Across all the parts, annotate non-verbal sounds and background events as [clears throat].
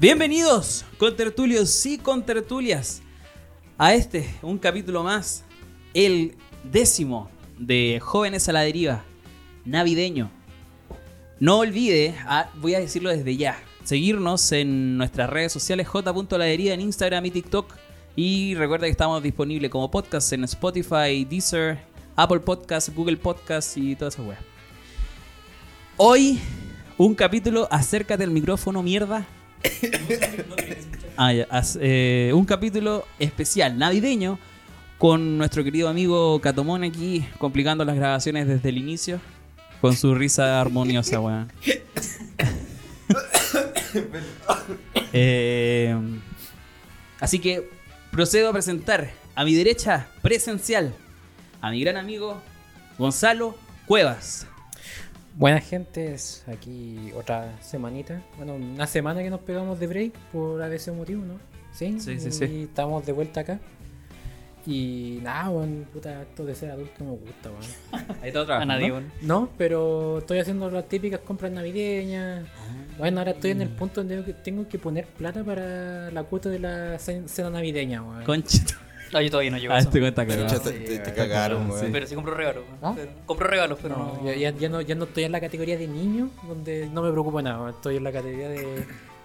Bienvenidos, contertulios y contertulias, a este, un capítulo más, el décimo de Jóvenes a la Deriva, navideño. No olvide, ah, voy a decirlo desde ya, seguirnos en nuestras redes sociales j.laderiva en Instagram y TikTok. Y recuerda que estamos disponibles como podcast en Spotify, Deezer, Apple Podcast, Google Podcast y todas esas weas. Hoy, un capítulo acerca del micrófono mierda. Ah, ya, as- eh, un capítulo especial navideño con nuestro querido amigo Catomón aquí complicando las grabaciones desde el inicio con su risa armoniosa, [coughs] weón. Eh, así que procedo a presentar a mi derecha presencial a mi gran amigo Gonzalo Cuevas. Buenas gentes, aquí otra semanita. Bueno, una semana que nos pegamos de break por ese motivo, ¿no? Sí, Sí, sí, sí. Y estamos de vuelta acá. Y nada, weón, puta, acto de ser adulto no me gusta, weón. Ahí está A nadie, weón. No, pero estoy haciendo las típicas compras navideñas. Bueno, ahora estoy en el punto donde tengo que- tengo que poner plata para la cuota de la ce- cena navideña, weón. Conchita. No, yo todavía no llego a Ah, eso. este weón está cagado. Chucha, te, te- te cagaron, Sí. weón. Pero sí compro regalos. weón. ¿Ah? Pero- compro regalos, pero No, no. ya, ya- ya no, ya no estoy en la categoría de niño, donde no me preocupa nada. weón. Estoy en la categoría de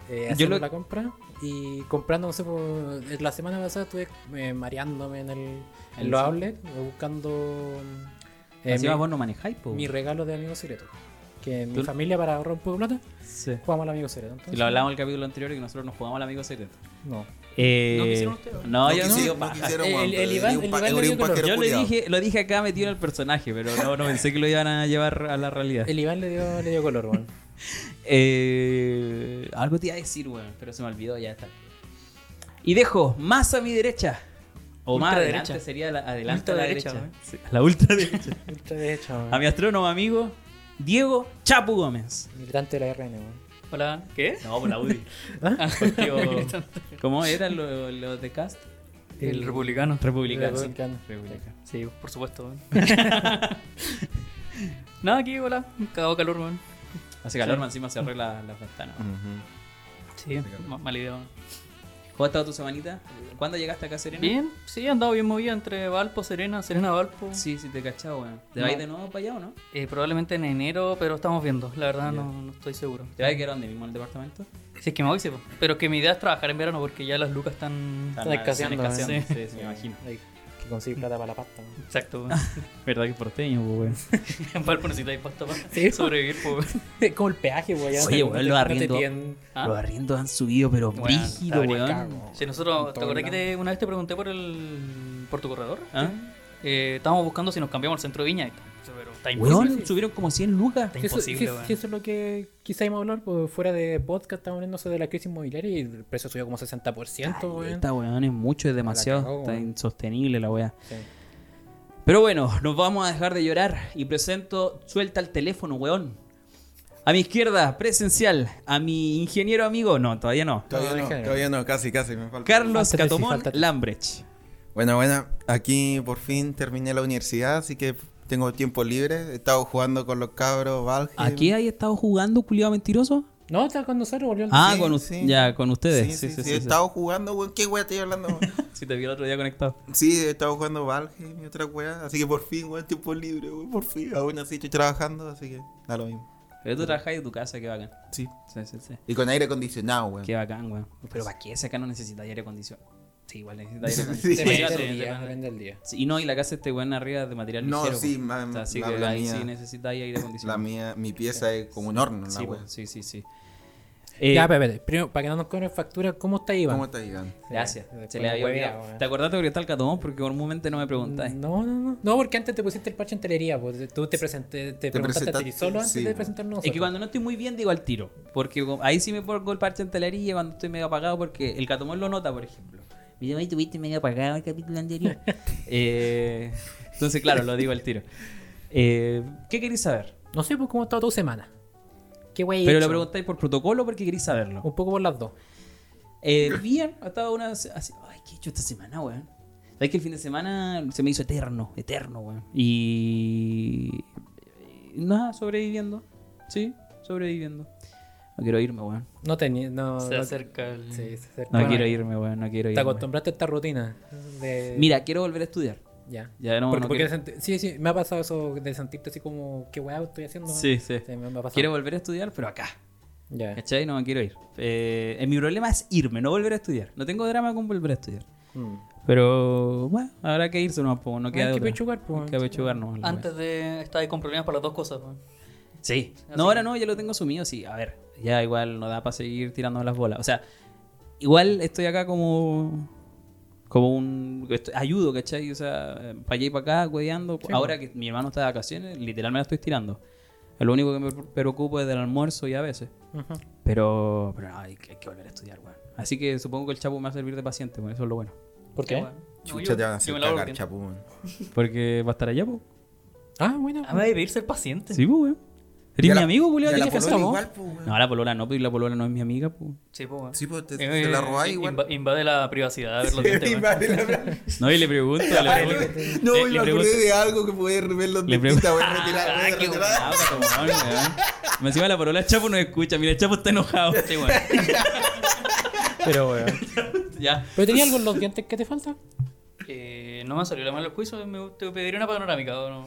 eh, hacer lo- la compra y comprando, no sé, por- la semana pasada estuve eh, mareándome en, el, en ¿En los sí? outlets buscando eh, Encima mi, vos no manejáis, po. mi regalo de amigo secreto. Que mi ¿Tú- familia, para ahorrar un poco de plata, Sí. jugamos al amigo secreto. Y Entonces, lo hablamos en el capítulo anterior que nosotros nos jugamos al amigo secreto. No. Eh, ¿No quisieron ustedes, weón? No, yo No no. Eh, quisieron, no quisieron, El- weón, el pero Iván- eres un el pa- Iván eres le dio un color. pajero Yo lo culiao. dije, lo dije acá metido en el personaje, pero no, no pensé que lo iban a llevar a la realidad. El Iván le dio, le dio [laughs] color, weón. Eh, algo te iba a decir, weón, pero se me olvidó ya está. Y dejo más a mi derecha. O más Ultraderecha. adelante sería la, adelante a la derecha. Ultraderecha, Sí, a la ultra derecha. Ultra derecha, [laughs] weón. a mi astrónomo amigo, Diego Chapu Gómez. Militante de la RN, weón. Hola. ¿Qué? No, por la UDI. ¿Ah? oh, ¿Cómo eran los los de cast? El republicano. Republicano. sí. Republicano. Republicano. Sí, por supuesto, weón. [laughs] Nada, aquí, hola. Cagado calor, weón. Hace calor, Sí. más encima se arregla las ventanas. Ujú. Sí, ma- mala idea, weón. ¿Cómo ha estado tu semanita? ¿Cuándo llegaste acá, Serena? Bien, sí, he andado bien movida entre Valpo, Serena, Serena, Valpo. Sí, sí, te he cachado, weón. ¿Te No. vas de nuevo para allá o no? Eh, probablemente en enero, pero estamos viendo. La verdad, no, no estoy seguro. ¿Te vas a quedar donde mismo en el departamento? Si es que me voy, sí, po. Pero que mi idea es trabajar en verano porque ya las lucas están. Están escaseando, Sí, ¿eh? sí, sí, me imagino. Hay que conseguir plata para la pasta, weón. [laughs] Exacto, Verdad que es porteño, pues, weón. [laughs] En Valpo necesitáis pasta para Sí, po. sobrevivir, po, weón. Es como el peaje, güey. Oye, weón, lo arriendo. arriendo. ¿Ah? Los arriendos han subido, pero Weón, brígido, está weón. Si nosotros, ¿te todo acuerdas que lado. te- una vez te pregunté por el por tu corredor? ¿Ah? Eh, estábamos buscando si nos cambiamos al centro de Viña. y tal. Pero está imposible. Weón, subieron como 100 lucas. Está imposible, eso, weón. eso es lo que quizá íbamos a hablar, pues, fuera de podcast, estamos hablando de la crisis inmobiliaria y el precio subió como 60%, weón. Esta weón es mucho, es demasiado. cagó, está weón. insostenible la weá. Sí. Pero bueno, nos vamos a dejar de llorar y presento, suelta el teléfono, weón. A mi izquierda, presencial, a mi ingeniero amigo, no, todavía no. No, Todavía no, déjalo. todavía no, casi, casi, me falta. Carlos Falta tú, sí, Catomón falta tú. Lambrecht. Bueno, bueno, aquí por fin terminé la universidad, así que tengo tiempo libre. He estado jugando con los cabros, Valheim. ¿Aquí hay estado jugando, culiado mentiroso? No, está con nosotros, volvió al- Ah, Sí, con us- sí. ya, con ustedes. Sí, sí, sí, he estado jugando, weón. ¿Qué weá estoy hablando? weón? [laughs] Sí, te vi el otro día conectado. sí, he estado jugando Valheim y otra weá. Así que por fin, weón, tiempo libre, weón, por fin. Aún así estoy trabajando, así que da lo mismo. Pero tú trabajas en tu casa, qué bacán. Sí. Sí, sí, Pues sí. Y con aire acondicionado, weón. Qué bacán, weón. Pero ¿para qué? Si acá no necesitas aire acondicionado. Sí, igual necesitas aire [laughs] Sí. acondicionado. Depende del sí, sí, día, sí. depende del día. Sí, y no, y la casa este weón arriba es de material No, ligero. sí, po. ma- O sea, Así la- que la ahí mía. sí necesitas aire La acondicionado. mía, mi pieza es como un horno, la sí, po, weá. sí, sí, sí. Eh, ya, espérate, primero, para que no nos cobren factura, ¿cómo está Iván? ¿Cómo estás, Iván? Gracias. Después Se le nos había huevea, olvidado. eh. weón. ¿Te acordaste que está el catomón? Porque por un momento no me preguntáis. No, no, no. No, porque antes te pusiste el parche en telería, pues tú te, presenté, te, preguntaste a ti presentaste, solo antes sí. de presentarnos Es nosotros. que cuando no estoy muy bien digo al tiro. Porque como- ahí sí me pongo el parche en telería cuando estoy medio apagado. Porque el catomón lo nota, por ejemplo. Y yo, "Ay, tuviste medio apagado el capítulo anterior. Eh, entonces, claro, lo digo al tiro. Eh, ¿Qué queréis saber? No sé, pues, ¿cómo ha estado tu semana? Qué wey. Pero lo preguntáis por protocolo porque queréis saberlo. Un poco por las dos. Eh, bien, ha estado una. se- Así, ay, qué he hecho esta semana, weón. Sabes que el fin de semana se me hizo eterno, eterno, weón. Y. y Nada, sobreviviendo. Sí, sobreviviendo. No quiero irme, weón. No tenía. No, Se no- acerca el... Sí, se acerca. No Bueno, quiero irme, weón. No quiero Te irme. acostumbraste a esta rutina. De... Mira, quiero volver a estudiar. Ya. Ya no, Porque, no porque quiero... senti- Sí, sí, me ha pasado eso de sentirte así como, qué weá estoy haciendo. Sí, sí. me, me ha pasado. Quiero volver a estudiar, pero acá. Ya. ¿Cachai? No me quiero ir. Eh, eh, mi problema es irme, no volver a estudiar. No tengo drama con volver a estudiar. Mm. Pero, bueno, habrá que irse nomás, po, no queda Hay de que otra. pechugar, Hay pues. que apechugar nomás, la Antes de... Estaba ahí con problemas para las dos cosas. weón. ¿Eh? Sí. Así No, ahora que- no, ya lo tengo asumido, sí. A ver, ya igual no da para seguir tirando las bolas. O sea, igual estoy acá como. Como un. esto- ayudo, ¿cachai? O sea, para allá y para acá, cuedeando. Ahora que mi hermano está de vacaciones, literal me la estoy tirando. Lo único que me preocupo es del almuerzo y a veces. Ujú. Pero, pero no, hay, que- hay que volver a estudiar, weón. Así que supongo que el chapo me va a servir de paciente, bueno, eso es lo bueno. ¿Por qué? weón. No, Chucha, yo- te van a yo hacer me lavo los cagar, dientes. chapú. Porque va a estar allá, pues. Ah, bueno. Ah, me debe ir ser paciente. Sí, pues, weón. ¿Eres Ya mi la- amigo, ya Julián? la ¿Tienes que polola hacer vos? igual, pues, weón. No, la polola no, pues la polola no es mi amiga, pues. Sí, po, weón. Sí, pues te, Eh, te la robás inv- igual. Invade la privacidad [laughs] a ver los dientes, weón. Invade la- No, y le pregunto, le [laughs] Ay, pregunto. no, Le- no, le me pregunto- acordé de algo que puede ver los Le dientitas, pregunto- voy a retirar, voy a qué retirar. Ah, pues, weón, weón. Me encima la polola Chapo no escucha. Mira, el Chapo está enojado. Sí, weón. [laughs] Pero, weón. Ya. ¿Pero tenía algo en los dientes que te falta? Eh, no me salió la mano el juicio, me, te pediría una panorámica. ¿o no?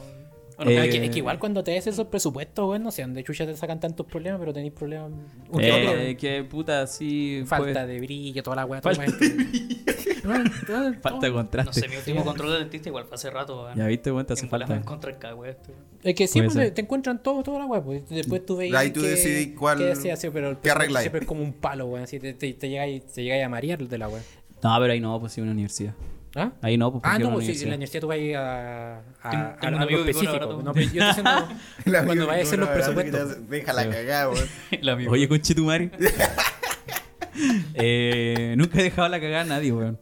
¿O no? Eh, Es, que, es que igual cuando te haces esos presupuestos, weón, no sé dónde chucha te sacan tantos problemas, pero tenéis problemas. Un Eh, que puta, sí. falta pues, de brillo, toda la Ah, weá. Falta de brillo. falta de No sé, contraste. mi último control de dentista igual fue hace rato. weón. Ya viste, weón, te hace En bolas Me falta. encontré este. acá, weón, esto. Es que sí, Puede pues, ser. le- te encuentran todo, toda la weá. Pues. Después tú veis. Ahí tú que- decidís cuál- que se hace, pero el qué arregláis. Siempre es como un palo, weón. Así te, te, te llegáis te llegáis a marear de la weá. No, pero ahí no, pues sí, una universidad. ¿Ah? Ahí no, pues Ah, porque no, una pues sí, en la universidad. universidad tú vas a ir a, a, Tengo- a tengo un algo amigo que cobra específico. barato. No, pero yo te [laughs] haciendo [laughs] La cuando amiga vayas a hacer los que te presupuestos. hace- Déjala cagar, weón. [laughs] El amigo. Oye, conchetumare. [laughs] eh, nunca he dejado la cagada a nadie, weón.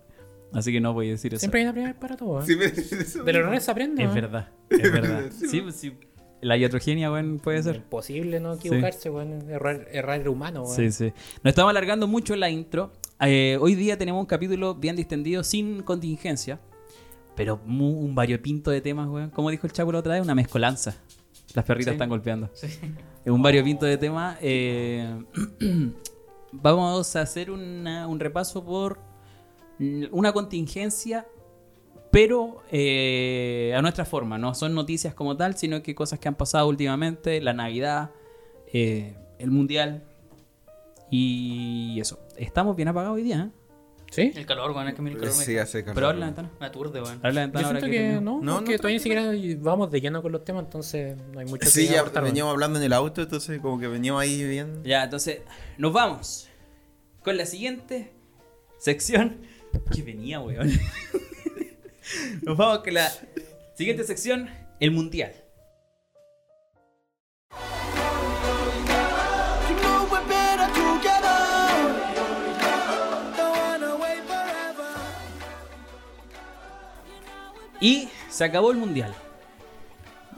Así que no voy a decir eso. Siempre hay una primera vez para todo. ¿eh? Sí, me dice eso. De los errores se aprende. Es ¿eh? verdad, es verdad. Sí, pues sí. La iatrogenia, weón, puede ser. Imposible no equivocarse, weón. Errar, errar el humano, weón. Sí, sí. Nos estamos alargando mucho en la intro. Eh, hoy día tenemos un capítulo bien distendido, sin contingencia, pero mu- un variopinto de temas, weón. Como dijo el Chapo la otra vez, una mezcolanza. Las perritas Sí. están golpeando. Sí. Oh. Es Un variopinto de temas. eh, [clears throat] vamos a hacer una- un repaso por mm, una contingencia, pero eh, a nuestra forma. No son noticias como tal, sino que cosas que han pasado últimamente, la Navidad, eh, el Mundial y eso. Estamos bien apagados hoy día, ¿eh? ¿Sí? El calor, weón, es que a mí el calor me, Sí, hace calor. Pero abre la ventana. me aturde, weón. Abre la Yo ventana ahora siento que... que, terminamos. no, No, porque no, todavía ni siquiera vamos de lleno con los temas, entonces no hay mucho Sí, que ya aportar, weón. veníamos hablando en el auto, entonces como que veníamos ahí bien. Ya, entonces, nos vamos con la siguiente sección. Que venía, weón. [laughs] nos vamos con la siguiente sección, el mundial. Y se acabó el mundial.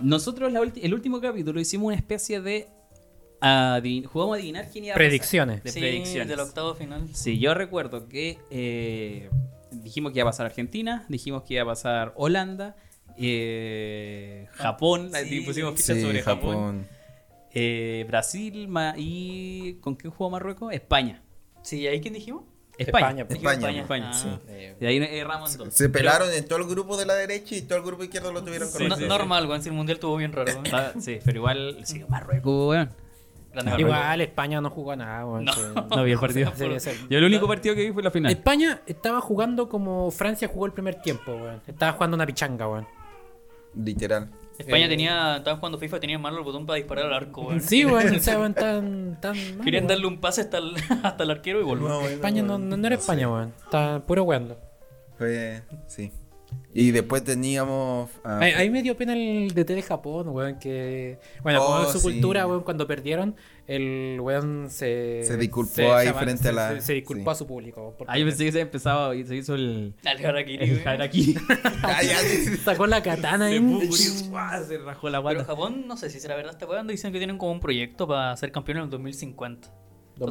Nosotros la ulti- el último capítulo hicimos una especie de adivin- jugamos a adivinar quién iba a pasar. Predicciones. de sí, predicciones. del octavo final. Sí, yo recuerdo que eh, dijimos que iba a pasar Argentina, dijimos que iba a pasar Holanda, eh, Japón, Sí, eh, pusimos fichas Sí, sobre Japón, eh, Brasil Ma- y ¿con quién jugó Marruecos? España. Sí, ¿y ahí quién dijimos? España. España. pues. Dijimos España, España, Ah. Eh, Y ahí eh, erramos en dos. Se pelaron en todo el grupo de la derecha y todo el grupo izquierdo lo tuvieron Sí, con No- sí, Ah, sí. normal, weón, si el mundial estuvo bien raro, weón. Va- Sí, pero igual sí, Marruecos, weón. Grande ah, Marruecos. Igual España no jugó a nada, weón. sí. [laughs] No vi el partido. Sí, sí, sí. Yo el único partido que vi fue la final. España estaba jugando como Francia jugó el primer tiempo, weón. Estaba jugando una pichanga, weón. Literal. España Eh. tenía, estaban jugando FIFA, tenían malo el botón para disparar al arco, weón. Sí, weón, o sea, weón, tan, [laughs] tan mal, Querían weón. darle un pase hasta el, [laughs] hasta el arquero y volver. España no, no, no era España, weón. Está puro weando. Fue, sí. Y después teníamos. ah, Ahí, ahí me dio pena el DT de Japón, weón, que... Bueno, Oh, como es su sí. cultura, weón, cuando perdieron, el weón se... Se disculpó ahí aban- frente se- a la- Se, se disculpó sí. a su público. porque Ah, yo pensé que se empezaba y se hizo el, Al Harakiri, el weón. harakiri. [laughs] [laughs] ay, ay, Sacó la katana Se y... puso, ¡guau! se rajó la Pero guata. Japón, no sé si será verdad, está jugando. Dicen que tienen como un proyecto para ser campeón en el 2050.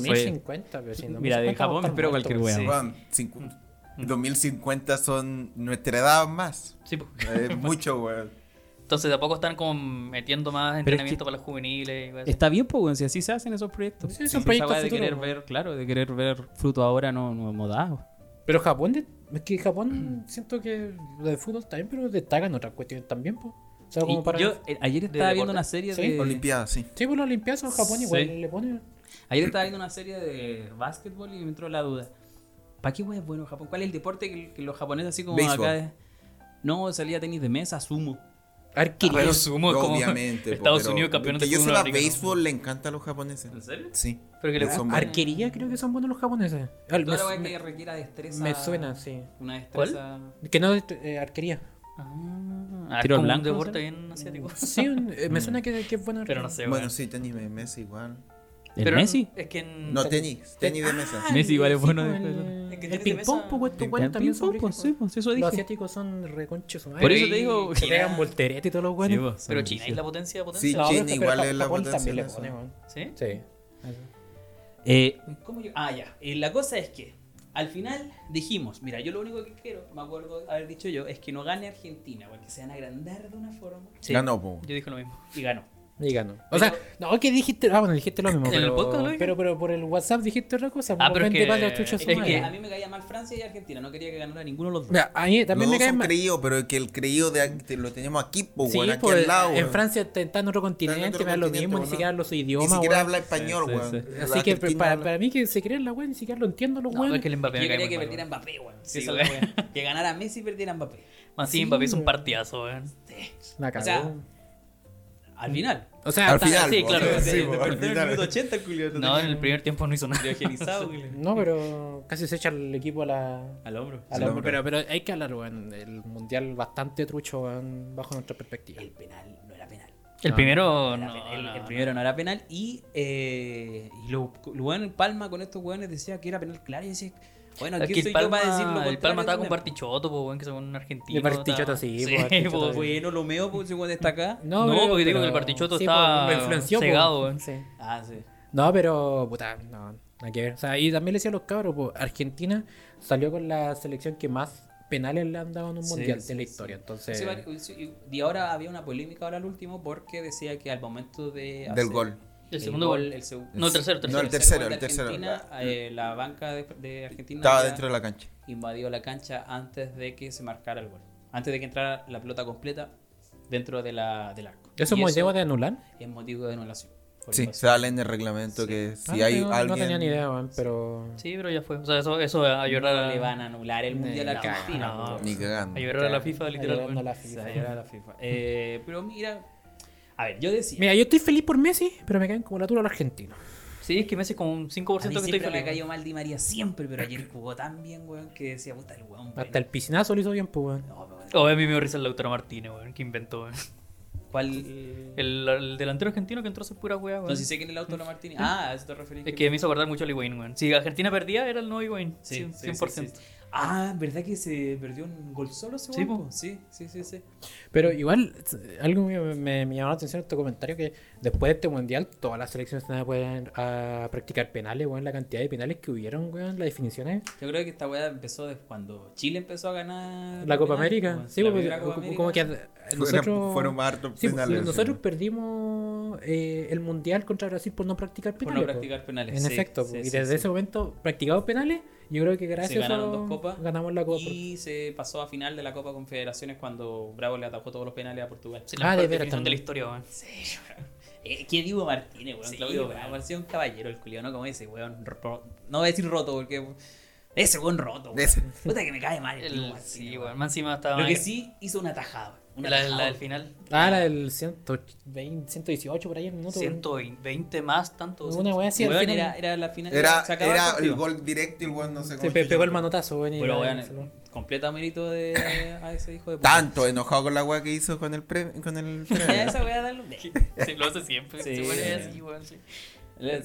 2050, pero si en Mira, de 2050 Japón me vamos a espero estar cualquier muertos, weón. Juan, cincu- 2050 son nuestra edad más. Sí, po. pues. Eh, mucho, weón. Entonces tampoco están como metiendo más Pero es entrenamiento que- para los juveniles. y cosas así. Está bien, pues, weón, si así se hacen esos proyectos. Sí, son Esa proyectos weá de futuros, querer weón. ver, claro, de querer ver fruto ahora no, no hemos dado. Pero Japón, de- es que Japón siento que lo de fútbol también, pero destacan otras cuestiones también, po. O sea, como Y para. yo eh, ayer estaba viendo deporte? una serie Sí. de Olimpiadas, sí. Sí, por la Olimpiada son Japón Sí. igual le ponen. Ayer estaba viendo una serie de básquetbol y me entró la duda. ¿Para qué weón es bueno Japón? ¿Cuál es el deporte que, que los japoneses así como Béisbol. acá es- No, salía tenis de mesa, sumo. Ah, Arquería. Pero sumo es como Obviamente. po, Estados pero Unidos campeón de Que yo fútbol sepa, americano. béisbol le encanta a los japoneses. ¿En serio? Sí. Pero que le Son buenos. Arquería creo que son buenos los japoneses. Ah, Toda la me, weá me- que requiera destreza. me suena, sí. Una destreza. Que no, eh, arquería. Ah, es Tiro como un blanco, deporte ¿sabes? bien asiático. Sí, un- eh, me suena que, que es bueno. Pero no sé, Bueno, bueno. sí, tenis de mesa igual. ¿El Pero Messi? Es que en- No, tenis. Tenis de mesa. Ah, Messi igual es sí, bueno po, de- El, Es que el tiene ping-pong, cerveza. pues, estos Ping-pong, buenos también son. Ping-pong, pues, sí, brígidos. pues, eso Los dije. asiáticos son reconches su madre. Por eso Ay, te digo. [laughs] qué Se pegan volteretes y todos los Sí, buenos. pues, son Pero China es brígidos. la potencia, Sí, potencia. No, China pero igual Japón es la potencia también le de eso. pone, weón. ¿Sí? Sí. Eh, ¿cómo yo? Ah, ya. Eh, la cosa es que al final dijimos, mira, yo lo único que quiero, me acuerdo haber dicho yo, es que no gane Argentina, porque se van a agrandar de una forma. Sí. Ganó, po. Yo dije lo mismo. Y ganó. Diga no. O sea, no, que dijiste. Ah, bueno, dijiste lo mismo. En el pero, podcast lo dije. pero, pero por el WhatsApp dijiste otra cosa. Ah, por pero es vente que- pa' la chucha es su Es madre. que a mí me caía mal Francia y Argentina, no quería que ganara ninguno de los dos. Mira, a mí Los también me dos cae son mal. creídos, pero el que el creído de, te- lo tenemos aquí, po, Sí, weón, aquí pues, al lado. en weón. Francia está está en otro continente, otro me da lo continente, mismo, ni weón. siquiera los Ni idiomas. siquiera weón. habla español, Sí, sí, weón. sí. La Así que pues, Argentina para, habla- para mí que se creen la weá, ni siquiera lo entiendo los No, weón. es que el Yo Mbappé me quería cae que muy mal, perdiera weón. Mbappé, weón. Sí, Esa es la weá. Que ganara Messi y perdiera Mbappé. Más sí, Sí, Mbappé es un weón. partidazo, weón. La O sea, cagó. Al final. O sea, al ta- final, sí, po, claro, sí, Sí, po, me al perdió en el final. minuto 80, Julio. [laughs] No, en el primer tiempo no hizo nada. Criogenizado, Julio. [laughs] no, pero casi se echa el equipo a la. Al hombro. a Al la- hombro. pero, pero hay que hablar, weón. El mundial bastante trucho, weón, bajo nuestra perspectiva. El penal no era penal. El No. primero, Era no, penal, el, no, el no. primero no era penal. Y, eh, y lo, lo bueno en Palma con estos hueones decía que era penal claro. Y decía, bueno, Es ¿quién que soy el yo para decir lo Palma, el contrario Palma estaba con también? Bartichotto, po, weón, que según un argentino. El Bartichotto, estaba- sí, po, sí Bartichotto, po, sí. Bueno, lo meo porque se está acá. No, porque digo que el Bartichotto está lo pues, influenció, po. cegado, weón. Sí. Ah, sí. No, pero, puta, no, nada que ver. O sea, y también le decía a los cabros, po, Argentina salió con la selección que más penales le han dado en un Sí, mundial sí, de la sí. historia. Entonces, Sí, vale, sí, Y ahora había una polémica ahora al último porque decía que al momento de hacer Del gol. El segundo gol. el seg- No, el tercero, No, tercero. el tercero, gol de el tercero. Argentina, eh, la banca de, de Argentina Estaba había dentro de la cancha. invadido la cancha antes de que se marcara el gol. Antes de que entrara la pelota completa dentro de la, del arco. ¿eso es Y motivo de anular? es motivo de anulación. por Sí, invasión. sale en el reglamento que si Ah, hay no, alguien. No tenía ni idea, weón, pero... Sí, pero ya fue. O sea, eso, eso a llorar No a, le van a anular el mundial a No, Argentina. no, boludo. Ni cagando. a llorar a la FIFA, literal. Ayudando a la weón. O sea, FIFA. llorar a la FIFA. [laughs] Eh, pero mira, a ver, yo decía. Mira, yo estoy feliz por Messi, pero me caen como la tula los argentinos. Sí, es que Messi es como un 5% A que mí estoy siempre me feliz. cayó mal Di María, siempre, pero ayer jugó tan bien, weón, que decía, puta el weón. bueno. Hasta el piscinazo lo hizo bien, pues, weón. No, pero bueno, O Oh, a mí me dio risa el Lautaro Martínez, weón, que inventó, weón. ¿Cuál? El, el delantero argentino que entró a hacer pura weá, weón. No, si sé que en el auto de la Martini. Ah, a eso te referís. Es que me hizo acordar mucho a Lee Wayne, weón. Si Argentina perdía, era el nuevo Wayne. Sí, Sí, sí, 100%. sí, sí. Ah, ¿verdad que se perdió un gol solo ese Sí, weón, po. po? Sí, sí, sí, sí. Pero igual, s- algo que me, me llamó la atención en tu comentario, que después de este mundial, todas las selecciones van a poder a practicar penales, weón, la cantidad de penales que hubieron, weón, las definiciones. Yo creo que esta weá empezó desde cuando Chile empezó a ganar. La Copa penales, América, po. sí, pues, La porque primera Copa co- América. como que a- nosotros, [laughs] Fueron, fueron más hartos sí, pues, penales. nosotros perdimos eh, el mundial contra Brasil por no practicar Por penales. no po. practicar penales. En sí, efecto, sí, po, y sí, desde sí. ese momento practicamos penales, yo creo que gracias ganaron a dos copas. ganamos la copa. Y se pasó a final de la Copa Confederaciones cuando Bravo le atajó todos los penales a Portugal. Sí, Ah, la de mejor veras, definición de la también. historia, weón. [laughs] Eh, ¿Qué digo Martínez, weón? Sí, Claudio weón. Bravo. Parecía un caballero el culiao, ¿no? Como ese, weón. ro- No voy a decir roto porque. Ese weón roto, weón. Ese. Puta que me cae mal el, El- Martínez, sí, weón. weón. Más encima estaba. Lo que sí hizo una tajada. Una La, tajada. la del final. Ah, la del 120, 118 por ahí el minuto. weón. 120 más, tanto. Una weá así al Weón, final. era, era la final. Era, se acababa era partido. el gol directo y el weón no sé Se cómo. pe- pegó el manotazo, weón. y Pero, la- weón, completa mérito de, a ese hijo de puta. Tanto enojado con la weá que hizo con el pre, con [laughs] el Ya, pre- Esa weá dale un- Sí, lo hace siempre. Sí. Sí, weón, es así, weón, sí.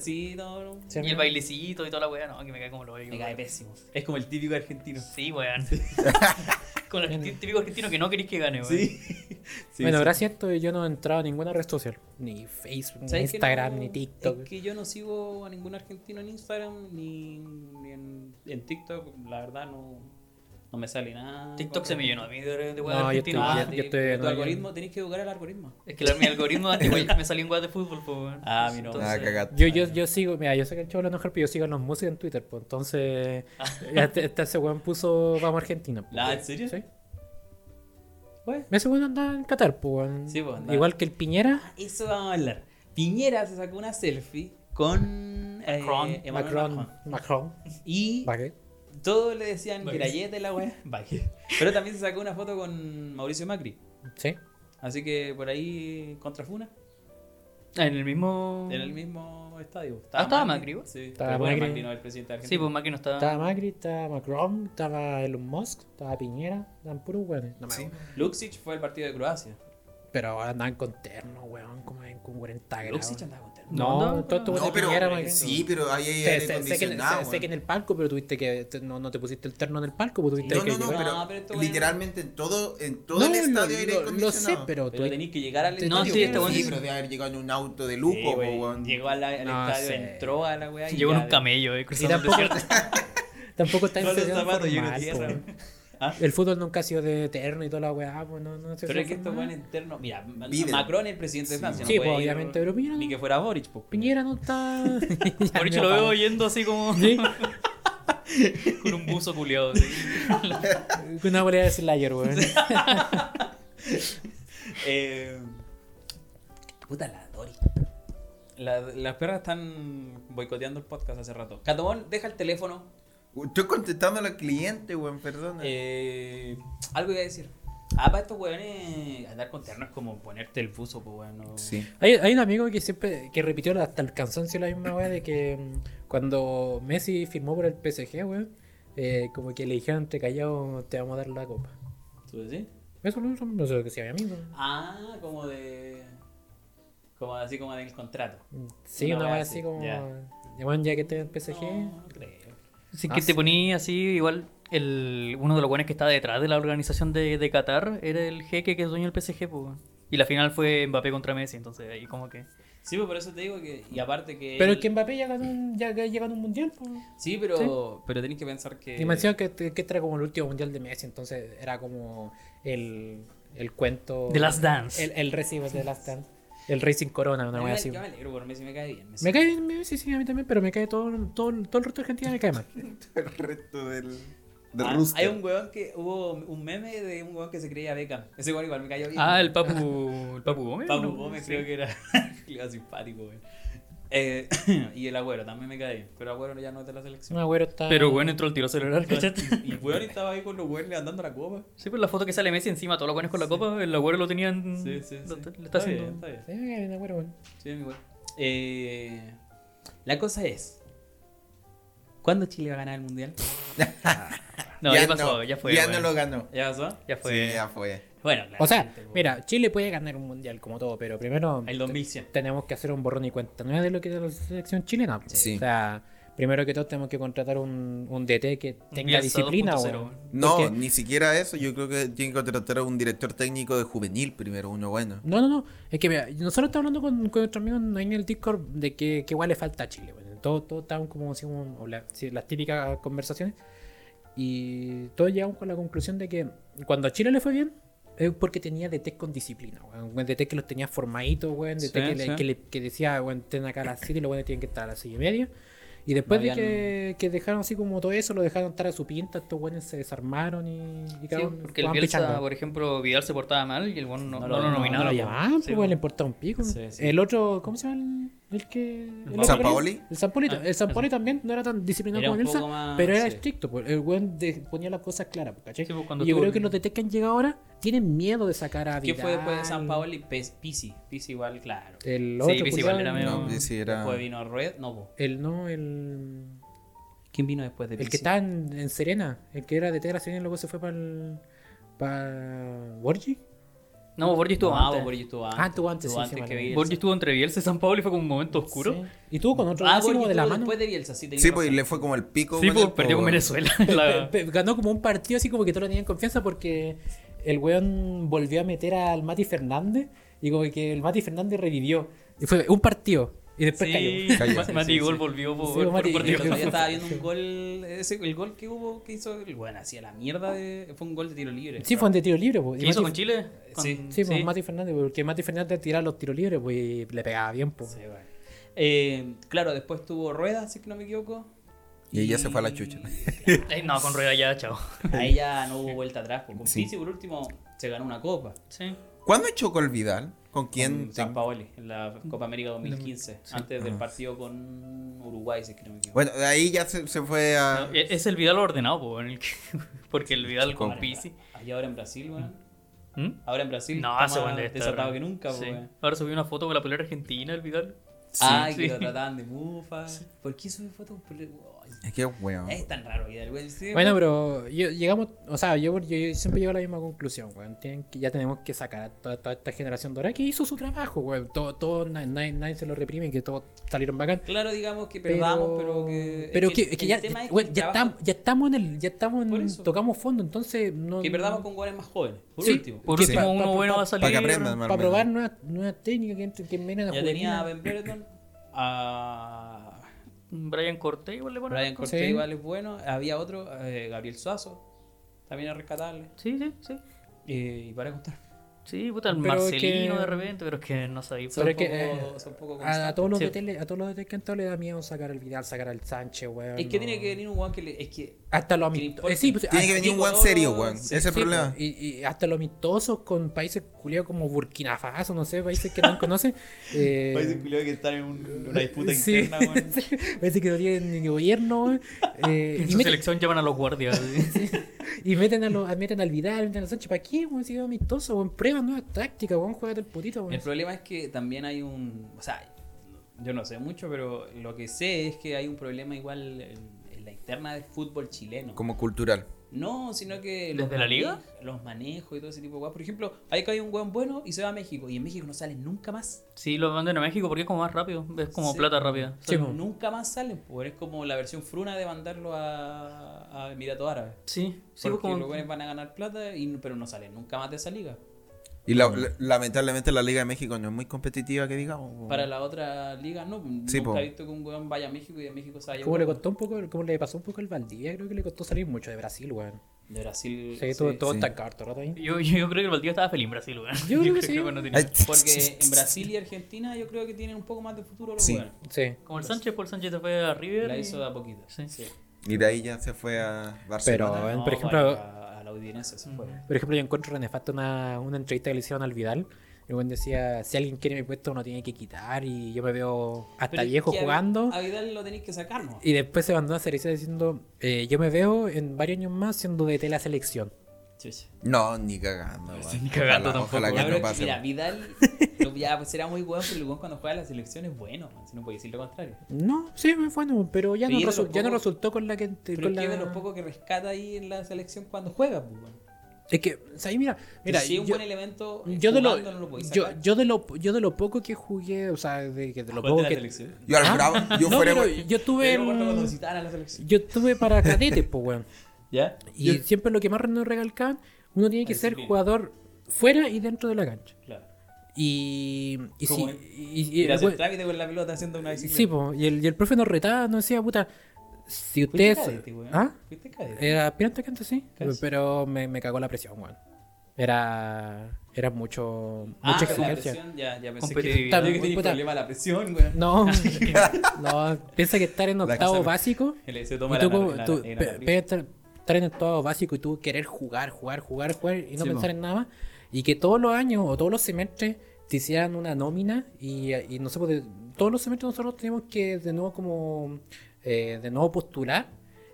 Sí, no, no. Sí, Y el amigo. bailecito y toda la weá, no, que me cae como lo Me cae pésimo. Es como el típico argentino. Sí, weón. [laughs] Con el argentino- típico argentino que no querís que gane, weón. Sí. [laughs] Sí, bueno, sí. gracias a esto yo no he entrado a ninguna red social. Ni Facebook, ni ¿Sabes que Instagram, no? ni TikTok. Es que yo no sigo a ningún argentino en Instagram ni, ni en, en TikTok. La verdad, no, No me sale nada. TikTok se me llenó a mí de, de weas No, yo argentinas. Ah, Ya- te- ya estoy- pero tu no, algoritmo, tenés que educar al algoritmo. Ah, Es que la- mi algoritmo antes igual me salían weas de fútbol, po, weón. Ah, mi no. Ah, cagaste. Yo, yo, yo sigo, mira, yo sé que el chavo lo enoja, pero yo sigo a los músicos en Twitter, [laughs] pues entonces. Este, este- ese weón puso Vamos Argentina. pues. Ah, ¿en serio? Sí. Bueno. Ese weón andaba en Qatar, pues. weón. Sí, pues, andaba. Igual que el Piñera. Ah, Eso vamos a hablar. Piñera se sacó una selfie con eh, Macron. Emmanuel Macron. Macron. Macron. Y Baguette. todos le decían Vale. Pirayete la weá. [laughs] Vale. Pero también se sacó una foto con Mauricio Macri. Sí. Así que por ahí contrafuna. ah, En el mismo. En el mismo estadio. Ah, ¿estaba Macri, vos? Sí, Estaba pero bueno, Macri. Macri no es el presidente de Sí, Argentina. pues Macri no estaba. Estaba Macri, estaba Macron, estaba Elon Musk, estaba Piñera, eran puros weones. No me Sí. acuerdo. Luxich fue al partido de Croacia. Pero ahora andaban con terno, weón, como en con 40 grados. Luxich andaba con terno. No, No, no, todo esto no. weón de No, pero eh, Piñera, Macri. sí, pero ahí hay Sé, sé- aire sé que, en- acondicionado, sé- sé que en weón. el palco, pero tuviste que. te- No, no te pusiste el terno en el palco, pues tuviste No, que No, no, llegar. No, no, pero esto, pero weón. literalmente en todo, en todo el No, estadio hay lo- aire lo- Lo sé, acondicionado. pero tú. Pero tenés que llegar al Sí, estadio. sí, este weón Sí, Sí, pero de haber llegado en un auto de lujo, po, weón. weón. Llegó al, al No estadio, sé. entró a la weá. y Llegó en ya un de- camello, eh, Y cruzando el tampoco, desierto. [laughs] tampoco está en Con los sesión zapatos llenos formal, de tierra. po, weón. ¿Ah? El fútbol nunca ha sido de terno y toda la weá, pues no, no sé Pero es que estos formal. weones internos. Mira, Biden. Macron es presidente de Sí. Francia. Sí, no puede pues, ir- obviamente, pero Piñera Ni no- que fuera Boric, pues. Piñera [laughs] no está. [laughs] Ya, Por hecho no, lo veo pa- yendo así como. Sí. [laughs] con un buzo culiado. así. Con una bolera de Slayer, weón. Eh, puta la Dori. La- las perras están boicoteando el podcast hace rato. Catobón, deja el teléfono. Estoy contestando a los clientes, weón, perdona. Eh, algo iba a decir. Ah, para estos weones, andar con terno es como ponerte el buzo, pues bueno. Sí. Hay, hay un amigo que siempre que repitió hasta el cansancio la misma weá de que mm, cuando Messi firmó por el PSG, weón, eh, como que le dijeron te callado, te vamos a dar la copa. ¿Tú decís? Eso no, eso no sé lo que sea mi amigo. Ah, como de. Como así como del contrato. Sí, Una una weá weá así, así como. ya. "Ya, weón, ya que te en el PSG. No, no creo. Así Ah, que sí. te ponía así, igual. El, uno de los buenos que estaba detrás de la organización de, de Qatar era el jeque que es dueño del PSG, pues. Y la final fue Mbappé contra Messi, entonces ahí como que. Sí, pues por eso te digo que. Y aparte que. Pero él- es que Mbappé ya ganó un, ya, ya ganó un mundial, po. Sí, pero, pero tenés que pensar que. Y me decían que, que este era como el último mundial de Messi, entonces era como el, el cuento. The Last Dance. El, el recibo de Last Dance. El Racing Corona, No, una weá así. me alegro, por Messi me cae bien. Messi. Me cae bien, me- sí, sí, a mí también, pero me cae todo, todo, todo el resto de Argentina me cae mal. El resto del. De Ah, Rooster. hay un weón que hubo un meme de un weón que se creía Beckham. Ese weón igual me cayó bien. Ah, el Papu. El Papu Gómez. Papu ¿no? Gómez Sí. creo que era, [laughs] que era simpático, weón. Eh, [clears throat] y el agüero también me cae bien. Pero agüero ya no es de la selección. Un agüero está. Pero bueno, entró el tiro celular, ¿cachaste? Y el weón estaba ahí con los weones levantando la copa. [laughs] Sí, pues la foto que sale Messi encima, todos los buenos con la copa, el agüero lo tenían. Mm, Sí, sí, sí. lo- le está haciendo. bien, está bien. Sí, me cae bien, un agüero, bueno. Sí, mi weón. Eh, la cosa es. ¿Cuándo Chile va a ganar el mundial? No, ya, pasó, ya fue. Ya weón. no lo ganó. ¿Ya pasó? Ya fue. Sí, ya fue. Bueno, O sea, claramente, weón. mira, Chile puede ganar un mundial como todo, pero primero El 2100. eh, tenemos que hacer un borrón y cuenta nueva de lo que es la selección chilena. Sí. O sea, primero que todo tenemos que contratar un, un DT que tenga Bielsa disciplina, 2.0, weón. weón. No, Porque- ni siquiera eso. Yo creo que tienen que contratar a un director técnico de juvenil primero, uno bueno. No, no, no. Es que mira, nosotros estábamos hablando con, con nuestro amigo en el Discord de que, que igual le falta a Chile. Bueno. Todo, todo estaban como, así como habla- sí, las típicas conversaciones. Y todos llegamos con la conclusión de que cuando a Chile le fue bien, es porque tenía DT con disciplina, weón. Weón, DT que los tenía formaditos, weón. DT Sí, que, le- sí. que, le- que decía, weón, ten acá a las 7 y los weones tienen que estar a las 6 y media. Y después No de habían- que, que dejaron así como todo eso, lo dejaron estar a su pinta, estos weones se desarmaron y, y Sí, cada uno porque el jugaban Bielsa, pichanga. por ejemplo, Vidal se portaba mal y el bueno no, No no lo- lo no, nominaba. No, lo po. llamaban, Sí, pues, weón, le importaba un pico. Sí, sí. El otro, ¿cómo se llama? El, el que. El otro ¿Sampaoli? que- El Sampaoli, Ah, el Sampaoli también no era tan disciplinado Era como un poco Nelson, más- pero era sí. estricto. pues, El weón de- ponía las cosas claras, pues, ¿cachai? Sí, pues, cuando y yo tuvo creo que- que los DT que han llegado ahora tienen miedo de sacar a ¿Qué Vidal. fue después de San Paolo y Pes- Pisi? Pisi igual, claro. El Sí, otro. pues, culiao, igual era medio- No, el- que sí, era. Después vino Red, no, po. El no, el. ¿Quién vino después de El que estaba en, en Serena. El que era DT de la Serena y luego se fue para el. para. Borgi. No, Borgi estuvo Ah, antes. Borgi estuvo antes. Ah, estuvo antes, sí, sí, que vale. Bielsa. Borgi estuvo entre Bielsa y San Pablo y fue como un momento oscuro. Sí. Y tú con otro Ah, así Borgi como de la estuvo mano. después de Bielsa, sí, tenía Sí, razón. pues y le fue como el pico. Sí, pues él, perdió con po, Venezuela. [laughs] Pe- La- pe- ganó como un partido así como que todos lo tenían confianza porque el weón volvió a meter al Mati Fernández y como que el Mati Fernández revivió. Y fue un partido. Y y después Sí, cayó. Cayó. Ma- Sí, Mati sí, Gol sí. volvió Sí, por, Mati por, por El Gol. Dios. otro día estaba Sí. viendo un gol, ese, el gol que hubo, que hizo el bueno, hacía la mierda de, fue un gol de tiro libre. Sí, fue un de tiro libre. po. Y ¿Qué hizo Mati- con Chile? Con- Sí. Sí, pues Mati Fernández, porque Mati Fernández tiraba los tiros libres pues, y le pegaba bien. Pues. Sí, bueno. Eh, claro, después tuvo ruedas, si es que no me equivoco. Y ella se fue a la chucha. Eh, no, con Rueda ya, chao. [laughs] Ahí ya no hubo vuelta atrás. Con Sí. Pizzi, por último, se ganó una copa. Sí. ¿Cuándo chocó el Vidal? ¿Con quién? Con Mm, San Paoli, en la Copa América 2015. Antes del Ah. partido con Uruguay, si es que no me equivoco. Bueno, de ahí ya se, se fue a. No, e- es el Vidal ordenado, po, en el que- [laughs] porque el Vidal con Ahora en Pisi. Bra- Allá ahora en Brasil, weón. ¿Mm? Ahora en Brasil. No, está hace más buen de estar. desatado que nunca, pues, Sí. weón. Ahora subí una foto con la pelota argentina, el Vidal. Ay, Ah, que Sí. lo trataban de mufa. ¿Por qué sube fotos? Por- Ay, Es que weón. Eh, Es tan raro, Vidal, weón. Sí, Bueno, pero yo, llegamos, o sea, yo, yo- yo siempre llego a la misma conclusión, weón. Tienen que- ya tenemos que sacar a toda, toda esta generación dorada que hizo su trabajo, weón. Todo, todo, na- nadie, nadie se lo reprime, que todos salieron bacán. Claro, digamos que perdamos, pero, que. pero es que, es que el ya, tema es weón, el trabajo- ya, estamos, ya estamos en el, ya estamos Por en, eso. tocamos fondo, entonces no. Que perdamos con jugadores más jóvenes, por Sí. último. Por Sí, último, pa- uno pa- pa- bueno va a salir. Para que aprendan, más o Para menos. probar nuevas nuevas técnicas que entren, que vienen a Ya juvenil. tenía a Ben Brereton, a Brian Cortés igual le ponen. Brian Cortés, Sí. igual es bueno. Había otro, eh, Gabriel Suazo, también a rescatarle. Sí, sí, sí. Eh, y para contar, Sí, puta, el Pero es Marcelino que- de repente, pero es que no sabía. son Pero es poco, que, eh, son poco A, a todos los Sí. de tele, a todos los de que han estado le da miedo sacar al Vidal, sacar al Sánchez, weón. Es que tiene no. que venir un guan que le. Es que. Hasta los que le amistosos. importe. sí, pues, Tiene ah, que venir un Diego weón serio, Doro, weón. sí, Ese es el Sí, problema. pues, Y, y hasta los amistosos con países culiados como Burkina Faso, no sé, países que no [laughs] conocen. eh, que están en una disputa sí. interna, weón. países que no tienen ni gobierno. [laughs] weón, eh, En y, su meten, selección llaman a los guardias. sí. y meten a los, a- meten al Vidal, meten a Sánchez. ¿Para qué, weón? Si es amistoso, weón. Prueba nuevas tácticas, weón. Juega el putito, weón. El problema es que también hay un. O sea, yo no sé mucho, pero lo que sé es que hay un problema igual en, en la interna del fútbol chileno. Como cultural. No, sino que. ¿Desde la mane- liga? Los manejos y todo ese tipo de guas. Por ejemplo, hay que hay un guan bueno y se va a México. Y en México no salen nunca más. Sí, lo mandan a México porque es como más rápido. Es como Sí. plata rápida. Sí, po. Nunca más salen. Pues es como la versión fruna de mandarlo a, a Emiratos Árabes. Sí, sí, porque pues, los como. buenos van a ganar plata, y, pero no salen nunca más de esa liga. Y la- la- lamentablemente la Liga de México no es muy competitiva, que digamos. weón. Para la otra liga, no. Oh. Sí, nunca po. he visto que un weón vaya a México y de México se vaya a Como le Europa. costó un poco, como le pasó un poco al Valdivia, creo que le costó salir mucho de Brasil, weón. De Brasil. Sí, todo, sí. todo sí. estancado todo el rato ahí. Yo, yo creo que el Valdivia estaba feliz en Brasil, weón. [laughs] Yo creo que [laughs] sí. no tenía- Ay, Porque en Brasil y Argentina yo creo que tienen un poco más de futuro los Sí. weones. Sí. Como el Sánchez, por Sánchez se fue a River. La y- hizo de a poquito. Sí. Y de ahí ya se fue a Barcelona. Pero- eh. No, por vale, ejemplo- a, a la audiencia se fue. Por ejemplo, yo encuentro nefasto una, una entrevista que le hicieron al Vidal. El buen decía, si alguien quiere mi puesto, no tiene que quitar y yo me veo hasta Pero es viejo que a- jugando. A Vidal lo tenéis que sacar, ¿no? Y después se mandó a Cerecida diciendo, eh, yo me veo en varios años más siendo de la selección. Chucha. No, ni cagando. weón. ni cagando Ojalá- tampoco, Ojalá Ya, que pero no es que, pase. mira, weón. Vidal [laughs] lo- ya, pues, será muy bueno, pero el weón cuando juega a la selección es bueno, man, si no puede decir lo contrario. No, sí, muy bueno, pero ya, Pero no, y era resu- lo ya no poco- resultó con la que... Pero con es que es la- de los pocos que rescata ahí en la selección cuando juega, pues, weón. Es que, o sea, ahí mira, mira, si es un yo, buen elemento, eh, yo de lo, jugando no lo podéis yo, sacar. yo de lo, yo de lo poco que jugué, o sea, de, que de lo Jugaste poco la que... selección. Yo al Ah, Bravo, yo no, fuera. pero weón. yo tuve... Pero cuando mm, nos citaban a la selección. Yo estuve para [laughs] cadetes, pues, weón. ¿Ya? Y siempre lo que más nos recalcaban, uno tiene que La ser disciplina. jugador fuera y dentro de la cancha. Claro. Y, y sí, ¿Cómo es? y, y- Ir a el hacer we- trámite con la pelota haciendo una bicicleta. sí, po, y, el, y el profe nos retaba, nos decía, puta, ¿Fuiste si ustedes... cadete, weón? ¿Ah? ¿Fuiste cadete? Era pirata canto, sí, Casi. pero me, me cagó la presión, weón. Era, era mucho, Ah, mucha pero la exigencia. presión, ya, ya pensé que... Competitividad. Yo que tenía Puta. problema la presión, weón. [laughs] No, [laughs] no, piensa que estar en La octavo casa- básico... Él se Y toma la tú, como- la- la- tú, la- pe- la- pe- estar, estar en el todo básico y tú querer jugar, jugar, jugar, jugar y no Sí, pensar po. en nada más. Y que todos los años o todos los semestres te hicieran una nómina y, y no sé, pues, de- todos los semestres nosotros teníamos que de nuevo como eh, de nuevo postular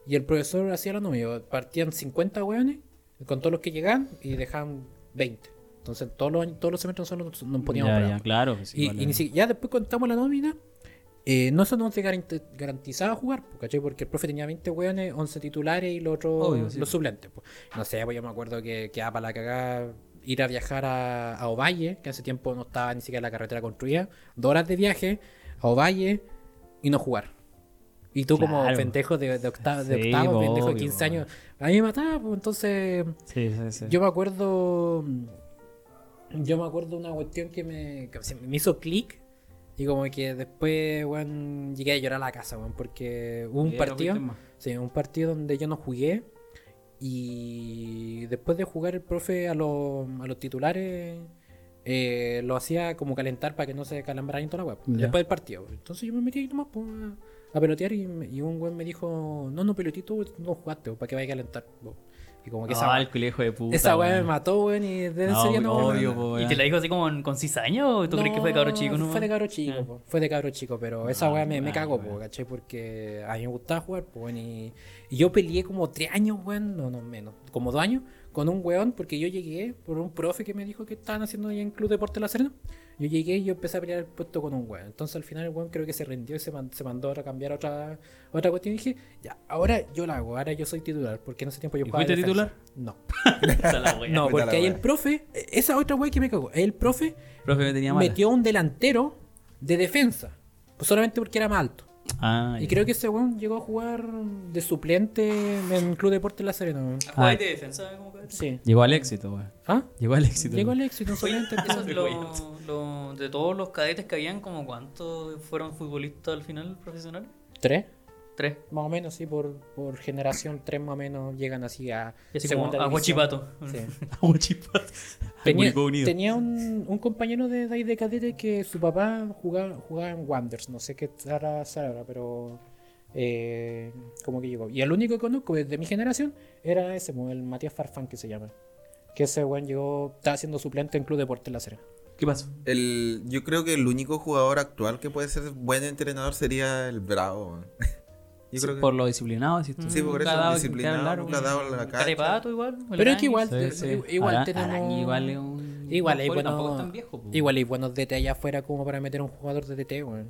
y el profesor hacía la nómina. Partían 50 hueones con todos los que llegaban y dejaban 20. Entonces todos los, años- todos los semestres nosotros nos, nos poníamos Ya, bravos. ya, claro. pues, Y, igual y es- ni si- ya después contamos la nómina. eh, no se nos te garant- garantizaba jugar, po, ¿cachai? Porque el profe tenía 20 hueones, 11 titulares y los otros, Obvio, sí, los po. suplentes. po. No sé, pues yo me acuerdo que quedaba para la cagada ir a viajar a, a Ovalle, que hace tiempo no estaba ni siquiera la carretera construida. Dos horas de viaje a Ovalle y no jugar. Y tú como Claro. pendejo de, de octavo, de Sí, octavo, po, pendejo de obvio, 15 po. años, a mí me mataba, pues entonces... Sí, sí, sí. Yo me acuerdo. Yo me acuerdo una cuestión que me, que se me hizo clic. Y como que después, weón, llegué a llorar a la casa, weón, porque hubo un Eh, partido. no fuiste más. Sí, un partido donde yo no jugué. Y después de jugar el profe a, los a los titulares, eh, lo hacía como calentar para que no se calambraran toda la web. Ya. Después del partido. Entonces yo me metí ahí nomás pues, a, a pelotear y, me- y un güey me dijo, no, no pelotí tú, no jugaste, pues, para que vaya a calentar. pues". Y como que esa, Ah, el colegio de puta. esa weá me weón. mató, weón, y desde No, ese día no... obvio, po, ¿Y weón. te la dijo así como en- con cizaña o tú crees que fue de cabro chico? no, No, [laughs] fue de cabro chico, Ah. po, fue de cabro chico, pero esa Ah, weá me, me weá, cagó, weá. po, ¿cachai? Porque a mí me gustaba jugar, po, weón, y, y yo peleé como tres años, weón, no, no menos, como dos años, con un weón, porque yo llegué por un profe que me dijo que estaban haciendo ahí en Club Deporte La Serena. Yo llegué y yo empecé a pelear el puesto con un weón. Entonces al final el weón creo que se rindió y se, man- se mandó a cambiar a otra, otra cuestión. Y dije, ya, ahora yo la hago, ahora yo soy titular, porque en ese tiempo yo ¿Y jugaba fuiste defensa. titular? No, Esa la wea. no, puta la porque ahí el wea. profe, e, esa otra weá que me cagó, el profe Profe, me tenía mal. metió un delantero de defensa. pues solamente porque era más alto. Ah, y ya. creo que ese weón llegó a jugar de suplente en Club Deporte La Serena. weón. ¿Jugáis de este defensa? como que- Sí. Llegó al éxito, weón. ¿Ah? Llegó al éxito. [laughs] Llegó weón. el éxito solamente. [laughs] [laughs] Eso, entonces- lo, lo- de todos los cadetes que habían, como ¿cuántos fueron futbolistas al final profesionales? Tres, Tres. más o menos, sí, por, por generación, tres más o menos llegan así a. Y así segunda como a división. Huachipato. Sí. Aguachipato. Tenía, Curicó Unido. tenía un, un compañero de, de ahí de cadete que su papá jugaba, jugaba en Wanderers, no sé qué ahora ahora, pero eh, como que llegó. Y el único que conozco de, de mi generación era ese, mo, el Matías Farfán que se llama. Que ese weón llegó, estaba siendo suplente en Club Deporte La Serena. ¿Qué pasó? El, yo creo que el único jugador actual que puede ser buen entrenador sería el Bravo. man. [laughs] Yo creo que... Por lo disciplinado, decís tú. Sí, por Nunca ha eso, Mm, dado que disciplinado, hablar, nunca ha weón. Mm. dado la Un cancha. Carepato igual. o el Pero es que Araña. igual, Sí, sí. i- igual Ara- tenemos. Arangui igual es un. Igual un jugador, hay buenos- Tampoco es tan viejo, po. igual hay buenos DT allá afuera como para meter a un jugador de DT, weón.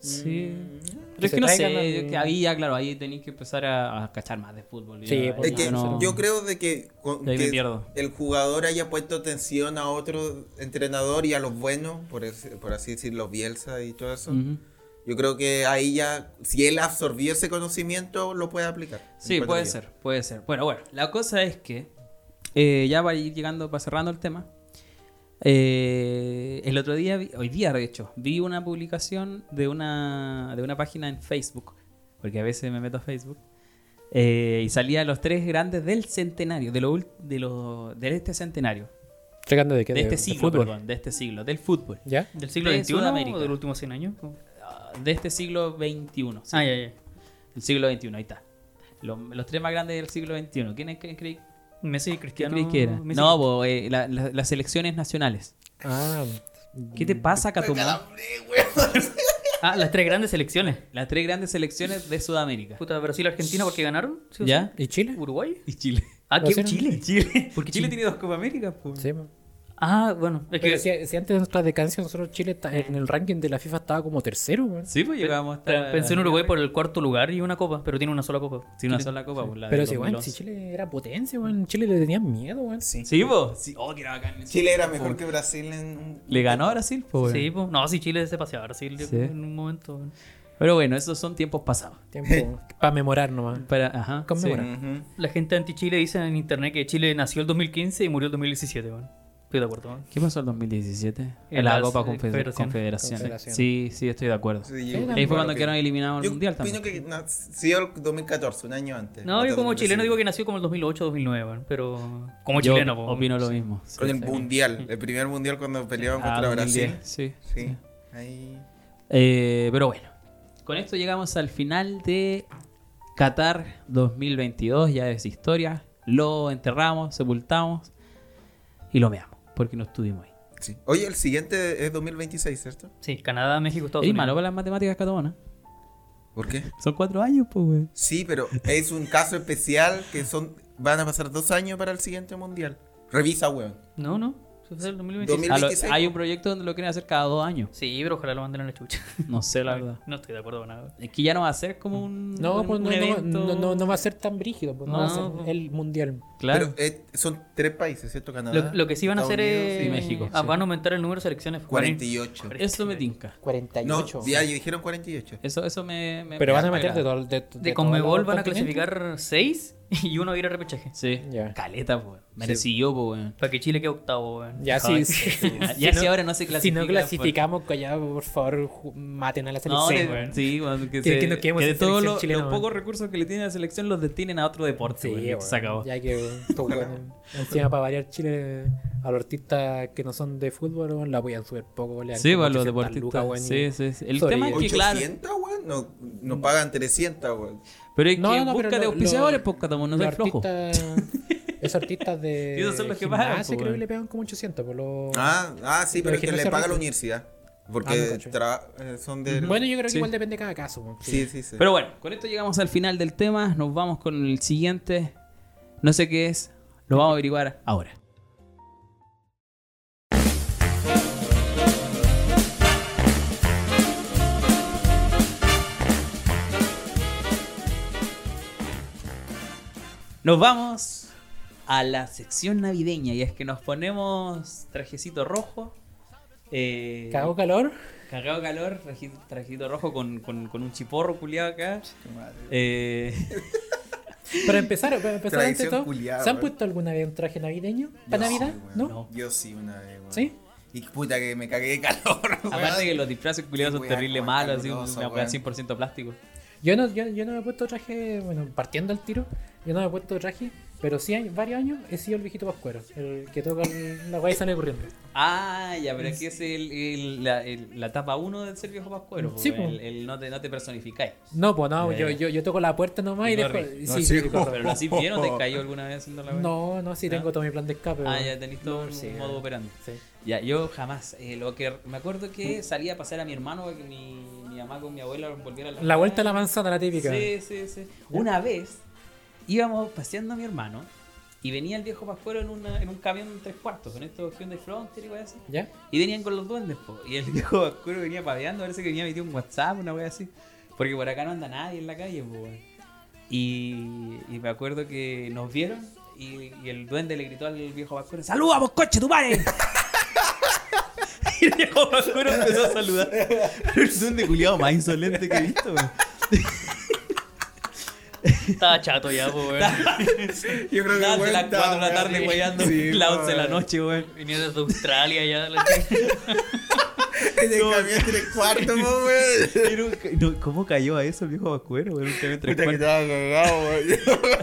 Sí. Que Pero es se que no sé, traigan al- yo que ahí ya, claro, ahí tenéis que empezar a, a cachar más de fútbol. Sí, ya, pues, Es que Yo no- yo creo de que, con- De ahí me que pierdo. el jugador haya puesto atención a otro entrenador y a los buenos, por, es- por así decirlo, Bielsa y todo eso. Ujú. Yo creo que ahí ya, si él absorbió ese conocimiento, lo puede aplicar. Sí, Encuentro puede yo. ser, puede ser. Bueno, bueno, la cosa es que, eh, ya para ir llegando, para cerrando el tema, eh, el otro día, vi- hoy día de hecho, vi una publicación de una, de una página en Facebook, porque a veces me meto a Facebook, eh, y salía los tres grandes del centenario, de, lo, ul- de, lo, de este centenario, Llegando de qué? de De- este de siglo, fútbol. perdón, de este siglo, del fútbol, ¿Ya? ¿Del siglo De XXI o Sudamérica. del último 100 años? ¿Cómo? ah, de este siglo XXI. sí. Ah, ya, ya. El siglo XXI, ahí está. Los, los tres más grandes del siglo XXI. ¿Quiénes cre- cre- Messi y ¿Qué Cristiano. crees que era? Messi- No, bo, eh, la- la- las elecciones nacionales. Ah, ¿Qué te pasa, Catumá? Ah, las tres grandes selecciones. Las tres grandes selecciones de Sudamérica. Puta, Brasil, Argentina, porque ganaron. ¿Sí o sí? ¿Ya? ¿y Chile? ¿Uruguay? Y Chile. Ah, ¿qué? Brasil. Chile. [laughs] Chile. Porque Chile, tiene dos Copa América, pues. Sí, mo. Ah, bueno. Es que Pero si, si antes de nuestra decadencia, nosotros Chile ta- en el ranking de la FIFA estaba como tercero, weón. Sí, pues llegábamos hasta. pe- pensé en Uruguay por el cuarto lugar y una copa, pero tiene una sola copa. Sí, una Chile. sola Copa, pues, la Pero del si, weón, 2011. si Chile era potencia, weón. Chile le tenían miedo, weón. Sí. Sí, pues. Sí. Oh, que era bacán. Chile era mejor que Brasil en un- Le ganó a Brasil, pues. Sí, pues. No, si Chile se paseaba a Brasil Sí. en un momento. Pero bueno, esos son tiempos pasados. Tiempo para memorar nomás. Para, ajá. Conmemorar. Ujú. La gente anti-Chile dice en internet que Chile nació el 2015 y murió el 2017, weón. Estoy de acuerdo, weón. sí. ¿Qué pasó el 2017? En En la las, Copa eh, Confederación. Confederaciones. Confederaciones. Sí, sí, estoy de acuerdo. Sí, Sí, yo- también. Ahí fue cuando que- quedaron eliminados el Yo Mundial también. opino que nació el 2014, un año antes. No, yo como 2015. chileno digo que nació como el 2008 2009, weón. Pero como Yo chileno, po, opino lo sí. mismo. sí. Con [laughs] el mundial, el primer mundial cuando peleaban Ah, contra 2010, Sí. Brasil. Sí. Ahí. Eh, pero bueno, con esto llegamos al final de Qatar 2022, ya es historia. Lo enterramos, sepultamos y lo meamos, porque no estuvimos ahí. Sí. Oye, el siguiente es 2026, ¿cierto? Sí, Canadá, México, Estados Es Unidos. malo para las matemáticas catomonas. ¿Por qué? Son cuatro años, pues, güey. Sí, pero es un caso especial que son van a pasar dos años para el siguiente mundial. Revisa, weón. No, no. Eso fue el 2026. A lo- 2026. Hay un proyecto donde lo quieren hacer cada dos años. Sí, pero ojalá lo manden a la chucha. No sé, [laughs] la verdad. No estoy de acuerdo con nada. Es que ya no va a ser como un. No, un- pues un no, no, evento. no, no- no va a ser tan brígido, pues no, No, va a ser pues. el mundial. Claro. Pero eh, son tres países, ¿cierto? Canadá. Lo, lo que sí van a hacer Estados Unidos es. y México, Ah, sí. Van a aumentar el número de selecciones. y 48. Eso me tinca. 48. No, ya dijeron 48. Eso, eso me, me- pero me van a agrada. meter de todo. De, de De todos los Conmebol van a continentes. clasificar 6 [laughs] y uno ir a repechaje. Sí. Ya. Caleta, pues. Merecido, pues, weón. Para que Chile quede octavo, weón. Ya, Ay, sí. sí. [laughs] Ya si ahora no se Si clasifica, no clasificamos, Collado, por favor, ju- maten a la No, selección. le- weón. sí, weón, que, Que- se- que nos quedemos que de sin todos selección los, chilena, los weón. pocos recursos que le tiene la selección los destinen a otro deporte, Sí, weón, y weón. se acabó. Ya que estos weones, [laughs] encima para variar Chile a los artistas que no son de fútbol, weón, la apoyan súper poco, weón, le dan Sí, como pues los 800 deportistas. lucas, weón, sí, y- sí, sí. El Sorry, tema es que, claro. ¿800, weón? No, no pagan 300, weón. Pero es No, que no, no, busca pero de lo- auspiciadores, lo- pues, Catamo, no los seas flojo. artistas- Esos artistas de. [laughs] Y esos son los que pagan, po, gimnasia, creo weón. que le pegan como pues, 800. Por lo... Ah, ah, sí, pero Pero es que que no le Oh. se paga la reten. universidad. Ah, no Porque cacho. tra- eh, son de. bueno, yo creo que Sí. igual depende de cada caso. weón, Sí, sí, sí. Pero bueno, con esto llegamos al final del tema. Nos vamos con el siguiente. No sé qué es. Lo vamos a averiguar ahora. Nos vamos a la sección navideña y es que nos ponemos trajecito rojo. eh, Cago calor. [laughs] Cagado calor, traji- trajito rojo con, con- con un chiporro culiado acá. Eh, Para empezar, para empezar antes de Tradición todo, culiada, ¿se han weón. puesto alguna vez un traje navideño Yo para sí, Navidad? weón. ¿No? No. Yo sí, una vez, weón. ¿Sí? Y puta que me cagué de calor, [laughs] weón. aparte que los disfraces culiados Qué son weá, terrible como malos, así caluroso, una weá weón. 100% plástico. Yo no, yo, yo no me he puesto traje, bueno, partiendo el tiro, yo no me he puesto traje, pero sí hay varios años he sido el viejito pascuero, el que toca el- la guay sale corriendo. Ah, ya, pero aquí es el, el- la, el- la etapa 1 del ser viejo pascuero. Sí, po, po. el, el no, te, no te personificáis. No, pues no, Ya, yo, ya. yo, yo toco la puerta nomás Y y, corre. después. No, sí, sí, sí, jo. corre. Pero lo [laughs] así vieron, te cayó alguna vez haciendo la weá? No, no, sí ¿No? tengo todo mi plan de escape. Ah, weón. ya tenés todo un sí, modo weón. operando. Sí. Ya, yo jamás. eh, lo que me acuerdo que salía a pasar a mi hermano para que mi, mi mamá con mi abuela volviera a La vuelta a la manzana, la típica. Sí, sí, sí. Una vez íbamos paseando a mi hermano y venía el viejo Pascuero en, una, en un camión tres cuartos, con estos Hyundai Frontier y weas así. ¿Ya? Y venían con los duendes, po. Y el [laughs] viejo Pascuero venía padeando, parece que venía metido un WhatsApp, una wea así. Porque por acá no anda nadie en la calle, po, weón. Y, y me acuerdo que nos vieron y, y el duende le gritó al viejo Pascuero: ¡Saluda, vos, coche, tu madre! [laughs] y el viejo Pascuero empezó a saludar. [laughs] el duende culiado más insolente que he visto, weón. Estaba chato ya, po, weón. Yo creo Nada, de las 4 de weón, la estaba, tarde, weón. weyando. Sí, las weón. 11 de la noche, weón. Venía desde Australia ya. la- [laughs] En el camión tres cuartos, po, [laughs] weón. Era un ca- no, ¿Cómo cayó a eso el viejo Pascuero? weón? Nunca me entré Puta que cuarto. estaba cagado, weón.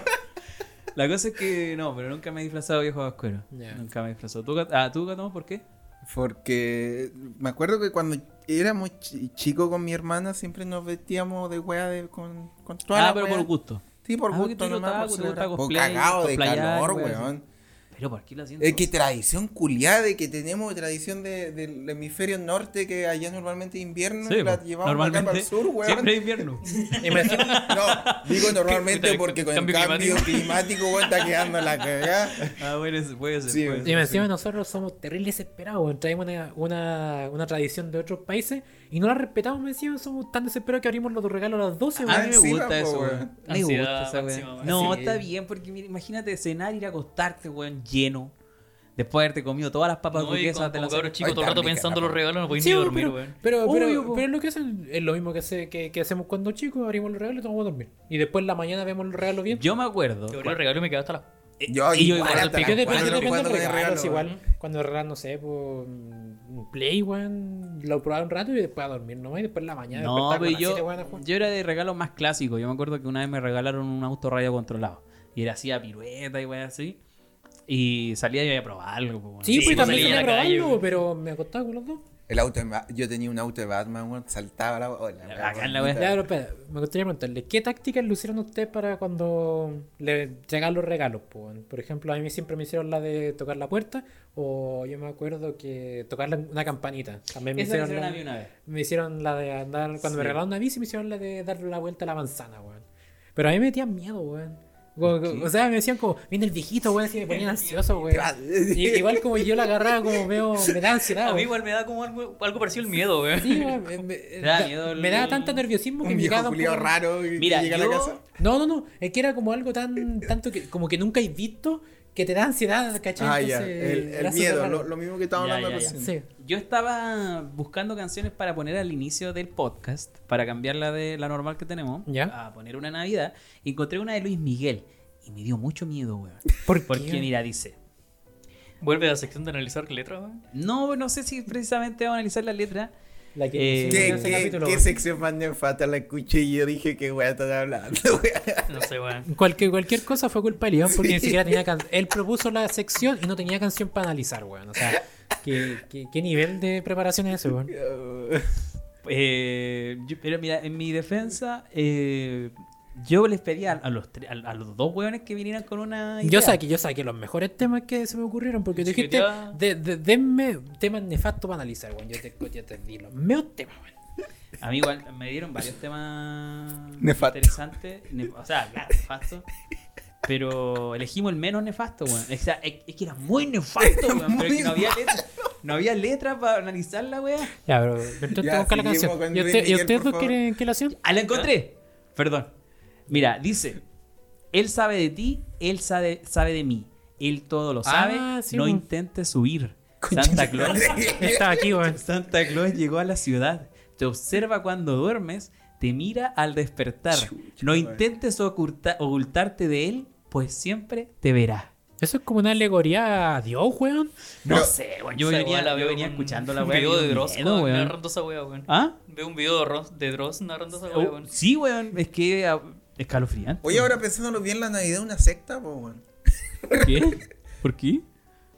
La cosa es que no, pero nunca me he disfrazado de viejo Pascuero. Ya. Nunca me he disfrazado. ¿Tú, Gat- ah, ¿tú Gatón, por qué? [laughs] Porque me acuerdo que cuando era muy chi- chico con mi hermana siempre nos vestíamos de weá de, con, con toda la ah, pero weá. por gusto. Sí, por Ah, porque gusto tú nomás, notabas, por te gustaba celebrar. Por cosplay, cagado de cosplayar, calor, weón. weón. Pero por qué lo siento. Es que tradición culiada de que tenemos tradición de- del hemisferio norte que allá normalmente es invierno Sí, y la po. llevamos normalmente, acá para el sur, weón. Siempre es invierno. [laughs] [laughs] No, digo Puta, normalmente el porque con el cambio cambio climático, weón, está quedando [laughs] la cagada. Ah, bueno, es- puede ser. Sí, puede Y ser. me encima nosotros somos terribles desesperados, weón. traemos una, una, una tradición de otros países y no la respetamos, me encima somos tan desesperados que abrimos los regalos a las 12, A weón. mí me encima, gusta po, eso, weón. weón. Me gusta Ansiedad esa máxima, weón. weón. No, Sí. está bien, porque mira, imagínate cenar, ir a acostarte, weón, lleno. Después de haberte comido todas las papas No, y duquesas como, de la como cabros cena. chicos, todo el Ay, rato está rica pensando la los regalos, no podía Sí, ni weón, dormir, pero, weón. pero, pero, Obvio, po. pero lo que hacen es lo mismo que, hace, que, que hacemos cuando chicos, abrimos los regalos y nos vamos a dormir. Y después en la mañana vemos los regalos bien. Yo me acuerdo. Yo abrí el regalo y me quedaba hasta la... Yo Eh, y yo igual, igual, hasta yo las Yo depende, cuatro, depende cuatro del de regalo, regalo, igual. Cuando regalan, no sé, por un Play, weón, lo probaba un rato y después a dormir nomás y después en la mañana. No, despertaba con pero las siete, weón, a yo, jugar. yo era de regalos más clásicos. Yo me acuerdo que una vez me regalaron un auto radio controlado. Y era así a pirueta y wey así. Y salía y iba a probar algo. po, weón. Sí, Sí, pues cuando también salía quería a la calle, probarlo, weón. pero me acostaba con los dos. El auto de Ba- yo tenía un auto de Batman, weón, saltaba la oh, la- Bacán la weá. Ya, pero espera, me gustaría preguntarle, ¿qué tácticas le hicieron a usted para cuando le llegan los regalos? po, weón? Por ejemplo, a mí siempre me hicieron la de tocar la puerta, o yo me acuerdo que tocar la- una campanita. También me Esa me hicieron, hicieron la, a mí una vez. me hicieron la de andar, cuando Sí. me regalaron una bici, me hicieron la de darle la vuelta a la manzana, weón. Pero a mí me metían miedo, weón. Como- como- O sea, me decían como, viene el viejito, weón, así me ponían ansioso, weón. Y- [laughs] igual como yo la agarraba, como veo, me da ansiedad, A mí weón. igual me da como algo, algo parecido el miedo, weón. Ah, Sí, weón, me, me- da miedo el- me daba tanto nerviosismo que Un me viejo llegaba un culiao poco- raro que Mira, llega a yo- la casa. No, no, no. Es que era como algo tan tanto que como que nunca he visto que te da ansiedad, ¿cachai? Ah, ya, Entonces, el, el era súper miedo, raro. lo, lo mismo que estaba Ya, hablando ya, ya. recién. Sí. Yo estaba buscando canciones para poner al inicio del podcast, para cambiarla de la normal que tenemos, Ya. a poner una Navidad, y encontré una de Luis Miguel. Y me dio mucho miedo, weón. ¿Por Porque qué? mira, dice. Vuelve a la sección de analizar letras, weón. No, no sé si precisamente vamos a analizar la letra. La que Eh, hicimos ¿Qué- en ¿Qué, ese qué, capítulo, qué weón. sección más nefata la escuché y yo dije que weá están hablando, [laughs] weá? No sé, [laughs] weón. Cualquier, cualquier cosa fue culpa de León porque ni siquiera tenía can- Él propuso la sección y no tenía canción para analizar, weón. O sea, ¿qué, qué, qué nivel de preparación es ese, weón? Eh, yo- pero mira, en mi defensa, eh, yo les pedí a, a los, tre- a, a los dos weones que vinieran con una. Idea. Yo saqué, yo saqué los mejores temas que se me ocurrieron porque tú Sí, dijiste, ya. de, de- denme temas nefastos para analizar, weón. Yo te, yo te di los mejores temas, weón. A mí igual me dieron varios temas Nefasto. interesantes. ne- o sea, claro, nefasto. Pero elegimos el menos nefasto, weón. O sea, es, es que era muy nefasto, weón. Pero es que no había letra, no había letra para analizar la weá. Ya, pero, pero intenta Ya, buscar la seguimos canción. con ¿Y, Luis usted- y Miguel, ustedes por dos favor. quieren que la canción? Ah, la encontré. Perdón. Mira, dice: Él sabe de ti, él sabe, sabe de mí. Él todo lo sabe, Ah, sí, no po. intentes subir. Santa Claus, Estaba aquí, [laughs] weón. Santa Claus llegó a la ciudad. Te observa cuando duermes, te mira al despertar. Chucha, No weón. intentes oculta- ocultarte de él, pues siempre te verá. Eso es como una alegoría a Dios, weón. No Pero- sé, weón. Yo Esa venía, weá la yo veo venía con escuchando la un weá. y video de me dio Dross, miedo, weón, weón. narrando esa weá, weón. ¿Ah? Veo un video de Dross, de Dross narrando esa weá, Oh, weón. sí, weón. Es que ah, escalofriante. Oye, ahora pensándolo bien, la Navidad es una secta, po, weón. ¿Qué? ¿Por qué?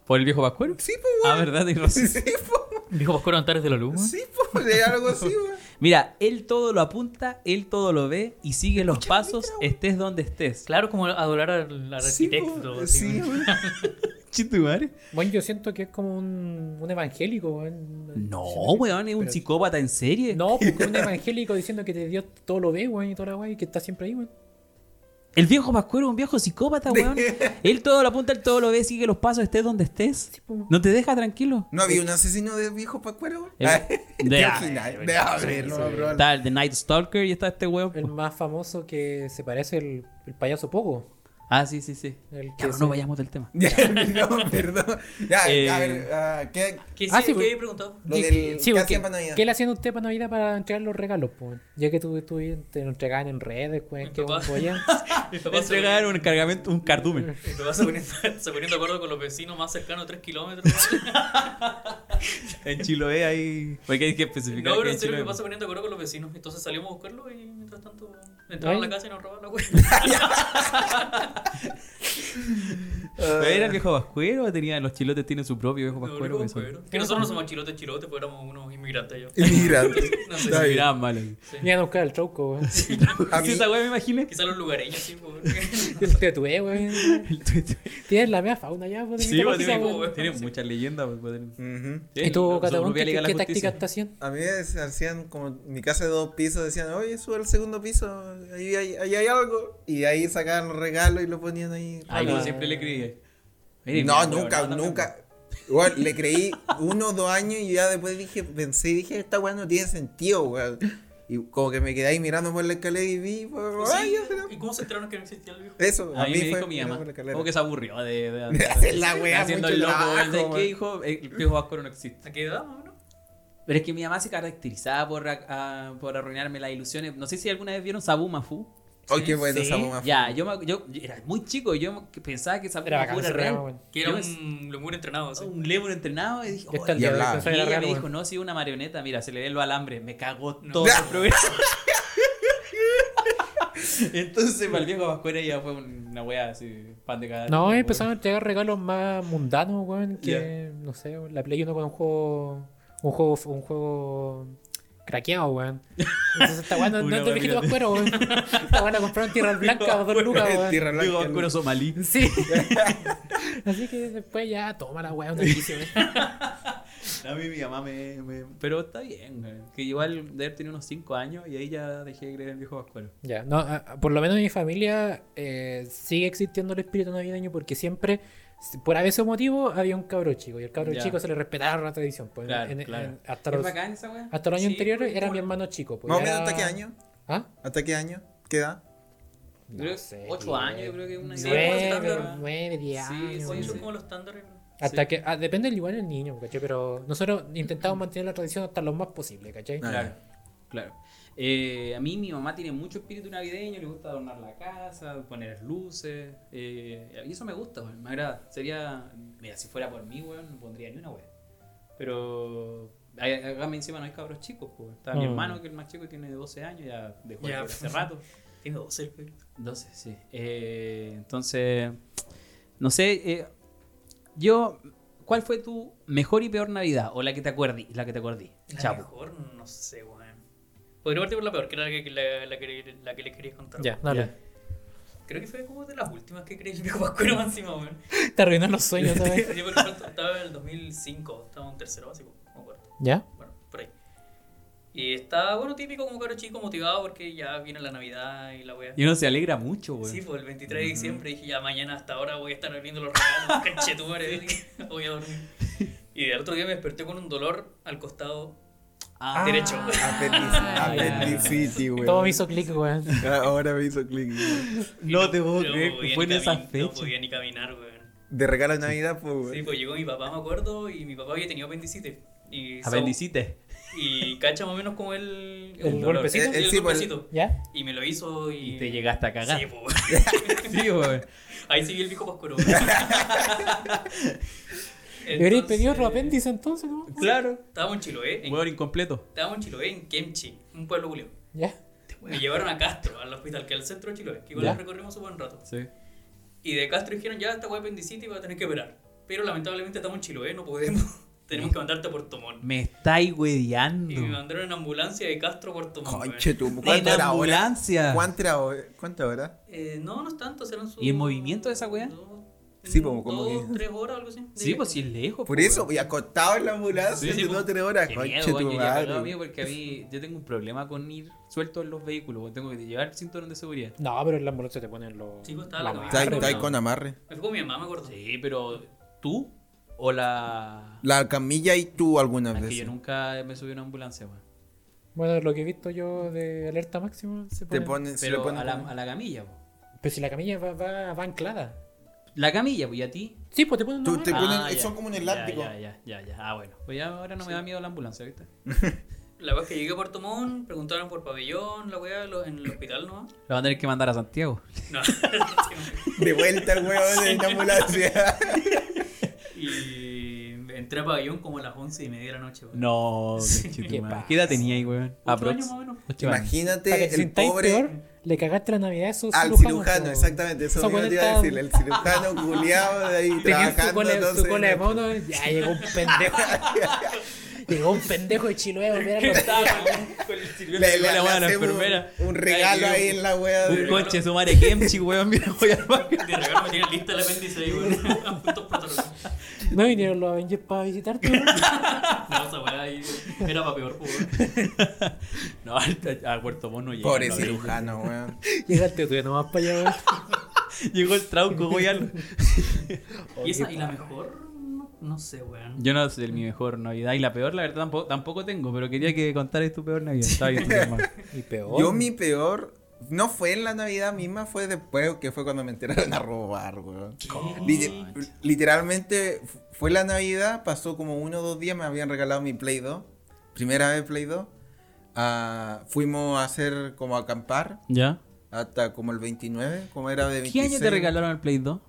¿Por el viejo Pascuero? Sí, po, Ah, weón. ¿verdad? Tienes razón. [laughs] Sí, po. Dijo Pascual Antares de la Luz, weón. Sí, po. De algo así, weón. Mira, él todo lo apunta, él todo lo ve y sigue los pasos, estés donde estés. Claro, como adorar al, al Sí, arquitecto. po. así, Sí, weón. weón. Chitumare. Bueno, yo siento que es como un, un evangélico, weón. No, Siento que- weón, es un pero- psicópata en serie. No, porque un evangélico diciendo que Dios todo lo ve, weón, y toda la weón, y que está siempre ahí, weón. El viejo Pascuero es un viejo psicópata, weón. él todo lo apunta, él todo lo ve, sigue los pasos, estés donde estés. po. No te deja tranquilo. [laughs] ¿No había un asesino de viejo Pascuero, weón? El- Ah, de- [laughs] De original. De a ver, no, bro. Está el The Night Stalker y está este weón. El más famoso que se parece el, el payaso Pogo. Ah, sí, sí, sí. El Ya, que no, se- no vayamos del tema. [laughs] Ya, no, perdón. Ya, Eh, a ver, ah, ¿qué? ¿Qué, Ah, sí, sí, ¿qué weón. he preguntado? Lo Sí, del. sí, ¿Qué porque- hacían para Navidad? ¿Qué le hacían a usted para Navidad para entregar los regalos, pues? Ya que tú, tú te lo entregaban en redes, pues, Mi que papá. un [laughs] polla. Mi Ah, papá se Entregar un cargamento, un cardumen. Mi papá se ponía, [laughs] se ponía de acuerdo con los vecinos más cercanos a 3 kilómetros. En Chiloé ahí. Porque hay que especificar No, que pero en en serio, mi Chiloé. papá se ponía de acuerdo con los vecinos. Entonces salimos a buscarlo y mientras tanto entraron a Ay. la casa y nos robaron la weá. [laughs] Ah. ¿Pero ¿Era el viejo Pascuero o tenía, los chilotes tienen su propio viejo Pascuero? que son- Que nosotros no somos chilotes chilotes, pues éramos unos inmigrantes allá. Inmigrante. No sé, Está Se bien. miraban mal. ahí. Me iban a buscar el trauco, weón. [laughs] A Sí, mí- esa weá me imaginé. [laughs] quizás los lugareños, sí, [laughs] pues. Yo te tatué, [laughs] weón. El tuit- Tienes la mea fauna ya, pues. de Sí, mitad pues, cosa, tiene, weón. tiene muchas leyendas. pues, pueden- Ujú. Sí, ¿Y tú, su Catagón, propia qué, Liga de la qué Justicia. táctica te hacían? A mí me hacían como en mi casa de dos pisos, decían, oye, sube al segundo piso, ahí hay, ahí hay algo. Y ahí sacaban los regalos y lo ponían ahí. Ay, Ah. yo siempre le creí. Mire, no, mira, nunca, weón, no, nunca. Igual, le creí uno o dos años y ya después dije, pensé, dije, esta weá no tiene sentido, weón. Y como que me quedé ahí mirando por la escalera y vi, pues, ay, ya será. ¿Y cómo se enteraron que no existía el viejo? Eso, A mí me dijo fue mi mirando mamá. por la escalera. Como que se aburrió de. de, [laughs] Me hace la weá haciendo mucho el loco, trabajo, ¿sabes qué, weón. hijo? eh, El viejo Pascuero no existe. ¿A qué edad, más o menos? Pero es que mi mamá se caracterizaba por, a- a- por arruinarme las ilusiones. No sé si alguna vez vieron Sabu Mafu. Ay, qué bueno Sí, esa mamá. Ya, yo, me- yo yo era muy chico. Yo me- que pensaba que Sabu Era Mafu bacán era ese real. programa, weón. Que era Yo un lemur entrenado, pensaba, así. Ah, un lemur entrenado y dije, Yo hasta el "Oh, Y día de hoy hablaba. pensaba Y que ella era real, me dijo, weón. no, sí, una marioneta, mira, se le ven los alambres, me cagó No. todo el [laughs] programa. Entonces, para el viejo Pascuera ya fue una wea así, pan de cada. No, empezaron a entregar regalos más mundanos, weón, que, Ya. no sé, la Play 1 con un juego, un juego, un juego craqueado, weón. Entonces [laughs] esta weón no, no Una es de weá, mira. viejito vascuero, weón. Esta weón la compraron en Tierras Blancas [laughs] por dos lucas, weón. weón. [laughs] Tierra El viejo Blanca, Pascuero [laughs] somalí. [laughs] Sí. Así que después ya, toma la weón, una noticia, weón. A mí mi mamá me. me- Pero está bien, güey. que igual de haber tenido unos 5 años y ahí ya dejé de creer en el viejo Pascuero. Ya, no, a- a- por lo menos en mi familia eh, sigue existiendo el espíritu navideño porque siempre, si- por a veces motivo, había un cabro chico y al cabro Ya. chico se le respetaba la tradición. Pues, en- Claro, en- en- claro. hasta, los, bacán esa wea? hasta los años Sí, anteriores porque era como- mi hermano chico. Pues, Más o era- menos hasta qué año? ¿Ah? ¿Hasta qué año? ¿Qué edad? Creo que ocho pues, años, yo creo que una idea. Nueve, Sí, nueve, diez sí, años. sí, Ocho, sí. como los estándares. Hasta sí. que, ah, depende del igual del niño, ¿cachai? Pero nosotros intentamos mantener la tradición hasta lo más posible, ¿cachai? Ah, Claro. Claro. Eh, a mí mi mamá tiene mucho espíritu navideño, le gusta adornar la casa, poner luces. eh, y eso me gusta, weón, me agrada. Sería, mira, si fuera por mí, weón, no pondría ni una weón. Pero ahí- acá me encima no hay cabros chicos, pues. Está mi Mm. hermano, que es el más chico, y tiene 12 años, ya dejó de Ya, jugar hace pues. rato. [laughs] Tiene 12, güey. 12, sí. Eh, entonces, no sé, eh, yo, ¿cuál fue tu mejor y peor Navidad? O la que te acordí, la que te acordí. La Chapo. mejor, no sé, weón. Podría partir por la peor, que era la que, la, la que, la que les quería contar. Ya, weón. dale. [laughs] Creo que fue como de las últimas que creí el [laughs] viejo Pascuero encima, weón. Te arruinan los sueños, [laughs] [laughs] ¿sabes? Yo por ejemplo estaba en el 2005, estaba en tercero básico, no me acuerdo. ¿Ya? bueno, por ahí. Y está, bueno, típico como caro chico motivado porque ya viene la Navidad y la wea. Y uno se alegra mucho, güey. Sí, fue el 23 de diciembre dije, ya mañana hasta ahora voy a estar abriendo los [laughs] regalos, canchetumare, voy a dormir. Y el otro día me desperté con un dolor al costado Ah, derecho. [laughs] Apendicitis, weón. Todo me hizo clic, weón. Ah, Ahora me hizo clic. weón. No te puedo No creer que podía fue en ni esa cami- No fecha. podía ni caminar, weón. De regalo de Navidad, pues, weón. Sí, pues llegó mi papá, me acuerdo, y mi papá había tenido apendicitis. Ah, Y, so- Apendicites. y cacha más o menos como el, ¿El dolor. golpecito? eh, Sí, El- el sí, pues, el- golpecito. ¿Ya? Y me lo hizo y... Y te llegaste a cagar. Sí, Sí, pues. [laughs] güey. Ahí sigue el viejo Pascuero. [laughs] Deberíais pedir otro apéndice? apéndice entonces, ¿no? Claro. Estábamos en Chiloé. En, Hueón incompleto. estábamos en Chiloé, en Kemchi, un pueblo julio. ¿Ya? Este Me llevaron a Castro, al hospital, que es el centro de Chiloé, que igual Ya. lo recorrimos un buen rato. Sí. Y de Castro dijeron, ya, esta wea apendicitis va a tener que operar. Pero lamentablemente estamos en Chiloé, no podemos. [laughs] Tenemos que mandarte a Puerto Montt. Me estáis Y me hueveando. mandaron en ambulancia de Castro a Puerto Montt. weón. Conche tu, En ¿cuánto era hora? ambulancia. ¿Cuánto era hora? ¿Cuánto hora? Eh, no, no es tanto, serán sus... ¿Y el movimiento de esa wea? dos- Sí, como- como dos, que- tres horas algo así. Sí, pues si es lejos. Por po, eso, weón. y acostado en la ambulancia, Sí, sí, de pues. dos tres horas. Qué Conche miedo, tu weón. Yo ya he hablado, madre. amigo, porque a mí yo tengo un problema con ir suelto en los vehículos. weón. Tengo que llevar el cinturón de seguridad. No, pero en la ambulancia te ponen los. Sí, pues, estaba la la comida. Está ahí- madre, está ahí weón. con amarre. Me fui con mi mamá, me acuerdo. Sí, pero tú o la. La camilla y tú algunas Es que veces. yo nunca me subí a una ambulancia, weón. Bueno, lo que he visto yo de alerta máxima se pone. Te ponen, se le Pero ponen a la, como- a la camilla, po. Pero si la camilla va, va, va anclada. La camilla, pues, ¿y a ti? Sí, pues te ponen una Tú te amarra. ponen- Ah, ya. son como un Ya, elástico. Ya, ya, ya, ya. Ah, bueno. Pues ya ahora no me da miedo la ambulancia, ¿viste? La vez que llegué a Puerto Montt, preguntaron por pabellón, la weá, lo- en el hospital nomás. La van a tener que mandar a Santiago. [laughs] No. De vuelta el [laughs] weón en la ambulancia. y entré a pabellón como a las 11 y media de la noche. [laughs] weón. No, ¿Qué qué pasa? ¿Qué edad tenía ahí, weón? Ocho años Aprox. más [laughs] o menos. Ocho años. Para que Imagínate te el sintáis pobre peor, le cagaste la Navidad a esos al cirujanos, cirujano, po. exactamente. Eso Esos mismo te weones iba a estaban- decir. El cirujano culiado de ahí Tenían su trabajando. cola, su entonces, cola de mono, ya llegó un pendejo. [laughs] llegó un pendejo de Chiloé a volver a Estaba los- con- con el le- sirviente. le- le Buena, buena, hacemos enfermera. Un regalo Ay, ahí en la wea. Un de- coche, su madre Kemchi, weón. Mira, voy a armar. De regalo me tiene lista el apéndice ahí, weón. [laughs] Puntos protocolos. No vinieron los Avengers para visitarte. ¿no? No, esa weá ahí era para peor, weón. [laughs] No, a, a Puerto Montt no llega. Pobre no, cirujano, weón. Llegaste tú nomás para allá. weón. [laughs] Llegó el trauco, voy a... Oh, Y esa, y la mejor, no, no sé, weón. Yo no sé mi mejor Navidad. Y la peor, la verdad, tampoco, tampoco tengo. Pero quería que contaras tu peor Navidad. Está bien, hermano. Y peor. Yo mi peor. No fue en la Navidad misma, fue después que fue cuando me enteraron a robar, weón. Lite- literalmente fu- fue la Navidad, pasó como uno o dos días, me habían regalado mi Play 2, primera vez Play 2. Ah, fuimos a hacer como a acampar [laughs] ¿Ya? hasta como el 29, como era de ¿Qué 26. año te regalaron el Play 2?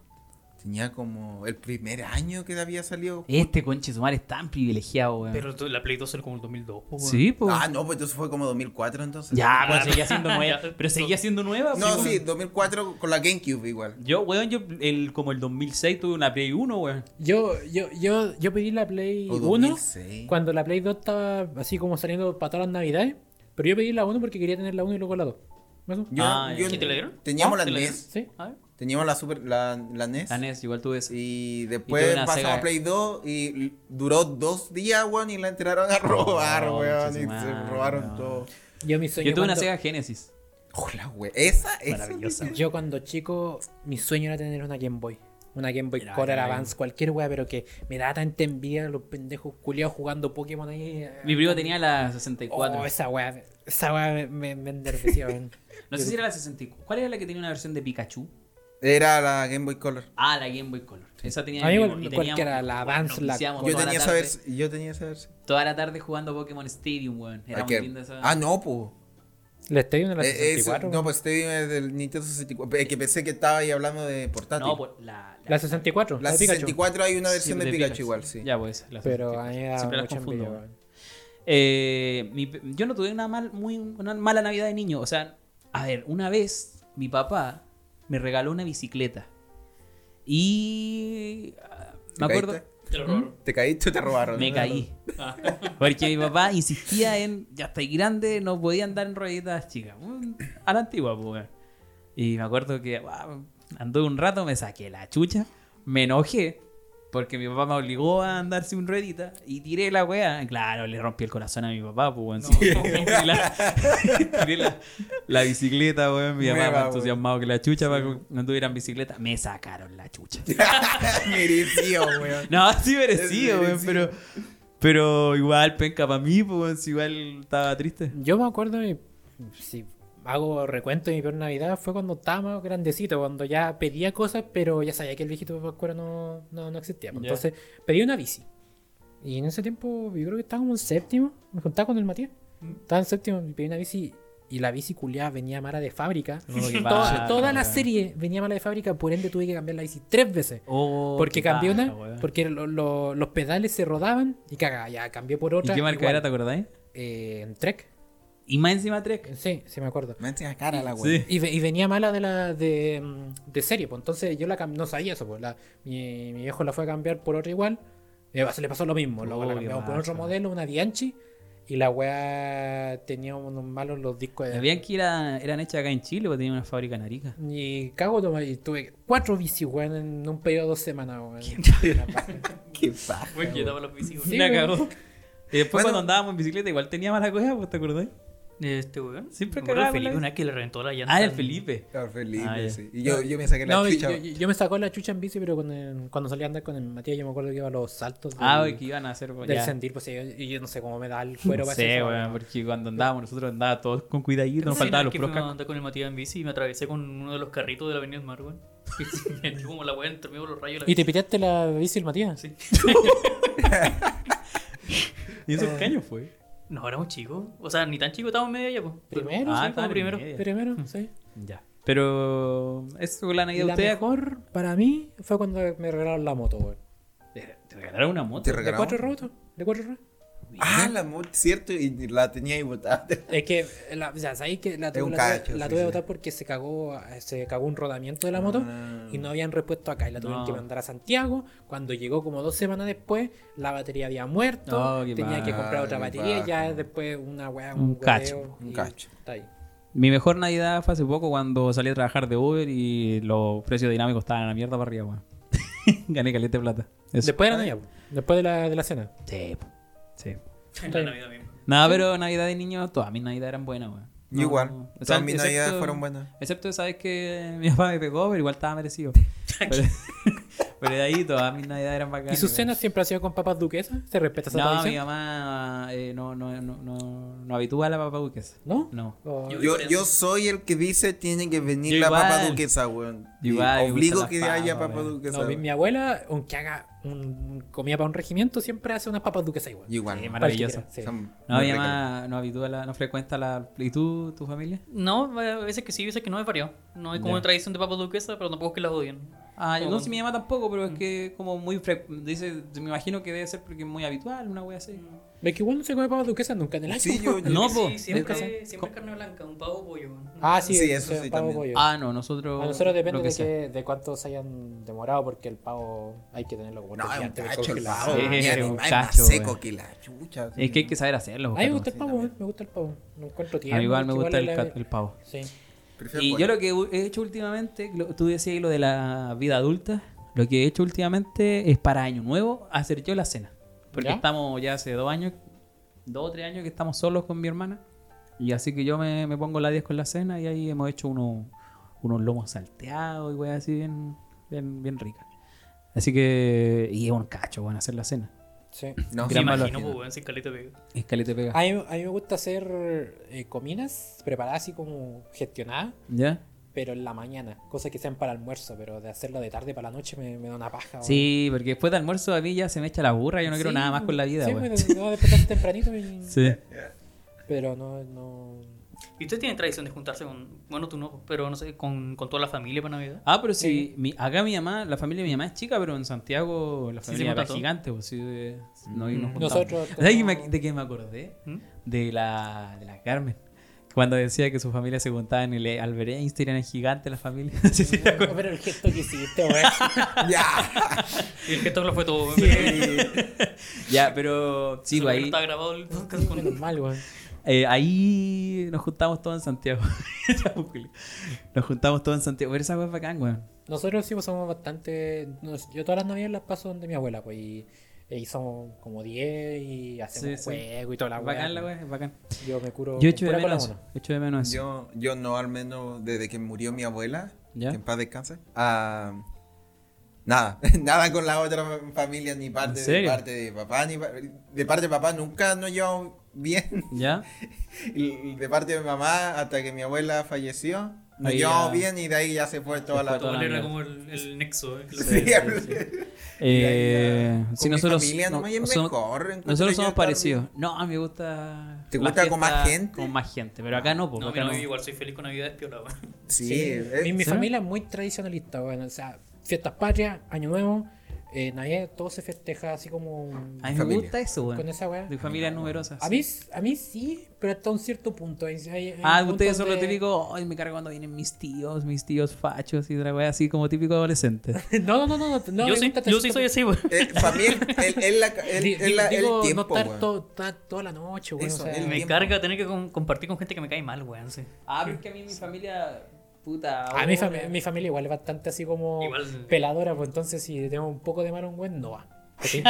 Tenía como el primer año que había salido. Este conche su madre es tan privilegiado, weón. Pero tú- la Play 2 era como el 2002, po, weón. sí, pues. Ah, no, pues entonces fue como 2004 entonces. ya, claro. pues seguía [laughs] siendo nueva. Pero seguía siendo nueva, No, pues, sí, weón. 2004 con la GameCube igual. Yo, weón, yo el, como el 2006 tuve una Play 1, weón. Yo, yo, yo, yo pedí la Play O 1 2006. cuando la Play 2 estaba así como saliendo para todas las navidades. Pero yo pedí la 1 porque quería tener la 1 y luego la 2. ¿Eso? Yo- Ah, yo- ya. ¿Y te la dieron? Teníamos Ah, la ¿te la NES. ¿Sí? A ver. Teníamos la super la, la NES. La NES, igual tuve esa. Y Y después tuve una pasamos Sega. a Play 2 y l- duró dos días, weón, y la enteraron a robar, Oh, weón. concha Y su madre, se robaron weón. todo. Yo mi sueño Yo tuve una cuando- Sega Genesis. Hola, weón. Esa, esa. Maravillosa. dice- Yo cuando chico, mi sueño era tener una Game Boy. Una Game Boy Era Color bacán. Advance, cualquier wea, pero que me daba tanta envidia los pendejos culiados jugando Pokémon ahí. eh, Mi primo tan- tenía la Oh, 64. esa wea, esa wea me, me, me enderdeció, [laughs] weón. No sé si era la 64. ¿Cuál era la que tenía una versión de Pikachu? Era la Game Boy Color. Ah, la Game Boy Color. Esa tenía A mí mi igual- primo, y cualquiera, teníamos- la bueno, Vans, la- viciamos Yo toda la tenía, esa tarde- vers- yo tenía esa versión. Toda la tarde jugando Pokémon Stadium, weón. Era Ah, muy que- linda esa. Ah, no, pues. El Stadium de la Eh, eso- 64. no, pues Stadium es del Nintendo 64. Es que pensé que estaba ahí hablando de portátil. No, pues, la, La 64. la de Pikachu. 64 hay una versión Sí, pues, de, de Pikachu, Pikachu. igual, sí. Ya, pues. la Pero 64. a mí me Siempre las da mucha confundo, envidia, weón. weón. Eh, mi- yo no tuve una, mal, muy, una mala Navidad de niño. O sea, a ver, una vez mi papá me regaló una bicicleta. Y. ah, Me ¿Te acuerdo. caíste? Te lo robaron. ¿Te caíste o te robaron? Me caí. Ah. [laughs] Porque mi papá insistía en. Ya estáis grande, no podía andar en rueditas chicas. Mm, A la antigua, pues. weón. Y me acuerdo que guau, anduve un rato, me saqué la chucha, me enojé. Porque mi papá me obligó a andar sin ruedita y tiré la weá. Claro, le rompí el corazón a mi papá, pues, weón. Sí. [laughs] Y la- tiré la, la bicicleta, weón. Mi Nueva, mamá más weón. entusiasmado que la chucha para que no tuvieran bicicleta. Me sacaron la chucha. [laughs] Merecido, weón. No, sí merecido, Es weón, pero, pero igual, penca, para mí, pues, weón, si igual estaba triste. Yo me acuerdo, de mi- si hago recuento de mi peor Navidad, fue cuando estaba más grandecito, cuando ya pedía cosas, pero ya sabía que el viejito Pascuero no, no, no existía. pues. Ya. Entonces pedí una bici. Y en ese tiempo yo creo que estaba como en séptimo, me contaba con el Matías. Mm. Estaba en séptimo, y pedí una bici y la bici culiada venía mala de fábrica. [laughs] Toda, toda la serie venía mala de fábrica, por ende tuve que cambiar la bici tres veces. Oh, Porque cambié una, porque lo- lo- los pedales se rodaban y cagaba, ya cambié por ¿Y otra. qué marca igual, era, te acordáis? eh, en Trek. Y más encima Trek. Sí, sí me acuerdo. Me encima cara la Sí. weón. Y, ve- y venía mala de la de, mm, de serie, pues entonces yo la cam- no sabía eso, pues la, mi, mi viejo la fue a cambiar por otra igual. y va- se le pasó lo mismo, luego la Uy, cambiamos por macho. otro modelo, una Bianchi, y la weá tenía unos malos los discos de Habían que era, eran hechas acá en Chile, porque tenía una fábrica en [laughs] Arica. Y cago, toma, y tuve cuatro bicis, weón, en un periodo de dos semanas, weón. [laughs] Una paja. Qué paja. Bueno, yo estaba los bici, Sí, Ah, La weón. weón. cagó. Y después Bueno. cuando andábamos en bicicleta igual tenía mala cosa, pues, ¿te acordáis? Este weón. Siempre Me acuerdo cagaba de Felipe, con la- una vez que le reventó la llanta. Ah, el en- Felipe. Estaba feliz, Ah, ya. sí. Y yo, yo me saqué la No, y- chucha. yo, yo- yo me sacó la chucha en bici, pero con el- cuando salí a andar con el Matías, yo me acuerdo que iba a los saltos del, Ah, que iban a hacer... pues, del ya. sentir, pues y yo, y yo no sé cómo me da el cuero No para sé, hacer esa weón, weá. porque cuando andábamos nosotros andábamos todos con cuidadito, Creo nos que faltaban una los vez que puros fuimos a cascos. andar con el Matías en bici y me atravesé con uno de los carritos de la Avenida del Mar, weón. Y se me metió como la weá entre medio de los rayos. de la ¿Y te piteaste la bici el Matías? bici. Sí. ¿Y pues. eso qué año fue? No, éramos chicos. O sea, ni tan chicos, estábamos medio allá, pues. Primero, Ah, sí, estaban como en primero. media. Primero, sí. Ya. Pero eso fue la Navidad de La ustedes. mejor para mí fue cuando me regalaron la moto, weón. ¿Te te regalaron una moto? ¿Te ¿De regalaron? cuatro rotos? ¿De cuatro rotos? Ah, la moto, cierto. Y la tenía ahí botada. Es que, la, o sea, sabéis que la Es tuve, un la tuve- cacho, la sí, tuve que sí. botar porque se cagó, se cagó un rodamiento de la moto Ah. y no habían repuesto acá y la tuvieron No. que mandar a Santiago. Cuando llegó como dos semanas después, la batería había muerto, Oh, qué tenía que paja, comprar otra qué batería paja. y ya después una weá, un, Un cacho, hueveo un y cacho. Está ahí. Mi mejor Navidad fue hace poco cuando salí a trabajar de Uber y los precios dinámicos estaban a la mierda para arriba, weón. [laughs] Gané caleta de plata. Eso. Después de la Navidad, después de la, de la cena. Sí, po. sí. En la Navidad misma. No, pero Navidad de niño, todas mis Navidades eran buenas, weón. No, Igual. o sea, Todas mis excepto- navidades fueron buenas. Excepto, sabes que [laughs] mi papá me pegó, pero igual estaba [laughs] merecido. pero, [laughs] pero de ahí todas mis Navidades eran bacanas. ¿Y sus weón. cenas siempre ha sido con papas duquesas? ¿Se respeta esa No, mi tradición? mamá eh, no, no, no, no, no habitúa a la papá duquesa. ¿No? No. Oh, Yo- Yo, yo soy el que dice tiene que venir Yo la igual. papa duquesa, weón. Y Igual, me obligo gustan que las haya papas, papa weón. duquesa. no, mi, weón. mi abuela, aunque haga un, comida para un regimiento, siempre hace unas papas duquesas igual. Igual. Sí, weón. maravilloso. Cualquiera, sí. Son No, muy mi ricas. mamá no habitúa la, no frecuenta la. ¿Y tú, tu familia? No, a veces que sí, a veces que no, es variado. No hay como Ya. una tradición de papas duquesa, pero tampoco es que la odien. Ah, yo no Como- sé mi mamá tampoco, Mm. pero es que como muy fre- dice, me imagino que debe ser porque es muy habitual, una wea así. Es que igual no se come papas duquesas nunca en el año. Sí, yo, yo- Mm. No, Sí, po. siempre, Nunca siempre se- es carne blanca, un pavo o pollo. weón. Ah, sí, Sí, eso es sí, pavo pollo. también. Ah, no, nosotros. a nosotros depende lo que de, sea. que, de cuánto se hayan demorado, porque el pavo hay que tenerlo como No, tres es días un antes de cacho el congelar. pavo. Sí, weón. es Es un más cacho, seco weón. que la chucha. así Es que hay que saber hacerlo. A mí me Cato. gusta el Sí, pavo, también. eh, me gusta el pavo. Lo encuentro A tierno. mí igual me que gusta el, la- cat- el pavo. Sí. Prefiero Y yo pollo. lo que he hecho últimamente, lo- tú decías lo de la vida adulta, lo que he hecho últimamente es para Año Nuevo hacer yo la cena. Porque ¿Ya? estamos ya hace dos años, dos o tres años que estamos solos con mi hermana. Y así que yo me, me pongo la 10 con la cena y ahí hemos hecho uno- unos lomos salteados y weas así bien, bien, bien ricas. Así que, y es un cacho, bueno, hacer la cena. sí. No, Gran Sí, sí, malo. [laughs] imagino, pues, weón, sin caleta de pega. Es que le te pega. A mí, a mí me gusta hacer eh, comidas preparadas así como gestionadas. ¿Ya? pero en la mañana. Cosas que sean para almuerzo, pero de hacerlo de tarde para la noche me, me da una paja. Sí, porque después de almuerzo a mí ya se me echa la burra, yo no quiero nada más con la vida, Sí, weón. me me voy a despertar tempranito y- Sí. Pero [laughs] no, no... ¿Y ustedes tienen tradición de juntarse con, bueno, tú no, pues, pero no sé, con, con toda la familia para Navidad? Ah, pero si mi- acá mi mamá, la familia de mi mamá es chica, pero en Santiago la Sí, se Mm. familia junta es todo. gigante, pues sí, de- no, y nos juntamos. Nosotros... ¿Sabes qué me- como- de qué me acordé? ¿Mm? De la, de la Carmen. Cuando decía que su familia se juntaba en el Albert Einstein, era gigante la familia. [laughs] Sí, sí, me acuerdo. Pero el gesto que hiciste, weón. Ya. Y el gesto lo fue todo. ya, pero sí, Solo que pues, no ahí, estaba grabado el podcast Menos con... mal, weón. eh, ahí nos juntamos todos en Santiago. [laughs] pues, nos juntamos todos en Santiago. Pero esa weá es bacán, weón. Nosotros sí pues, somos bastante. nos- yo todas las navidades las paso donde mi abuela, pues. Y, y somos como 10 y hacemos sí. juego y toda la bacán weá. la weá, es bacán. Yo me curo. Yo con echo de pura cola menos eso. mono. Echo de menos eso. Yo, yo no, al menos desde que murió mi abuela, Ya. que en paz descanse. ah, nada, [laughs] nada con la otra familia, ni parte, de serio? parte de papá, ni pa- de parte de papá nunca nos llevamos bien. [laughs] ¿Ya? Y de parte de mi mamá, hasta que mi abuela falleció, nos Ahí llevamos ya- bien y de ahí ya se fue toda la. Toda Todo la era mierda. como el, el nexo. eh, que lo- Sí, [laughs] Eh, Con si mi nosotros, familia no- nomás y es son- mejor, encuentro nosotros yo somos también. parecidos. No, a mí me gusta. ¿Te la gusta con más fiesta gente? Con más gente, pero acá no, porque No, acá mira, no. yo igual soy feliz con Navidad despiolada. weón. Sí, Mi- Mi, eh, ¿sí? familia es muy tradicionalista, weón. O sea, fiestas patrias, Año Nuevo, eh, Navidad, todo se festeja así como. A mí me familia. gusta eso, con weón. esa weá. De familias numerosas. A mí, a mí sí, pero hasta un cierto punto. Hay- hay- hay Ah, puntos ustedes son lo de- típico. Ay, me carga cuando vienen mis tíos, mis tíos fachos y otra wea así como típico adolescente. No, no, no, no. no, yo me sí, gusta hasta cierto yo sí punto. soy así, weón. eh, para mí es- es- es la- es- Di- es la- el digo, no tiempo, estar, weón. to- estar toda la noche, weón. Eso, o sea, el- Me tiempo. carga tener que com- compartir con gente que me cae mal, weón. sí. [laughs] Ah, pero es que a mí mi familia. Puta. oh, A mi, fami- mi familia igual es bastante así como Igual. peladora, pues entonces si tengo un poco de mano en weón, no va. ¿Cachai?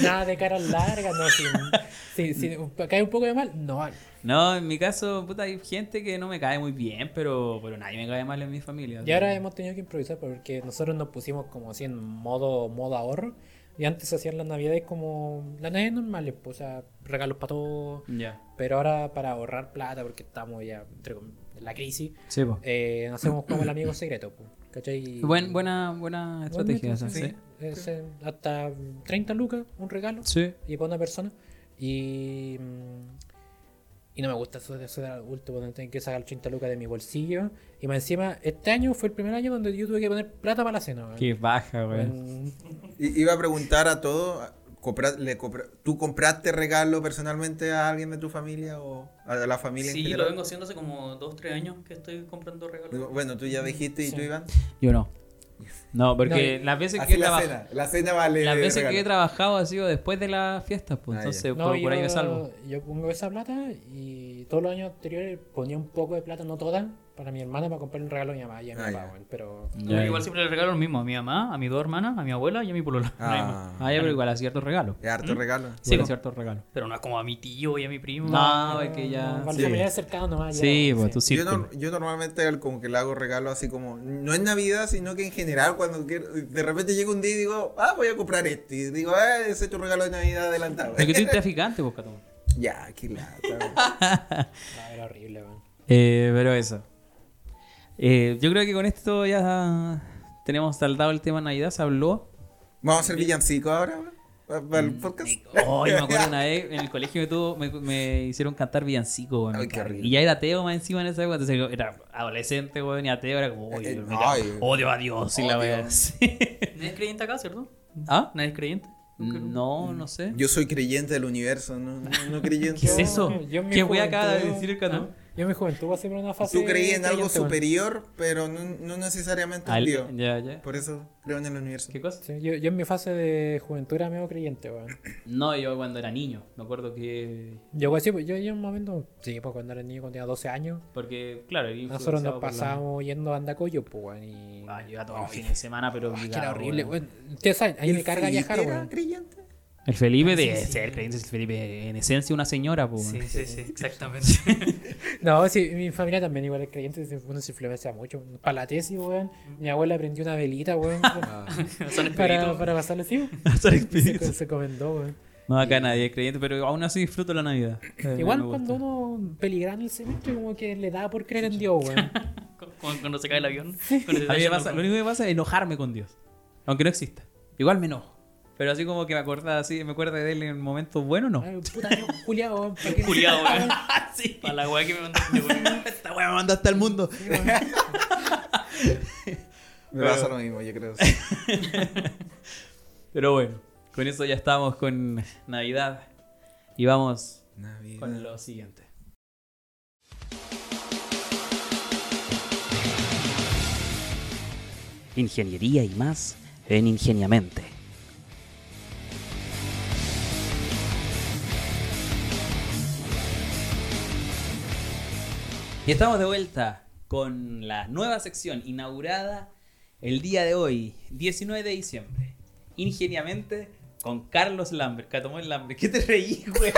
Nada de caras largas, no. Si, si, si cae un poco de mal, no va. No, en mi caso, puta, hay gente que no me cae muy bien, pero, pero nadie me cae mal en mi familia. Y ahora hemos tenido que improvisar porque nosotros nos pusimos como así en modo, modo ahorro. Y antes hacían las navidades como las navidades normales, pues, o sea, regalos para todos. Ya. Pero ahora para ahorrar plata, porque estamos ya entre com- en la crisis, Sí, po. eh, hacemos como el amigo secreto, pues, ¿cachai? Buen- buena, buena Buen estrategia método, esa, sí. sí. Es, eh, hasta 30 lucas, un regalo, Sí. y para una persona. Y, mm, y no me gusta eso de eso de adulto, cuando tengo que sacar 30 lucas de mi bolsillo. Y más encima, este año fue el primer año donde yo tuve que poner plata para la cena. weón. Qué baja, weón. Weón, I- Iba a preguntar a todo, a- compra- le compra- ¿tú compraste regalo personalmente a alguien de tu familia o a la familia en Sí, lo general? vengo haciendo hace como 2, 3 años que estoy comprando regalos. Bueno, tú ya dijiste y Sí. tú, Iván. Yo no. No, porque las veces Así que he la trabajado. cena. La cena vale. Las veces regalo. que he trabajado ha sido después de las fiestas, pues Ah, ya. entonces no, por, yo, por ahí me salvo. yo pongo esa plata y todos los años anteriores ponía un poco de plata, no toda, para mi hermana para comprarle un regalo a mi mamá y a mi Ah, papá, ya. weón, Pero Yo igual siempre le regalo lo mismo a mi mamá, a mis dos hermanas, a mi abuela y a mi polola. Nadie más. Ah, Ah, ya, pero igual a ciertos regalos. es harto regalo. ¿Mm? Sí, po. ciertos regalos. Pero no es como a mi tío y a mi primo. No, Ah, es que no, ya. para los sí. familiares cercanos nomás. ya, Sí, weón, pues tu Yo, círculo. no- yo normalmente al- como que le hago regalo así como, no en Navidad, sino que en general cuando quiero- de repente llega un día y digo, ah, voy a comprar este. Y digo, ah, ese es tu regalo de Navidad adelantado. [laughs] Porque tú eres traficante, pues, Catón. ya, qué lata. weón. Ah, era horrible, weón. [laughs] Eh, pero eso. Eh, yo creo que con esto ya tenemos saldado el tema Navidad, se habló. Vamos a hacer villancico ahora, weón, pa- para el podcast. Oh, yo me [laughs] acuerdo una vez en el colegio me, tuvo, me, me hicieron cantar villancico, weón. Ay, qué horrible. y ya era ateo más encima en esa época. Entonces yo era adolescente, weón, y ateo. Era como, oye, Eh, mira, ay. odio a Dios y la Odio. wea. [laughs] Sí. Nadie es creyente acá, ¿cierto? ¿Ah? Nadie es creyente. Oh, No, no sé. Yo soy creyente del universo, no, no, [laughs] no creyente. ¿Qué es Yo- eso? yo en mi ¿Qué wea acaba de juventud- decir el Catón? Yo en mi juventud pasé por una fase. Tú creí en algo creyente, weón. superior, pero no, no necesariamente Al- en Dios. ya, ya. Por eso creo en el universo. ¿Qué cosa? Sí, yo, yo en mi fase de juventud era medio creyente, weón. No, yo cuando era niño, me acuerdo que... Yo, pues, sí, pues, yo, yo en un momento, sí, pues cuando era niño, cuando tenía 12 años, Porque, claro, era nosotros influenciado nos por la- pasábamos yendo a Andacoyo, pues, weón. Y... Ah, yo iba todos los fines de semana, pero... Ay, que obligado, era horrible, weón. weón. Ustedes saben, a mí me carga ¿Felipe viajar, era weón. creyente? El Felipe de Sí, sí. ser creyente, el Felipe en esencia una señora, pues. [laughs] Sí, weón. sí, sí, [laughs] exactamente. No, sí, mi familia también igual es creyente, se- uno se influencia mucho. Para la tesis, weón, mi abuela aprendió una velita, weón, [laughs] Son para, espíritus. para pasarle, sí. Hacer Se, espíritus. se comendó, weón. No, acá nadie es creyente, pero aún así disfruto la Navidad. Eh, Igual me gusta. cuando uno peligraba en el semestre, como que le daba por creer en Dios, weón. cu- cu- Cuando se cae el avión. cuando se está A mí me yendo pasa- el- lo único que me pasa es enojarme con Dios. Aunque no exista. Igual me enojo. Pero así como que me acuerda así, me acuerda de él en momentos buenos, no. Ay, puta, Dios, culiao, ¿para qué? [laughs] Culiao, weón. sí. Para la weá que me mandaste, weón. Esta weá me manda hasta el mundo. Me Pero- pasa lo mismo, yo creo. [laughs] Pero bueno, con eso ya estamos con Navidad. Y vamos Navidad. con lo siguiente. Ingeniería y más en Ingeniamente. Y estamos de vuelta con la nueva sección inaugurada el día de hoy, 19 de diciembre. Ingeniamente con Carlos Lambert, Catomón Lambert. ¿Qué te reí, güey?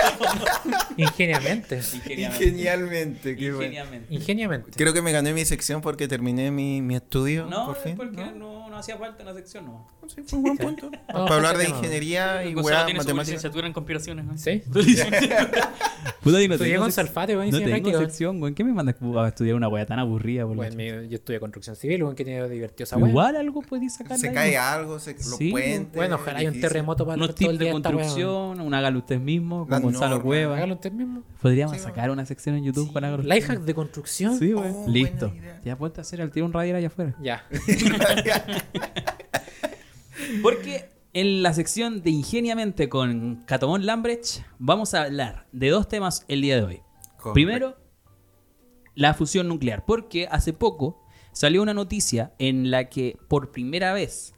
Ingeniamente. Ingeniamente. Genialmente, qué bueno. Ingeniamente. Ingeniamente. Creo que me gané mi sección porque terminé mi, mi estudio. No, por fin. es porque no. no hacía falta una sección, no. Sí, fue un buen punto. Vamos Para a hablar de tema. ingeniería Ah, y Gonzalo weá, tiene su matemáticas. licenciatura en conspiraciones. ¿no? ¿Sí? Puta, y no Estudié tengo con sec- Salfate, weón. No hice tengo práctica, weón. sección, güey. ¿Qué me mandas a estudiar una weá tan aburrida, por Weón, mi- Yo estudié construcción civil, weón, que tiene divertido esa weón. Igual algo puede sacar. Se cae algo, se los Sí, puentes. Bueno, ojalá haya un edificios. terremoto para Unos todo el tips día de esta weá, weón. construcción, un hágalo usted mismo, con Las Gonzalo normas. Cueva. Hágalo usted mismo. Podríamos Sí, sacar una sección en YouTube Sí. con hágalo usted Lifehack de construcción. mismo. Sí, güey. Oh, Listo. buena idea. Ya ponte a hacer al tiro un radial allá afuera. Ya. Porque en la sección de Ingeniamente con Catomón Lambrecht vamos a hablar de dos temas el día de hoy. Correcto. Primero, la fusión nuclear, porque hace poco salió una noticia en la que por primera vez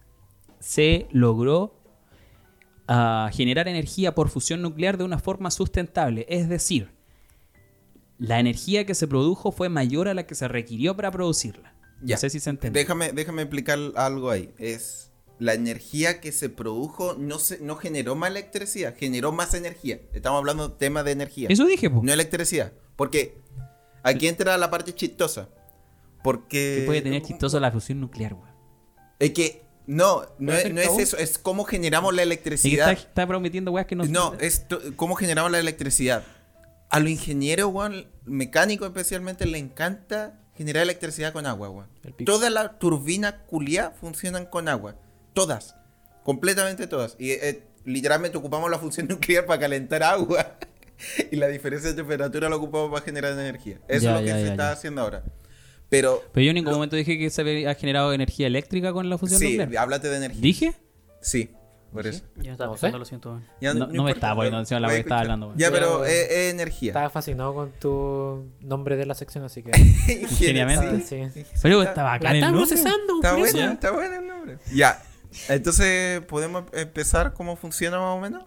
se logró ah, generar energía por fusión nuclear de una forma sustentable, es decir, la energía que se produjo fue mayor a la que se requirió para producirla. Ya. No sé si se entiende. Déjame, déjame explicar algo ahí. Es la energía que se produjo no, se, no generó más electricidad, generó más energía. Estamos hablando de tema de energía. Eso dije, po. No electricidad. Porque aquí entra la parte chistosa. Porque. que puede tener chistoso la fusión nuclear, weón. Es que. No, no, ¿Puede es- ser no es tabú? eso, es cómo generamos la Y que está, electricidad. está prometiendo weas que no No, es to- cómo generamos la electricidad. A los ingenieros, weón, mecánicos especialmente, le encanta generar electricidad con agua, weón. El pico. Todas las turbinas culiadas funcionan con agua. Todas. Completamente todas. Y eh, literalmente ocupamos la función [laughs] nuclear para calentar agua. [laughs] y la diferencia de temperatura la ocupamos para generar energía. Eso Ya, es lo que ya, se ya, está ya. haciendo ahora. Pero, Pero yo en ningún momento dije que se había generado energía eléctrica con la fusión sí, nuclear. háblate de energía. ¿Dije? Sí, por eso. Ya estaba No sé. pensando, lo siento. weón. Ya, No- no me importa, estaba poniendo weón. atención a la Voy que estaba escuchar. hablando, weón. Ya, Ya, pero weón. es es energía. [laughs] Estaba fascinado con tu nombre de la sección, así que. Genialmente. Sí. Sí. Pero está bacán La el están nombre. procesando, Está por bueno, eso. está bueno el nombre. Ya. Entonces, ¿podemos empezar cómo funciona más o menos?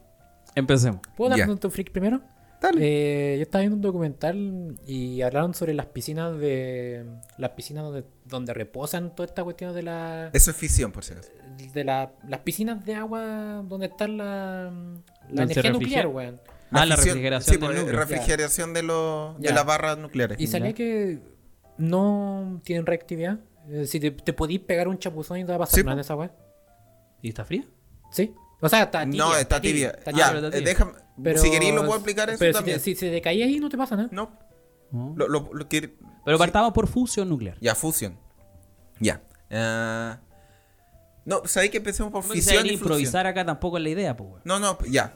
Empecemos. ¿Puedo Ya. dar un freak primero? Dale. Eh, yo estaba viendo un documental y hablaron sobre las piscinas de. Las piscinas donde, donde reposan todas estas cuestiones de la. Eso es ficción, por cierto. De la, las piscinas de agua donde está la. La Donde se energía nuclear, refrigeran. weón. Ah, la refrigeración sí, del pues, núcleo. refrigeración de, los, de Ya. las barras nucleares. Y salía Ya. que no tienen reactividad. Eh, Si te, te podís pegar un chapuzón y no te va a pasar Sí, nada po. en esa weá. ¿Y está fría? Sí. O sea, está tibia. no, está tibia. está ya, pero está eh, tibia. déjame. Pero, si queréis, lo puedo explicar eso pero si te- también. Si, se te caía ahí, no te pasa nada. No, No. lo, lo- lo que- Pero sí. partamos por fusión nuclear. Ya, fusión. Ya. Eh, no, sabéis que empecemos por No fisión quisiera y fusión. improvisar acá tampoco es la idea, pues, weón. No, no, ya.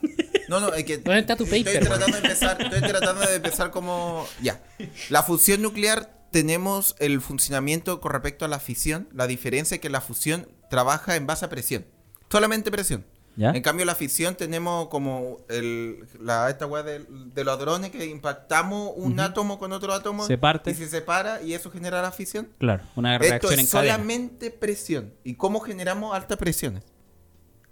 No, no, es que. ¿Dónde está tu paper, Estoy tratando, weón? de empezar, estoy tratando de empezar como. Ya. La fusión nuclear tenemos el funcionamiento con respecto a la fisión. La diferencia es que la fusión trabaja en base a presión. Solamente presión. ¿Ya? En cambio, la fisión tenemos como el, la, esta weá de, de los hadrones que impactamos un átomo con otro átomo. Se parte. Y se separa y eso genera la fisión. Claro, una Esto reacción es en cadena. solamente presión. ¿Y cómo generamos altas presiones?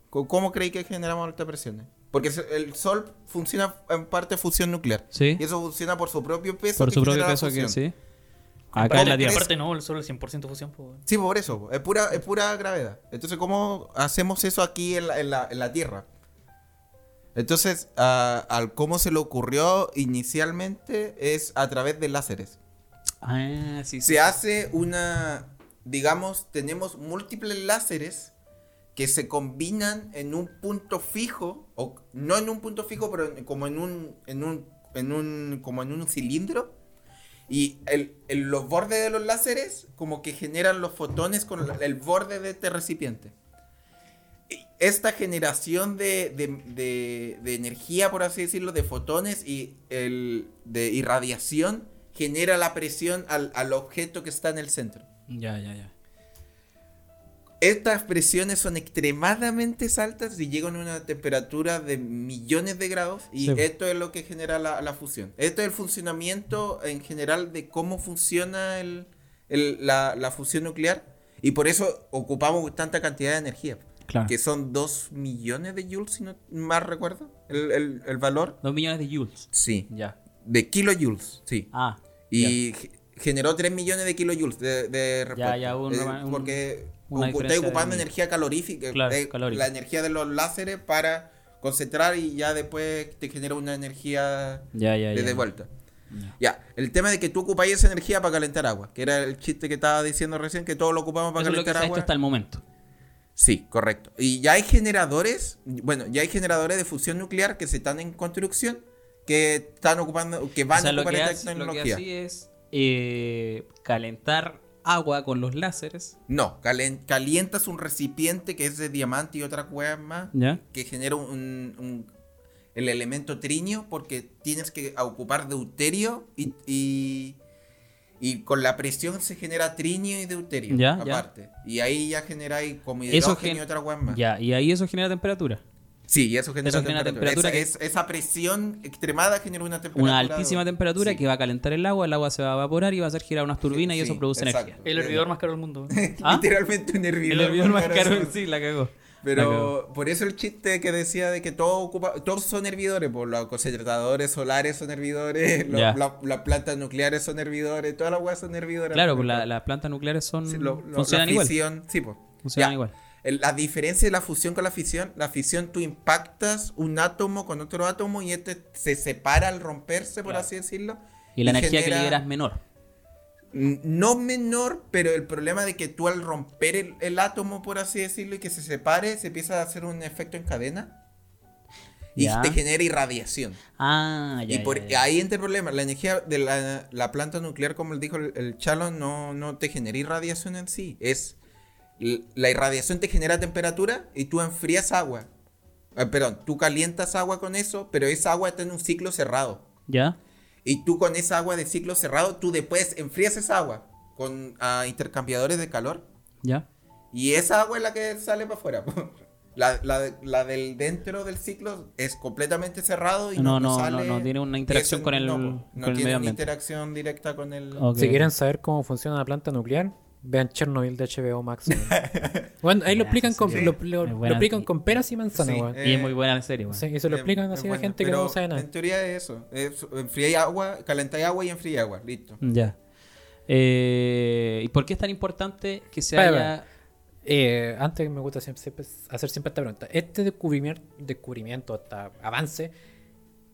¿Cómo- ¿Cómo creéis que generamos altas presiones? Porque se- el Sol funciona en parte fusión nuclear. Sí. Y eso funciona por su propio peso. Por que su propio genera la peso que fusión. sí. Acá en la Tierra. ¿Cómo crees? Aparte, no, el solo el 100% fusión. pues, weón. Sí, por eso. po. Es pura, es pura gravedad. Entonces, ¿cómo hacemos eso aquí en la, en la- en la Tierra? Entonces, a- al cómo se le ocurrió inicialmente es a través de láseres. Ah, sí, sí. se hace una, digamos, tenemos múltiples láseres que se combinan en un punto fijo, o no en un punto fijo, pero en- como en un, en un, en un, como en un cilindro, Y el, el- los bordes de los láseres como que generan los fotones con la- el borde de este recipiente. Y Esta generación de, de, de- de energía, por así decirlo, de fotones y el, de irradiación genera la presión al, al objeto que está en el centro. Ya, ya, ya. Estas presiones son extremadamente altas y llegan a una temperatura de millones de grados y Sí. esto es lo que genera la, la fusión. Esto es el funcionamiento en general de cómo funciona el- el- la, la fusión nuclear y por eso ocupamos tanta cantidad de energía, Claro. que son 2 millones de joules, si no más recuerdo, el, el- el valor. Dos millones de joules. Sí, Ya. de kilojoules, sí. Ah. Y ge- generó 3 millones de kilojoules de, de respuesta. ya, un- un- porque una ocu- diferencia estáis de ocupando mil. energía calorífica, Claro, eh, calórica. la energía de los láseres para concentrar y ya después te genera una energía Ya, ya, de ya. devuelta. Ya. Ya. el tema de que tú ocupáis esa energía para calentar agua, que era el chiste que estaba diciendo recién, que todos lo ocupamos para Eso es lo que calentar se ha agua. hecho hasta el momento. Sí, correcto. Y ya hay generadores, bueno, ya hay generadores de fusión nuclear que se están en construcción, que están ocupando, que van o sea, a lo ocupar que, esta hace- lo que tecnología. así es eh, calentar agua con los láseres. No, calen- calientas un recipiente que es de diamante y otra cueva más Ya. que genera un, un- el elemento trinio porque tienes que ocupar deuterio y, y, y con la presión se genera trinio y deuterio Ya, ya. aparte. Y ahí ya generáis como Eso hidrógeno gen- y otra cueva más. Ya, y ahí eso genera temperatura. Sí, y eso genera Eso genera temperatura. temperatura Esa, es- esa presión extremada genera una temperatura. Una altísima temperatura [laughs] que va a calentar el agua, el agua se va a evaporar y va a hacer girar Eh, unas turbinas y eso produce energía. El hervidor más caro del mundo. [laughs] ¿Ah? Literalmente un hervidor. El hervidor más caro, del sí, la cagó. La cagó. Pero por eso el chiste que decía de que todo ocupa, todos son hervidores, por los concentradores solares son hervidores, [laughs] lo- Ya. la- las plantas nucleares son hervidores, todas las weas son hervidoras. Claro, pues la- las plantas nucleares son Sí, lo- lo- funcionan la igual. fisión, sí, po. Funcionan Ya. igual. El- la diferencia de la fusión con la fisión, la fisión tú impactas un átomo con otro átomo y este se separa al romperse, por así decirlo. Y la energía que genera- liberas es menor. Mm, No menor, pero el problema de que tú al romper el, el átomo, por así decirlo, y que se separe, se empieza a hacer un efecto en cadena. Y Ya. te genera irradiación. Ah, ya. y por, ya, ya. ahí entra el problema. La energía de la, la planta nuclear, como dijo el, el Chalo, no, no te genera irradiación en sí. Es l- la irradiación te genera temperatura y tú enfrías agua. Eh, perdón, tú calientas agua con eso, pero esa agua está en un ciclo cerrado. ¿Ya? Y tú con esa agua de ciclo cerrado, tú después enfrías esa agua con ah, intercambiadores de calor. ¿Ya? Y esa agua es la que sale para afuera. [laughs] po. La, la- la del dentro del ciclo es completamente cerrado y No, no, no, sale- no, no tiene una interacción con el- no, po. con no el tiene medio una ambiente. interacción directa con el... Ok. Si quieren saber cómo funciona la planta nuclear, vean Chernobyl de HBO Max. [laughs] weón. Bueno, ahí lo Ya, explican sí, con, sí. lo, lo- Es lo buena. explican con peras y manzanas, Sí, weón. eh, y es muy buena la serie, bueno. Sí, y se lo Eh, explican así es a bueno, gente que pero no sabe nada. En teoría es eso. Es, enfríais agua, calentáis agua y enfríais agua. Listo. Ya. Eh, ¿Y por qué es tan importante que se Espera, haya. Eh, antes me gusta siempre, siempre hacer siempre esta pregunta. ¿Este descubrimiento, descubrimiento, hasta avance,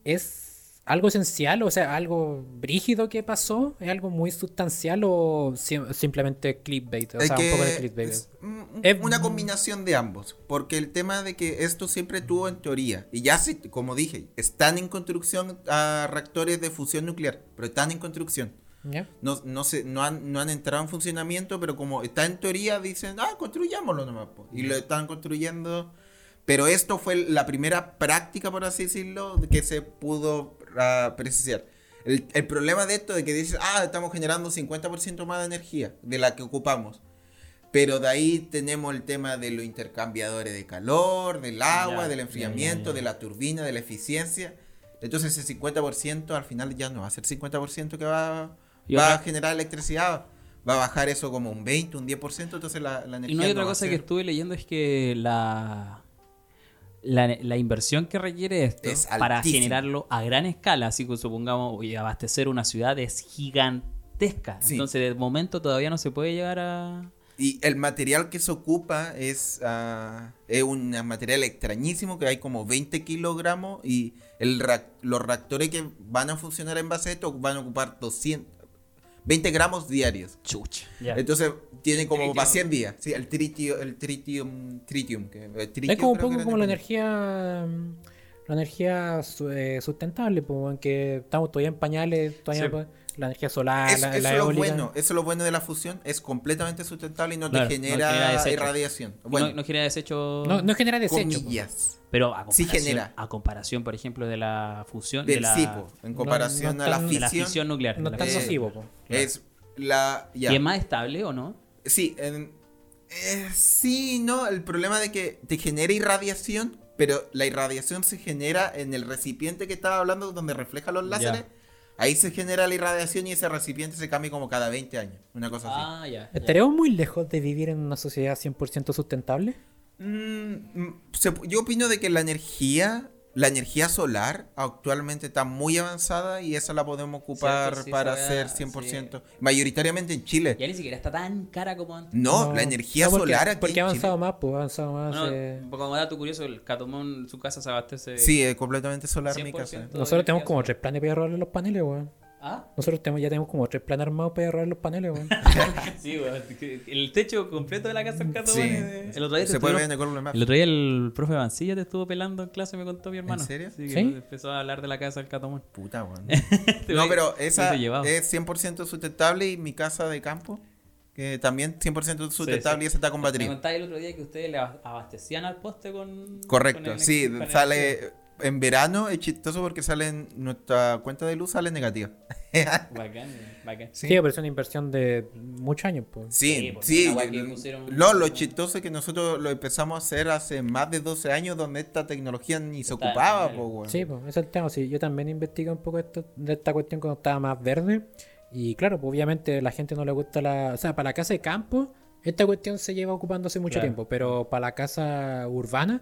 es algo esencial? O sea, algo brígido que pasó? ¿Es algo muy sustancial o sim- simplemente clickbait? O Es sea, un que poco de clickbait. es un- Es- una combinación de ambos, porque el tema de que esto siempre tuvo en teoría, y ya se, como dije, están en construcción ah, reactores de fusión nuclear, pero están en construcción. ¿Ya? No, no, se, no, han, no han entrado en funcionamiento, pero como está en teoría, dicen, ah, construyámoslo nomás, po", y lo están construyendo. Pero esto fue la primera práctica, por así decirlo, que se pudo ah, presenciar. El, el problema de esto de que dices, ah, estamos generando 50% más de energía de la que ocupamos. Pero de ahí tenemos el tema de los intercambiadores de calor, del agua, Ya, del ya, ya, enfriamiento, ya. de la turbina, de la eficiencia. Entonces ese 50% al final ya no va a ser 50% que va, Y va otra- a generar electricidad. Va a bajar eso como un 20, un 10%, entonces la, la energía... Y no hay otra va a cosa ser- que estuve leyendo es que la. La, la inversión que requiere esto Es para altísima. generarlo a gran escala, así que supongamos y abastecer una ciudad es gigantesca. Sí. Entonces, de momento todavía no se puede llegar a. Y el material que se ocupa es, ah, es un material extrañísimo que hay como 20 kilogramos y el reac- los reactores que van a funcionar en base a esto van a ocupar 200, 20 gramos diarios. Chucha. Eh, Entonces tiene como para 100 días. Sí, el tritio, el tritium, tritium. Que, eh, tritium Es como un creo que poco era como la en español. energía mm, la energía su- eh, sustentable, pues, weón, que estamos todavía en pañales, todavía Sí. pues, la energía solar, Es- la, eso la es lo eólica. bueno, eso es lo bueno de la fusión, es completamente sustentable y no Claro, no te genera genera desecho. irradiación. no, Bueno, no genera desecho. No, no genera desecho. pues. comillas. Pero a Sí comparación, genera. a comparación, por ejemplo, de la fusión. de Del la, cipo, en no- comparación no a la tan- de la fisión, fisión nuclear. No de es la tan Eh, fisión. nocivo, pues. es la... ya. ¿Y es más estable o no? Sí, en- eh, sí, no, el problema de que te genera irradiación, pero la irradiación se genera en el recipiente que estaba hablando donde refleja los láseres. Ahí se genera la irradiación y ese recipiente se cambia como cada 20 años, una cosa así. Ah, ya. ya. ¿Estaremos muy lejos de vivir en una sociedad 100% sustentable? Mm, mm, se pu- yo opino de que la energía, la energía solar actualmente está muy avanzada y esa la podemos ocupar Cierto, sí, para esa hacer weá, 100%, mayoritariamente en Chile. Ya ni siquiera está tan cara como antes. No, la energía no, porque- solar aquí Porque ha en Chile- avanzado más, pues, ha avanzado más. Bueno, eh. como dato curioso, el Catomón en su casa se abastece. Sí, es completamente solar mi casa. 100%. Nosotros tenemos como tres planes para ir a robarle los paneles, weón. Ah, [laughs] Nosotros tenemos, ya tenemos como tres planes armados para ir a robarle los paneles, weón. [laughs] sí, weón. que El techo completo de la casa del Catomón. eh. Sí. es de- El otro día te Se puede ver estuvieron- en el color de map. el otro día el profe Mancilla te estuvo pelando en clase, me contó mi hermano. serio? Sí, que ¿Sí? empezó a hablar de la casa del Catomón. Puta, weón. Te no, voy- pero te esa hubiese llevado. es 100% sustentable y mi casa de campo, que también 100% sustentable y esa está con Me batería. contaba el otro día que ustedes le ab- abastecían al poste con. Correcto, con el- sí, con el- [laughs] sale en verano, es chistoso porque sale en nuestra cuenta de luz sale negativa. Bacán, bacán. Sí, pero es una inversión de muchos años, pues. Sí, Sí, porque sí. una guay que yo- pusieron- No, lo chistoso es que nosotros lo empezamos a hacer hace más de 12 años donde esta tecnología ni se Está ocupaba, genial. po, weón. Sí, pues, ese es el tema. Sí, yo también investigué un poco esto- de esta cuestión cuando estaba más verde. Y claro, pues obviamente la gente no le gusta la. O sea, para la casa de campo, esta cuestión se lleva ocupando hace mucho Claro. tiempo. Pero para la casa urbana,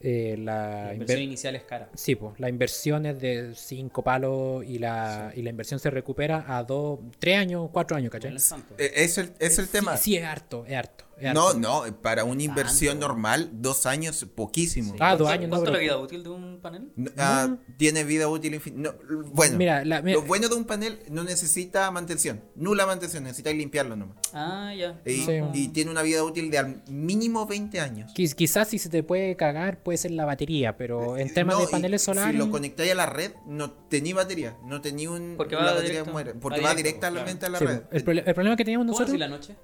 eh, la, La inver- inversión inicial es cara. Sí, pues la inversión es de 5 palos y la, y la inversión se recupera a 2, 3 años, 4 años, ¿cachai? No es tanto. Eh, Es el, es el Sí, tema. Sí, es harto, es harto. es no, harto. no, para una inversión Tanto. normal, dos años, poquísimo. Ah, ¿Cuánto- dos años, no, ¿Cuánto es la pero- vida útil de un panel? No, ah, tiene vida útil infinita. bueno, Mira, la- mira, lo bueno de un panel no necesita mantención, nula mantención, necesita limpiarlo nomás. Ah, ya. Y, Sí. y tiene una vida útil de al mínimo 20 años. quiz- quizás si se te puede cagar puede ser la batería, pero en temas Eh, No, de y paneles solares. Si lo conectáis a la red, no tenía batería, no tenía un. Porque la va batería directo. muere, Va porque va directo, directamente a la sí, red. el, prole- el problema que teníamos ¿Cómo nosotros. así la noche?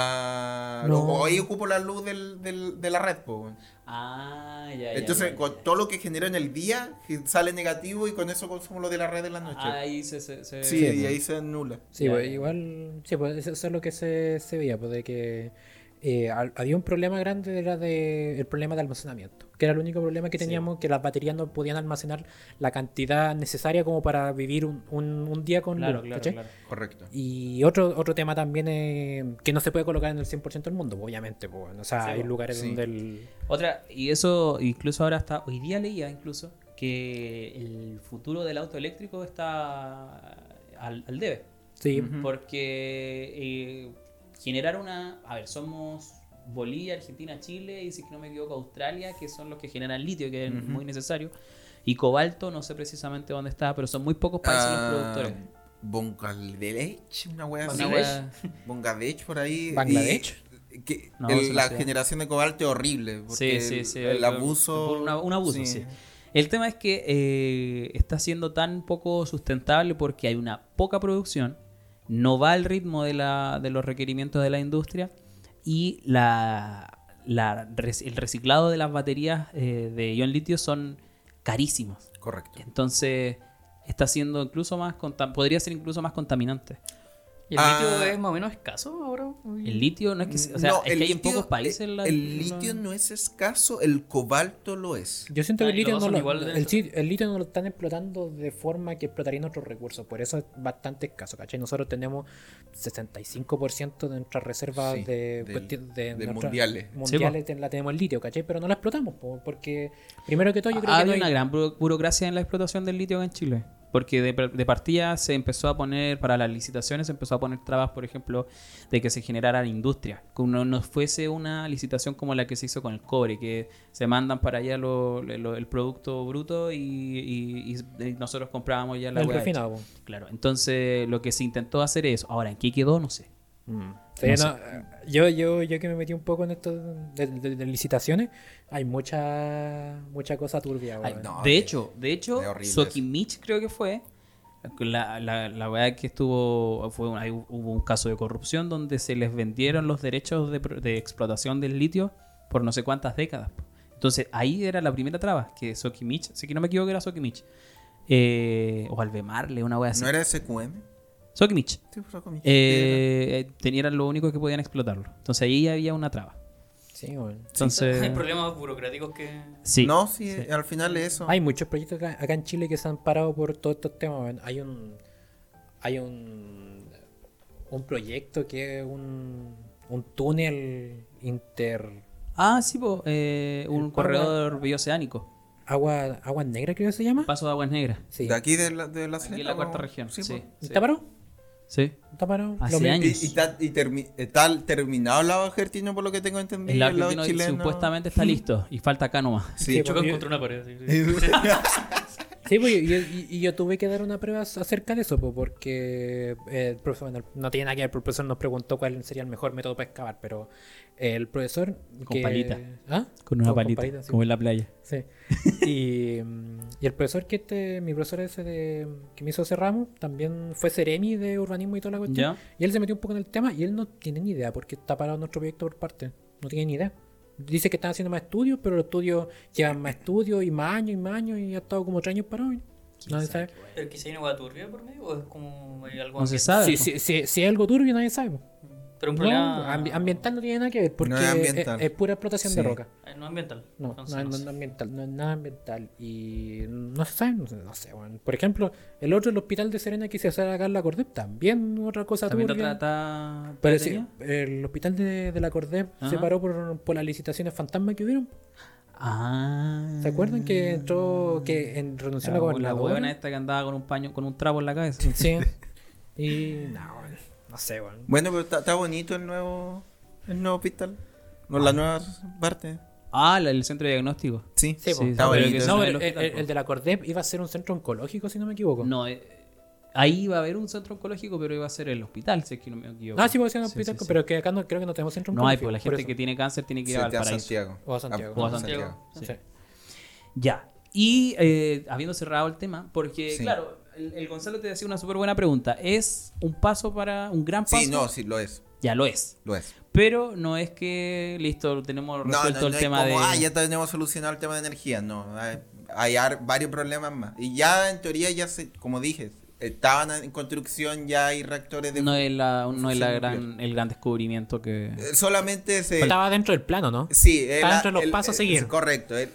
Ah, No. o- o ahí ocupo la luz del- del- de la red, po, weón. Ah, ya, ya. Entonces, ya, con ya. todo lo que genero en el día que sale negativo y con eso consumo lo de la red en la noche. Ahí se. se, se- sí, sí, y po. ahí se anula. Sí, Ya, pues, ya. igual, sí, pues eso eso es lo que se, se veía, pues de que eh, al- había un problema grande, era de, el problema de almacenamiento, que era el único problema que Sí. teníamos, que las baterías no podían almacenar la cantidad necesaria como para vivir un, un- un día con Claro, luz, claro, ¿cachai? claro. Correcto. Y otro, otro tema también eh, que no se puede colocar en el 100% del mundo, obviamente, pues, bueno, o sea, Sí, hay pues, lugares sí. donde el... Otra, y eso incluso ahora está, hoy día leía incluso que el futuro del auto eléctrico está al, al debe. Sí, Ujú. Porque eh, generar una... A ver, somos Bolivia, Argentina, Chile y si no me equivoco Australia, que son los que generan litio, que es Ujú. muy necesario. Y cobalto, no sé precisamente dónde está, pero son muy pocos países Ah. los productores. Bangladesh, una wea así. Una wea- Bangladesh por ahí. ¿Bangladesh? y- que No, el- sí, la sí. generación de cobalto es horrible. Sí, Porque sí, sí. El, el abuso. Por una- un abuso, sí. El tema es que eh, está siendo tan poco sustentable porque hay una poca producción, no va al ritmo de, la- de los requerimientos de la industria y la, la res- el reciclado de las baterías eh, de ion litio son carísimos. Correcto. Entonces está siendo incluso más contam- podría ser incluso más contaminante. ¿Y el Ah. litio es más o menos escaso ahora? El [laughs] litio no es que se- o sea, No, es el que hay en litio- pocos países El, la- el la- litio no es escaso, el cobalto lo es. Yo siento Ah, que el y los litio, dos no son lo, igual de el, sit- el litio no lo están explotando de forma que explotarían otros recursos, por eso es bastante escaso, ¿cachai? Nosotros tenemos 65% de nuestras reservas Sí, de, del- cuesti- de de nuestras- mundiales. mundiales ten- la tenemos el litio, ¿cachai? Pero no la explotamos, po, porque primero que todo yo creo Ah, Había que no una hay- gran buro- burocracia en la explotación del litio acá en Chile. Porque de, de partida se empezó a poner, para las licitaciones, se empezó a poner trabas, por ejemplo, de que se generara industria. Que no, no fuese una licitación como la que se hizo con el cobre, que se mandan para allá lo- lo- el producto bruto y, y- y- y nosotros comprábamos ya la el hueá hecha. refinado. po. Claro, entonces lo que se intentó hacer es, ahora, ¿en qué quedó? Mm, No sé. Sí, No no, yo, yo, yo que me metí un poco en esto de, de- de licitaciones, hay mucha mucha cosa turbia. Ay, weón. no. de es- hecho, de hecho, es horrible Sokimich creo que fue. La, la, la weá que estuvo. Fue un- ahí hubo un caso de corrupción donde se les vendieron los derechos de, pro- de explotación del litio por no sé cuántas décadas. Entonces ahí era la primera traba, que Sokimich, si que no me equivoco, era Sokimich. Eh, o Albemarle, una weá así. ¿No era SQM? Sokimich. Sí, pues, con mi- Eh, eh, tenían lo único que podían explotarlo. Entonces ahí había una traba. Sí, weón. Entonces. [laughs] Hay problemas burocráticos que. Sí. No, sí, al final es eso. Hay muchos proyectos acá, acá en Chile que se han parado por todos estos temas. weón. Hay un hay un un proyecto que es un, un túnel inter Ah, sí, po, eh, un El corredor bioceánico. agua agua negra creo que se llama. Paso de aguas negras. Sí. De aquí de la, de la Aquí en Serena, la cuarta ¿no? región. Sí, Sí, sí. pues. ¿Está parado? Sí. ¿Está parado? Hace Lo mi- años. Y, y está- y termi- está terminado el lado argentino, por lo que tengo entendido. El lado argentino chileno- supuestamente está listo y falta acá nomás. [laughs] Sí. Sí, Chocan yo- contra una pared. sí, sí. Sí, pues, y, y- y yo tuve que dar una prueba ac- acerca de eso, pues, porque eh, el profesor, bueno, no tiene nada que ver, pero el profesor nos preguntó cuál sería el mejor método para excavar, pero eh, el profesor... Con que- palita. ¿Ah? Con una No, palita, sí. como en la playa. Sí. Y, mm, y el profesor que este, mi profesor ese de, que me hizo ese ramo, también fue seremi de urbanismo y toda la cuestión. ¿Ya? Y él se metió un poco en el tema y él no tiene ni idea porque está parado nuestro proyecto por parte. No tiene ni idea. Dice que están haciendo más estudios, pero los estudios llevan más estudios y más años y más años y ha estado como tres años parado. y Nadie sabe. Pero quizá hay una hueá turbia por medio o es como hay algo. No se ambiental? sabe. Si, po. si, si, si es algo turbio, nadie sabe. Pero un No, problema. ambi- ambiental no tiene nada que ver porque No es es, ambiental. es pura explotación de Sí. roca. eh, No ambiental. No, no, Entonces, no, sé. no ambiental, no es nada ambiental. Y no se sabe, no sé, no sé, weón. Por ejemplo, el otro, el hospital de Serena que se hace acá en la Cordep, también otra cosa También turbia. trata. Pero sí, el hospital de, de la Cordep se Ajá. paró por, por las licitaciones fantasma que hubieron. Ah. ¿Se acuerdan que entró, que en, renunció la La, la gobernadora? huevona esta que andaba con un paño, con un trapo en la cabeza. [laughs] Sí. Y no, weón, no sé, weón. Bueno, pero está, está bonito el nuevo, el nuevo hospital. No, la nueva parte. Ah, la- el centro de diagnóstico. Sí, Sí, Sí, po. está No, pero bonito que- ese no, es el el, hospital, el- po. el de la Cordep iba a ser un centro oncológico, si no me equivoco. No, eh, ahí iba a haber un centro oncológico, pero iba a ser el hospital, si es que no me equivoco. Ah, sí, puede ser un hospital, sí, sí. pero que acá no, creo que no tenemos centro No hay, oncológico, pues la por gente eso. que tiene cáncer tiene que ir a Se te a Valparaíso. Santiago. Ah, O a Santiago. O a Santiago. Sí. Ya. Y eh, habiendo cerrado el tema, porque Sí. claro, el, el Gonzalo te hacía una súper buena pregunta. ¿Es un paso para un gran paso? Sí, no, sí, lo es. Ya lo es. Lo es. Pero no es que, listo, tenemos No, no, resuelto no el es tema como, de... ah, ya tenemos solucionado el tema de energía. No, hay, hay ar- varios problemas más. Y ya, en teoría, ya se, como dije, estaban en construcción, ya hay reactores de... No es, la, no es la Sí, gran, el gran descubrimiento que... Eh, Solamente se... Estaba dentro del plano, ¿no? Sí, eh, Está dentro de los pasos a seguir. es correcto. el-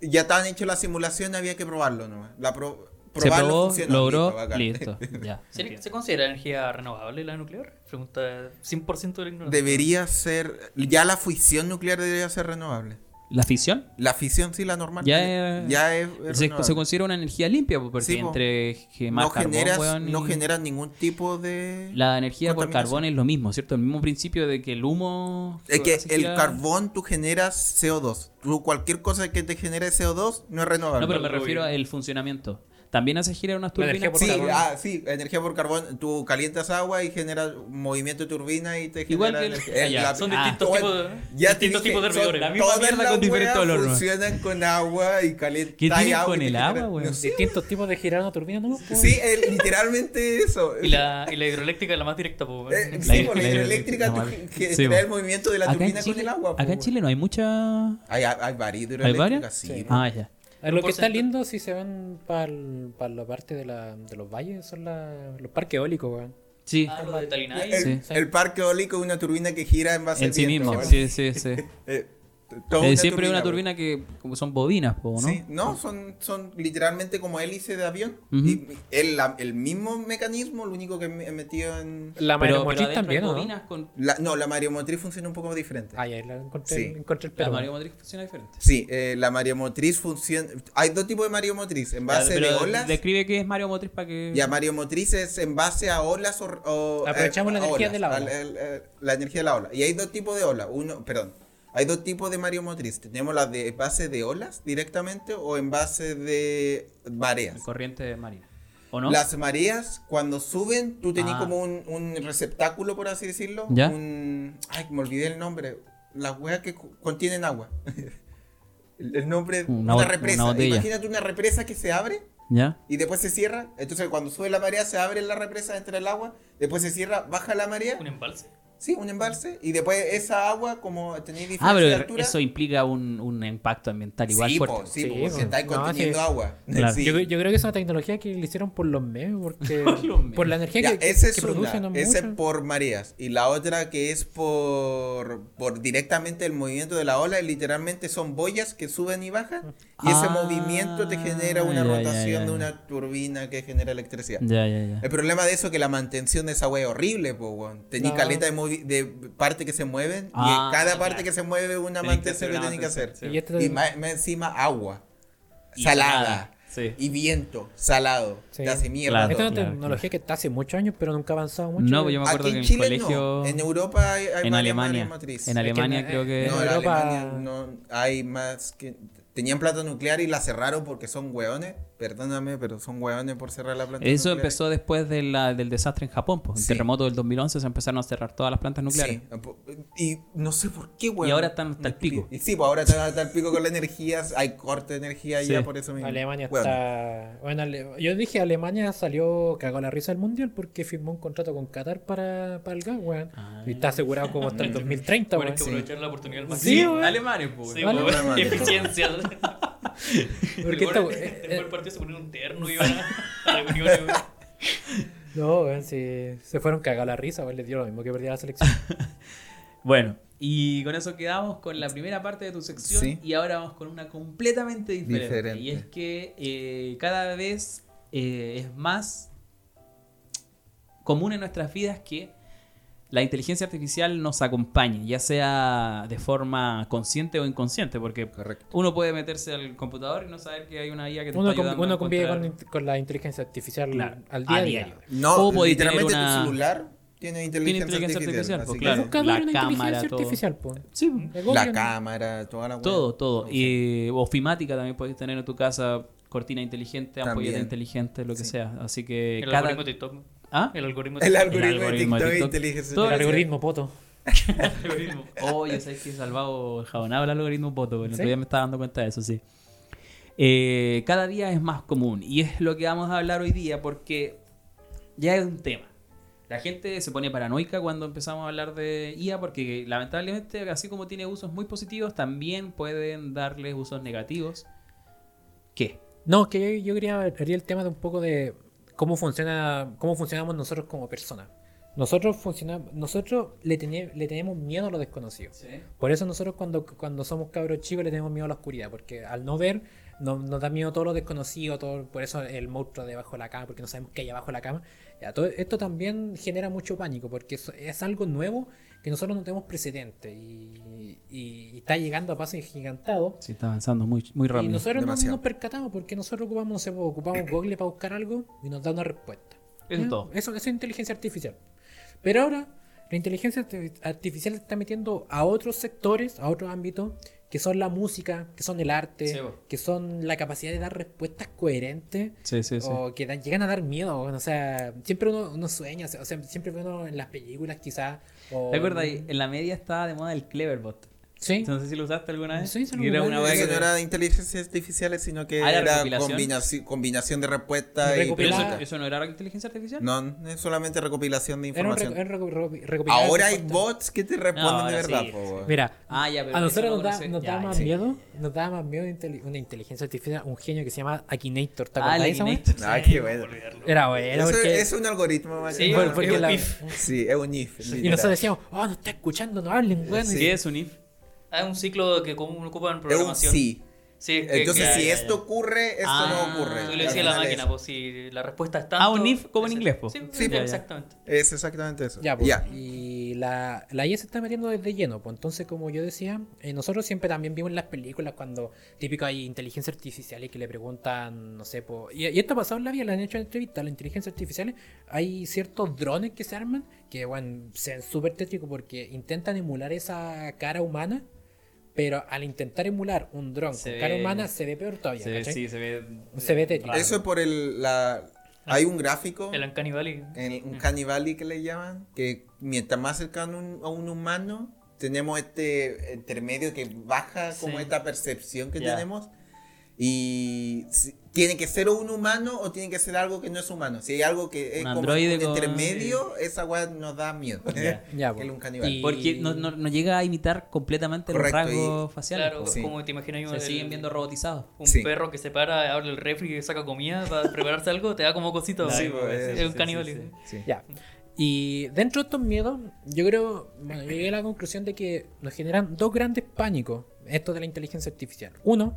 ya estaban hecho la simulación, había que probarlo nomás. La pro- Se probarlo probó, funcionó, logró, bacán. listo. [laughs] ya. ¿Se, se considera energía renovable la nuclear? Pregunta 100% de la ignorancia. Debería ser. Ya la fusión nuclear debería ser renovable. ¿La fisión? La fisión, sí, la normal. Ya tiene- es- ya es. es Se, renovable. se considera una energía limpia, pues, porque Sí, po. entre quemar no, carbón, generas, weón, y- no generas ningún tipo de. La energía por contaminación. carbón es lo mismo, ¿cierto? El mismo principio de que el humo... Es que se el gira- carbón tú generas CO2. Tú, cualquier cosa que te genere CO2 no es renovable. No, pero me Rubio. refiero al funcionamiento. También hace girar unas La energía turbinas. por Sí, carbón. ah, sí, energía por carbón. Tú calientas agua y generas un movimiento de turbina y te Igual genera que el- energía. Ah, ya, la- Son Ah, distintos bueno, tipos de, ya te distintos dije, tipos de son hervidores. la misma todas mierda las con diferente weas olor, ¿no? Funcionan con agua y calientan ¿Qué tienen agua con y te el generan- agua, weón? no sé. Distintos tipos de girar una turbina, ¿no? Pues, Sí, es literalmente eso. Y la, y la hidroeléctrica es la más directa, po, Eh, weón. la- sí, por la- la hidroeléctrica no, tú vale. que Sí, trae po. el movimiento de la Acá en turbina con Chile- el agua. acá po, en weón. Chile no hay mucha... Hay, hay, hay varias varias? hidroeléctricas, sí. pues. Sí. po. Ah, ya. Ah, Lo que está 1%. lindo si se van para la parte de, la, de los valles son la- los parques eólicos, weón. Sí, Ah, lo de Talinay. El, Sí. el parque eólico es una turbina que gira en base en al sí viento, mismo. weón. Sí, [laughs] sí, sí. Eh, Eh, toda una siempre hay una po. turbina que como son bobinas, po, ¿no? Sí, no, Ah. son, son literalmente como hélice de avión. Ujú. Y- y el, la- el mismo mecanismo, lo único que he metido en... La Pero, pero mareomotriz adentro también, hay ¿o ¿no? bobinas con... La, no, la mareomotriz funciona un poco diferente. Ah, ya, la encontré, Sí. encontré el La pelo. mariomotriz funciona diferente. Sí, eh, la mareomotriz funciona... Hay dos tipos de mareomotriz, en base Pero de olas. Describe qué es mariomotriz para que... Y a mareomotriz es en base a olas o... o- eh, Aprovechamos la a energía olas, de la ola. al- al- al- la energía de la ola. Y hay dos tipos de olas. Uno, perdón. Hay dos tipos de mareomotriz. Tenemos las de base de olas directamente o en base de mareas. Corriente marina. ¿O no? Las mareas, cuando suben, tú tenés Ah. como un, un receptáculo, por así decirlo. ¿Ya? Un... Ay, me olvidé el nombre. Las weas que cu- contienen agua. [laughs] el, el nombre. Una Una, bot- represa. una botella. Imagínate una represa que se abre ¿Ya? y después se cierra. Entonces, cuando sube la marea, se abre la represa, entra el agua. Después se cierra, baja la marea. ¿Un em-, embalse? Sí, un embalse. Y después esa agua, como tenéis diferencia Ah, de pero altura. eso implica un, un impacto ambiental igual sí, po, fuerte. sí, po, Sí, porque po. estáis No, conteniendo sí. agua. Claro. Sí. Yo, yo creo que es una tecnología que le hicieron por los memes, porque [laughs] Por por, los memes. la energía Ya, que, que- esa es que una, producen. ¿no? esa es Mucho. por mareas. Y la otra que es por, por directamente el movimiento de la ola, literalmente son boyas que suben y bajan. Y ese Ah, movimiento te genera una ya, ya, rotación ya, de ya. una turbina que genera electricidad. Ya, ya, ya. El problema de eso es que la mantención de esa wea es horrible, po, weón. Tení No. caleta de, movi- de parte que se mueven Ah, y cada claro. parte que se mueve una Tenés que mantención hacer que una tenés que hacer. mantención, Y este- Y más, más encima agua, Y salada, Sí. y viento, salado, Sí. te hace mierda. Claro. Esta todo. es una Claro, tecnología que está hace muchos años, pero nunca ha avanzado mucho. No, pues, yo me acuerdo Aquí que en en Chile el colegio. no. En Europa hay, hay en varias Alemania. maneas matriz. En que Alemania en- creo que. No, en Europa- Alemania no hay más que tenían plata nuclear y la cerraron porque son hueones. Perdóname, pero son hueones por cerrar la planta. Eso nuclear. empezó después de la- del desastre en Japón, pues, el Sí. terremoto del 2011 se empezaron a cerrar todas las plantas nucleares. Sí, y no sé por qué, hueón. Y ahora están hasta el pico. Y sí, pues ahora están hasta el pico con la energía, hay corte de energía Sí. ya por eso mismo. Alemania Hueón. está. Bueno, Ale- yo dije Alemania salió cagó la risa del mundial porque firmó un contrato con Qatar para, para el gas, weón. Ah. Y está asegurado como hasta el 2030, Bueno, weón. hay que aprovechar la oportunidad al Sí, máximo. weón. Alemania, pues. Sí, Vale. weón. Vale. Eficiencia. Porque Porque esta- eh, el partido se ponían un terno y iban a- a reuniones. weón. No, weón, sí, se fueron cagado la risa, weón. Les dio lo mismo que perdía la selección. Bueno, y con eso quedamos con la primera parte de tu sección Sí. y ahora vamos con una completamente diferente. Diferente. Y es que eh, cada vez eh, es más común en nuestras vidas que la inteligencia artificial nos acompañe, ya sea de forma consciente o inconsciente, porque Correcto. uno puede meterse al computador y no saber que hay una IA que te Uno, está con- ayudando uno a convive encontrar- con, int- con la inteligencia artificial Claro, al día a diario. día. O No, podéis tener literalmente una- tu celular tiene inteligencia, inteligencia artificial, artificial. pues, así que- claro. Nunca La habrá una cámara, inteligencia todo. artificial, po. Sí, El La gobierno. cámara, toda la hueá. Todo, todo. No sé. Y ofimática también puedes tener en tu casa, cortina inteligente, ampolleta También. inteligente, lo que Sí. sea. Así que El cada... algoritmo de TikTok. ¿Ah? pues, El algoritmo de El TikTok. algoritmo, de algoritmo de TikTok, es TikTok. inteligencia Todo El artificial. algoritmo, poto. [laughs] El algoritmo. Oh, yo sé que he salvado jabonado el algoritmo voto, el otro ¿Sí? día me estaba dando cuenta de eso, sí. Eh, cada día es más común y es lo que vamos a hablar hoy día porque ya es un tema. La gente se pone paranoica cuando empezamos a hablar de IA porque lamentablemente así como tiene usos muy positivos, también pueden darles usos negativos. ¿Qué? No, que yo, yo quería abrir el tema de un poco de cómo funciona, cómo funcionamos nosotros como personas. Nosotros funcionamos, nosotros le, teni- le tenemos miedo a lo desconocido. Por eso nosotros cuando, cuando somos cabros chicos le tenemos miedo a la oscuridad, porque al no ver no- nos da miedo todo lo desconocido, todo, por eso el monstruo debajo de la cama, porque no sabemos qué hay abajo de la cama. Ya, todo, esto también genera mucho pánico, porque es, es algo nuevo que nosotros no tenemos precedente y, y- y está llegando a pasos gigantados Sí, está avanzando muy, muy y rápido. nosotros no- no Demasiado. nos percatamos porque nosotros ocupamos, no sé, pues, ocupamos Google para buscar algo y nos da una respuesta. Eso ¿Ya? es todo. Eso, eso es inteligencia artificial. Pero ahora la inteligencia arti- artificial se está metiendo a otros sectores, a otros ámbitos, que son la música, que son el arte, Sí, po. que son la capacidad de dar respuestas coherentes. Sí, sí, sí. O que dan- llegan a dar miedo, weón. o sea, siempre uno, uno sueña, o sea, siempre uno en las películas quizás. o- ¿Te acuerdas? ahí? En la media estaba de moda el Cleverbot. Sí. No sé si lo usaste alguna vez. Sí, se lo Que era ocupé. una Eso weá no que- era de inteligencias artificiales, sino que Ah, era era recopilación. combinaci- combinación de respuestas y Pero eso, Claro. preguntas. eso no era inteligencia artificial. No, no es solamente recopilación de Era un información. reco- era un reco- recopilar Ahora hay respuestas. bots que te responden ahora de verdad, sí, po, sí. weón. Mira, Ah, ya, pero a eso no nosotros nos, da, conoce- nos ya, da ya, más sí. miedo, nos da más miedo inteli- una inteligencia artificial, un genio que se llama Akinator, ¿te Ah, acuerdas el de esa, weón? Ignitor. Ah, qué bueno. Olvidarlo. Era bueno, Eso porque, es un algoritmo, más Sí, que por- nada. porque Es un la- if. Sí, es un if. y nosotros decíamos, oh, no está escuchando, no hablen, weón. Sí, es un if. Ah, un ciclo que como uno ocupa en literal. es un programación. sí. Sí, que- Entonces, que- si esto ocurre, esto Ah, no ocurre. Tú Al le decías a Al la final máquina, es- pues si la respuesta es tanto. Ah, un if como en ese- inglés, po. Sí, Sí, sí, po. exactamente. Es exactamente eso. Ya, pues, Y la, la IA se está metiendo desde lleno, pues entonces como yo decía, eh, nosotros siempre también vimos en las películas cuando típico hay inteligencia artificial y que le preguntan, no sé, pues, y, y esto ha pasado en la vida, le han hecho entrevistas, la inteligencia artificial, hay ciertos drones que se arman que, bueno, se ven súper tétricos porque intentan emular esa cara humana, pero al intentar emular un dron Se con cara ve- humana se ve peor todavía, Se ve, ¿cachai? sí, se ve. Se ve tétrico. raro. Eso es por el, la, Hay un gráfico, El Uncanny Valley. el- un canibali que le llaman, que mientras más cercano un- a un humano, tenemos este intermedio que baja como Sí. esta percepción que Ya. tenemos. Y si- tiene que ser un humano o tiene que ser algo que no es humano. Si hay algo que es Un como androide un con- intermedio, esa weá nos da miedo. [laughs] Ya. Ya, Que pues. el un canibal. Y- Porque no, no- no llega a imitar completamente Correcto, los rasgos faciales. Claro, po. Sí. como te imaginas Se el- siguen viendo robotizados. un Sí. perro que se para, abre el refri y saca comida [laughs] para prepararse algo, te da como cosito. Sí, Sí, pues, es sí, un sí, caníbal. sí, sí. sí. Ya. Y dentro de estos miedos, yo creo, bueno, yo llegué a la conclusión de que nos generan dos grandes pánicos, esto de la inteligencia artificial. Uno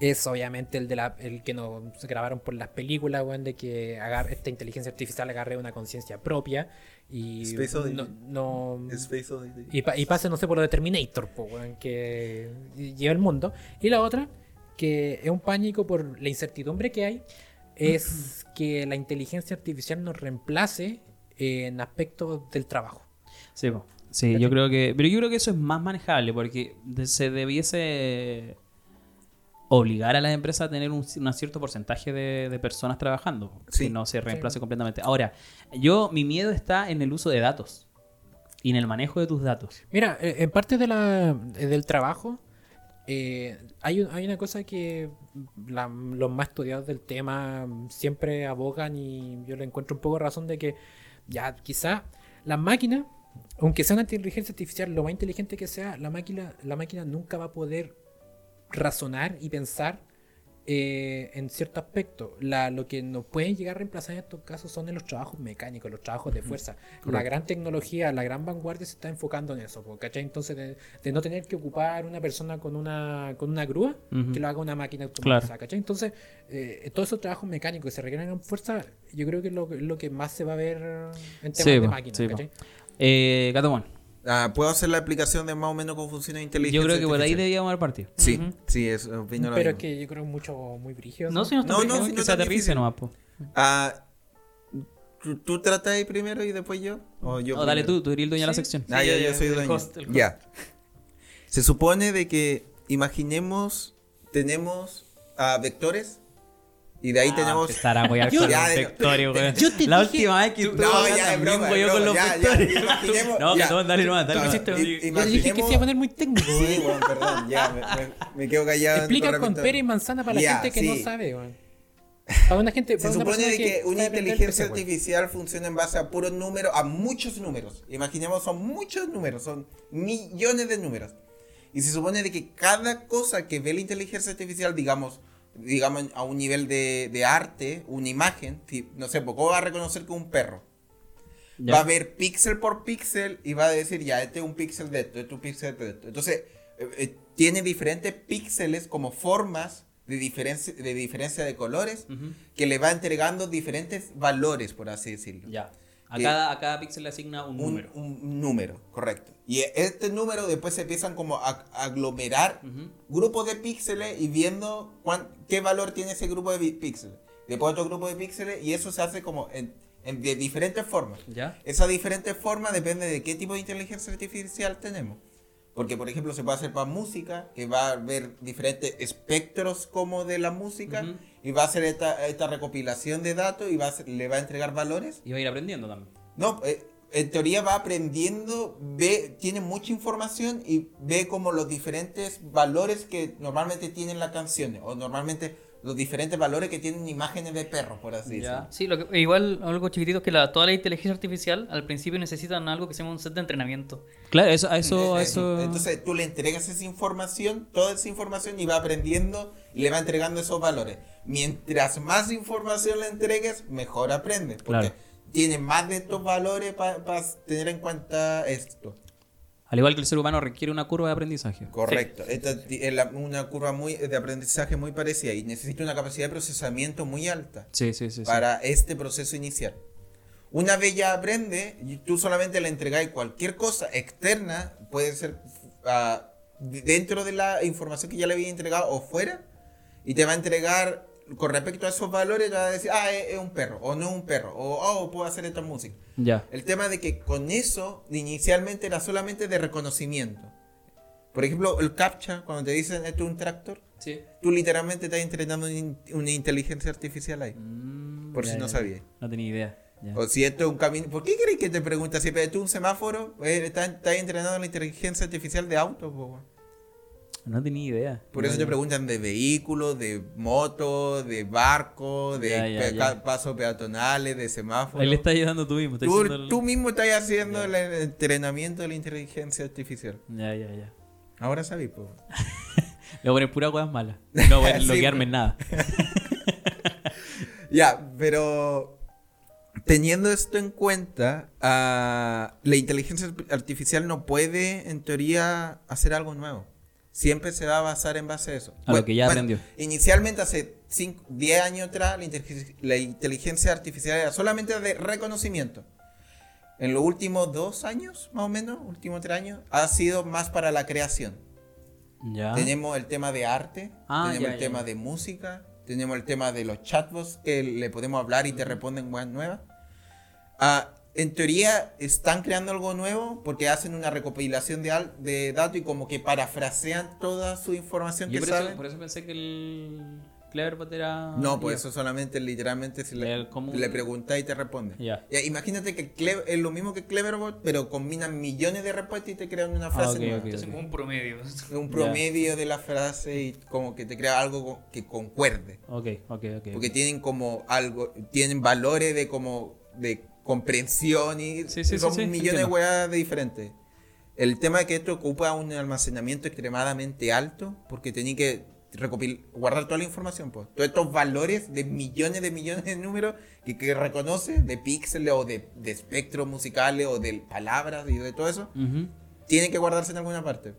es obviamente el de la, el que nos grabaron por las películas, weón, de que agar- esta inteligencia artificial agarre una conciencia propia y Space Oddity. no, no- Space Oddity. y, pa- y pase, no sé, por lo de Terminator, po, weón, que lleva el mundo. Y la otra, que es un pánico por la incertidumbre que hay, es que la inteligencia artificial nos reemplace en aspectos del trabajo. Sí, po. Sí, yo creo que. Pero yo creo que eso es más manejable porque de- se debiese obligar a las empresas a tener un, ci- un cierto porcentaje de, de personas trabajando. Sí. Que no se reemplace completamente. Ahora, yo, mi miedo está en el uso de datos y en el manejo de tus datos. Mira, eh, en parte de la, eh, del trabajo, eh, hay, un- hay una cosa que la- los más estudiados del tema siempre abogan y yo le encuentro un poco razón de que ya quizá la máquina, aunque sea una inteligencia artificial, lo más inteligente que sea, la máquina, la máquina nunca va a poder razonar y pensar eh, en cierto aspecto. La, lo que nos pueden llegar a reemplazar en estos casos son en los trabajos mecánicos, los trabajos de fuerza. La gran tecnología, la gran vanguardia se está enfocando en eso, po, ¿cachai? Entonces, de, de no tener que ocupar una persona con una, con una grúa, Ujú. que lo haga una máquina automatizada, Claro. ¿cachai? Entonces, eh, todos esos trabajos mecánicos que se requieren en fuerza, yo creo que es lo, que- lo que más se va a ver en temas Sí, de po, máquinas, sí, po. ¿cachai? Eh, Gatomón, Ah, ¿Puedo hacer la aplicación de más o menos cómo funciona inteligencia yo creo que por ahí artificial? debíamos haber partido. Sí, Ujú. sí, eso opino lo Pero es mismo. que yo creo mucho, muy brígido. No, ¿no? si no está No, muy no, bien. si que no se tan aterrice difícil. nomás, po. Ah, ¿tú, tú tratas ahí primero y después yo? ¿O yo No, dale primero? tú, tú eres el dueño de la Sí. sección. Ah, Sí, ya, ya, yo ya, soy el dueño. host, el host. Ya. Se supone de que imaginemos, tenemos ah, vectores y de ahí Ah, Ah, tenemos... Empezar a apoyar Yo- con Ya, los de- vectores, te- weón. yo te La dije- última vez que [laughs] No, estuve hablando ya, es también, broma, weón, es yo con los broma, ya, ya, vectores. imaginemos- No, ya. Gatomón, dale nomás, dale No, nomás. hiciste, i- Yo te dije que se iba a poner muy técnico. [laughs] Sí, bueno, perdón, ya, me, me- me quedo callado. en Explica tu con repente- pera y manzana para la Ya, gente que sí. no sabe, weón. Para una gente, Se para una supone persona de que una sabe vender inteligencia PC, weón. artificial funciona en base a puros números, a muchos números. Imaginemos, son muchos números, son millones de números. Y se supone de que cada cosa que ve la inteligencia artificial, digamos, digamos a un nivel de, de arte, una imagen, si- no sé, poco va a reconocer que un perro. Ya. Va a ver píxel por píxel y va a decir, ya, este es un píxel de esto, este es un píxel de esto. Entonces, eh, eh, tiene diferentes píxeles como formas de, diferenci- de diferencia de colores Ujú. que le va entregando diferentes valores, por así decirlo. Ya. A Que- cada, a cada píxel le asigna un, Un número. un número, correcto. Y este número después se empiezan como a a aglomerar Ujú. grupos de píxeles y viendo cuán- qué valor tiene ese grupo de pi- píxeles. Después otro grupo de píxeles y eso se hace como en- en- de diferentes formas. ¿Ya? Esa diferente forma depende de qué tipo de inteligencia artificial tenemos. Porque, por ejemplo, se puede hacer para música, que va a haber diferentes espectros como de la música, Ujú. y va a hacer esta, esta recopilación de datos y va a hacer- le va a entregar valores. Y va a ir aprendiendo también. No, eh, en teoría va aprendiendo, ve, tiene mucha información y ve como los diferentes valores que normalmente tienen las canciones, o normalmente los diferentes valores que tienen imágenes de perros, por así Ya. decirlo. Sí, lo que- igual algo chiquitito es que la, toda la inteligencia artificial al principio necesitan algo que se llama un set de entrenamiento. Claro, eso, a eso, a Eh, eh, eso. Entonces tú le entregas esa información, toda esa información y va aprendiendo y le va entregando esos valores. Mientras más información le entregues, mejor aprende. Porque Claro. tiene más de estos valores para tener en cuenta esto. Al igual que el ser humano requiere una curva de aprendizaje. Correcto. Esta ti- es la- una curva muy de aprendizaje muy parecida y necesita una capacidad de procesamiento muy alta Sí, sí, sí. sí. para este proceso inicial. Una vez ya aprende, y tú solamente le entregáis cualquier cosa externa, puede ser ah, de- dentro de la información que ya le había entregado o fuera, y te va a entregar con respecto a esos valores, te va a decir, ah, es, es un perro, o no es un perro, o oh, puedo hacer esta música. Ya. El tema de que con eso inicialmente era solamente de reconocimiento. Por ejemplo, el CAPTCHA, cuando te dicen esto es un tractor, Sí. tú literalmente estás entrenando una in- una inteligencia artificial ahí. por Ya, si Mm, ya, no ya. sabía. No tenía idea. Ya. O si esto es un camino. ¿Por qué crees que te pregunta siempre tú un semáforo? Eh, Estás estás entrenado en la inteligencia artificial de autos, po, weón. No tenía idea. Por eso Ya, te ya. preguntan de vehículos, de motos, de barco, de Ya, ya, pe- ya. ca- pasos peatonales, de semáforos. Ahí le estás ayudando tú mismo. estás Tú, diciéndole- tú mismo estás haciendo el entrenamiento de la inteligencia artificial. Ya, ya, ya. Ahora sabéis, po. Le voy a poner pura hueá [laughs] mala. No voy a Sí, pues. bloquearme en nada. Ya, pero teniendo esto en cuenta, ah, la inteligencia arti- artificial no puede, en teoría, hacer algo nuevo. Siempre se va a basar en base a eso. A lo que ya aprendió. Inicialmente, hace 10 años atrás, la, inteligen- la inteligencia artificial era solamente de reconocimiento. En los últimos dos años, más o menos, últimos tres años, ha sido más para la creación. Ya. Tenemos el tema de arte, Ah, tenemos ya, el ya, tema ya. de música, tenemos el tema de los chatbots que le podemos hablar y te responden weas nuevas. Ah, en teoría están creando algo nuevo porque hacen una recopilación de, al- de datos y como que parafrasean toda su información Yo que por eso, saben. por eso pensé que el Cleverbot era. no, por ya. eso solamente literalmente si le, El común- le preguntas y te responde. Ya. Ya, imagínate que Cle- es lo mismo que Cleverbot, pero combinan millones de respuestas y te crean una frase Ah, ok, nueva. ok. Entonces, como un promedio. Un promedio de la frase y como que te crea algo co- que concuerde. Ok, ok, ok. Porque tienen como algo, tienen valores de como de comprensión y Sí, sí, son sí, sí, millones de entiendo. weas diferentes. El tema es que esto ocupa un almacenamiento extremadamente alto porque tenía que recopil- guardar toda la información, pues. Todos estos valores de millones de millones de números que, que reconoce de píxeles o de, de espectros musicales o de palabras y de todo eso, Ujú. tienen que guardarse en alguna parte.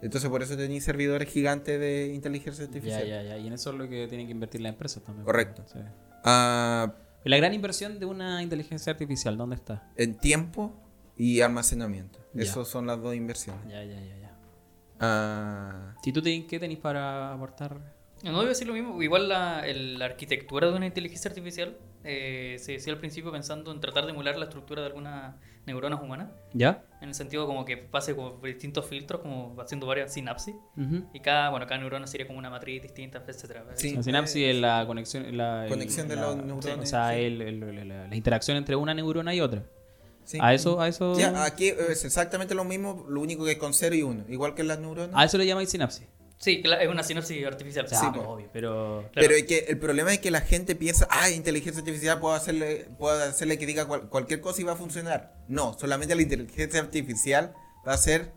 Entonces por eso tenéis servidores gigantes de inteligencia artificial. Ya, ya, ya. Y en eso es lo que tienen que invertir las empresas también. Correcto. Sí. Ah, Y La gran inversión de una inteligencia artificial, ¿dónde está? en tiempo y almacenamiento. Ya. Esas son las dos inversiones. Ya, ya, ya, ya. Ah, Si tú tenés, ¿qué tenés para aportar? No, iba a decir lo mismo. Igual la, el- la arquitectura de una inteligencia artificial eh, se decía al principio pensando en tratar de emular la estructura de algunas neuronas humanas. ¿Ya? En el sentido como que pase como por distintos filtros, como haciendo varias sinapsis. Ujú. Y cada, bueno, cada neurona sería como una matriz distinta, etcétera Sí. eh, La sinapsis es la conexión. La, el- Conexión de la- los neurones, O sea, sí. el- el- el- la, la interacción entre una neurona y otra. sí. A eso, a eso. Ya, aquí es exactamente lo mismo, lo único que con 0 y 1, igual que las neuronas. A eso le llamáis sinapsis. Sí, cla- es una sinapsis artificial. O sea, Sí, ah, po. obvio, pero. Pero es que el problema es que la gente piensa, ah, inteligencia artificial puedo hacerle, puedo hacerle que diga cual- cualquier cosa y va a funcionar. No, solamente la inteligencia artificial va a ser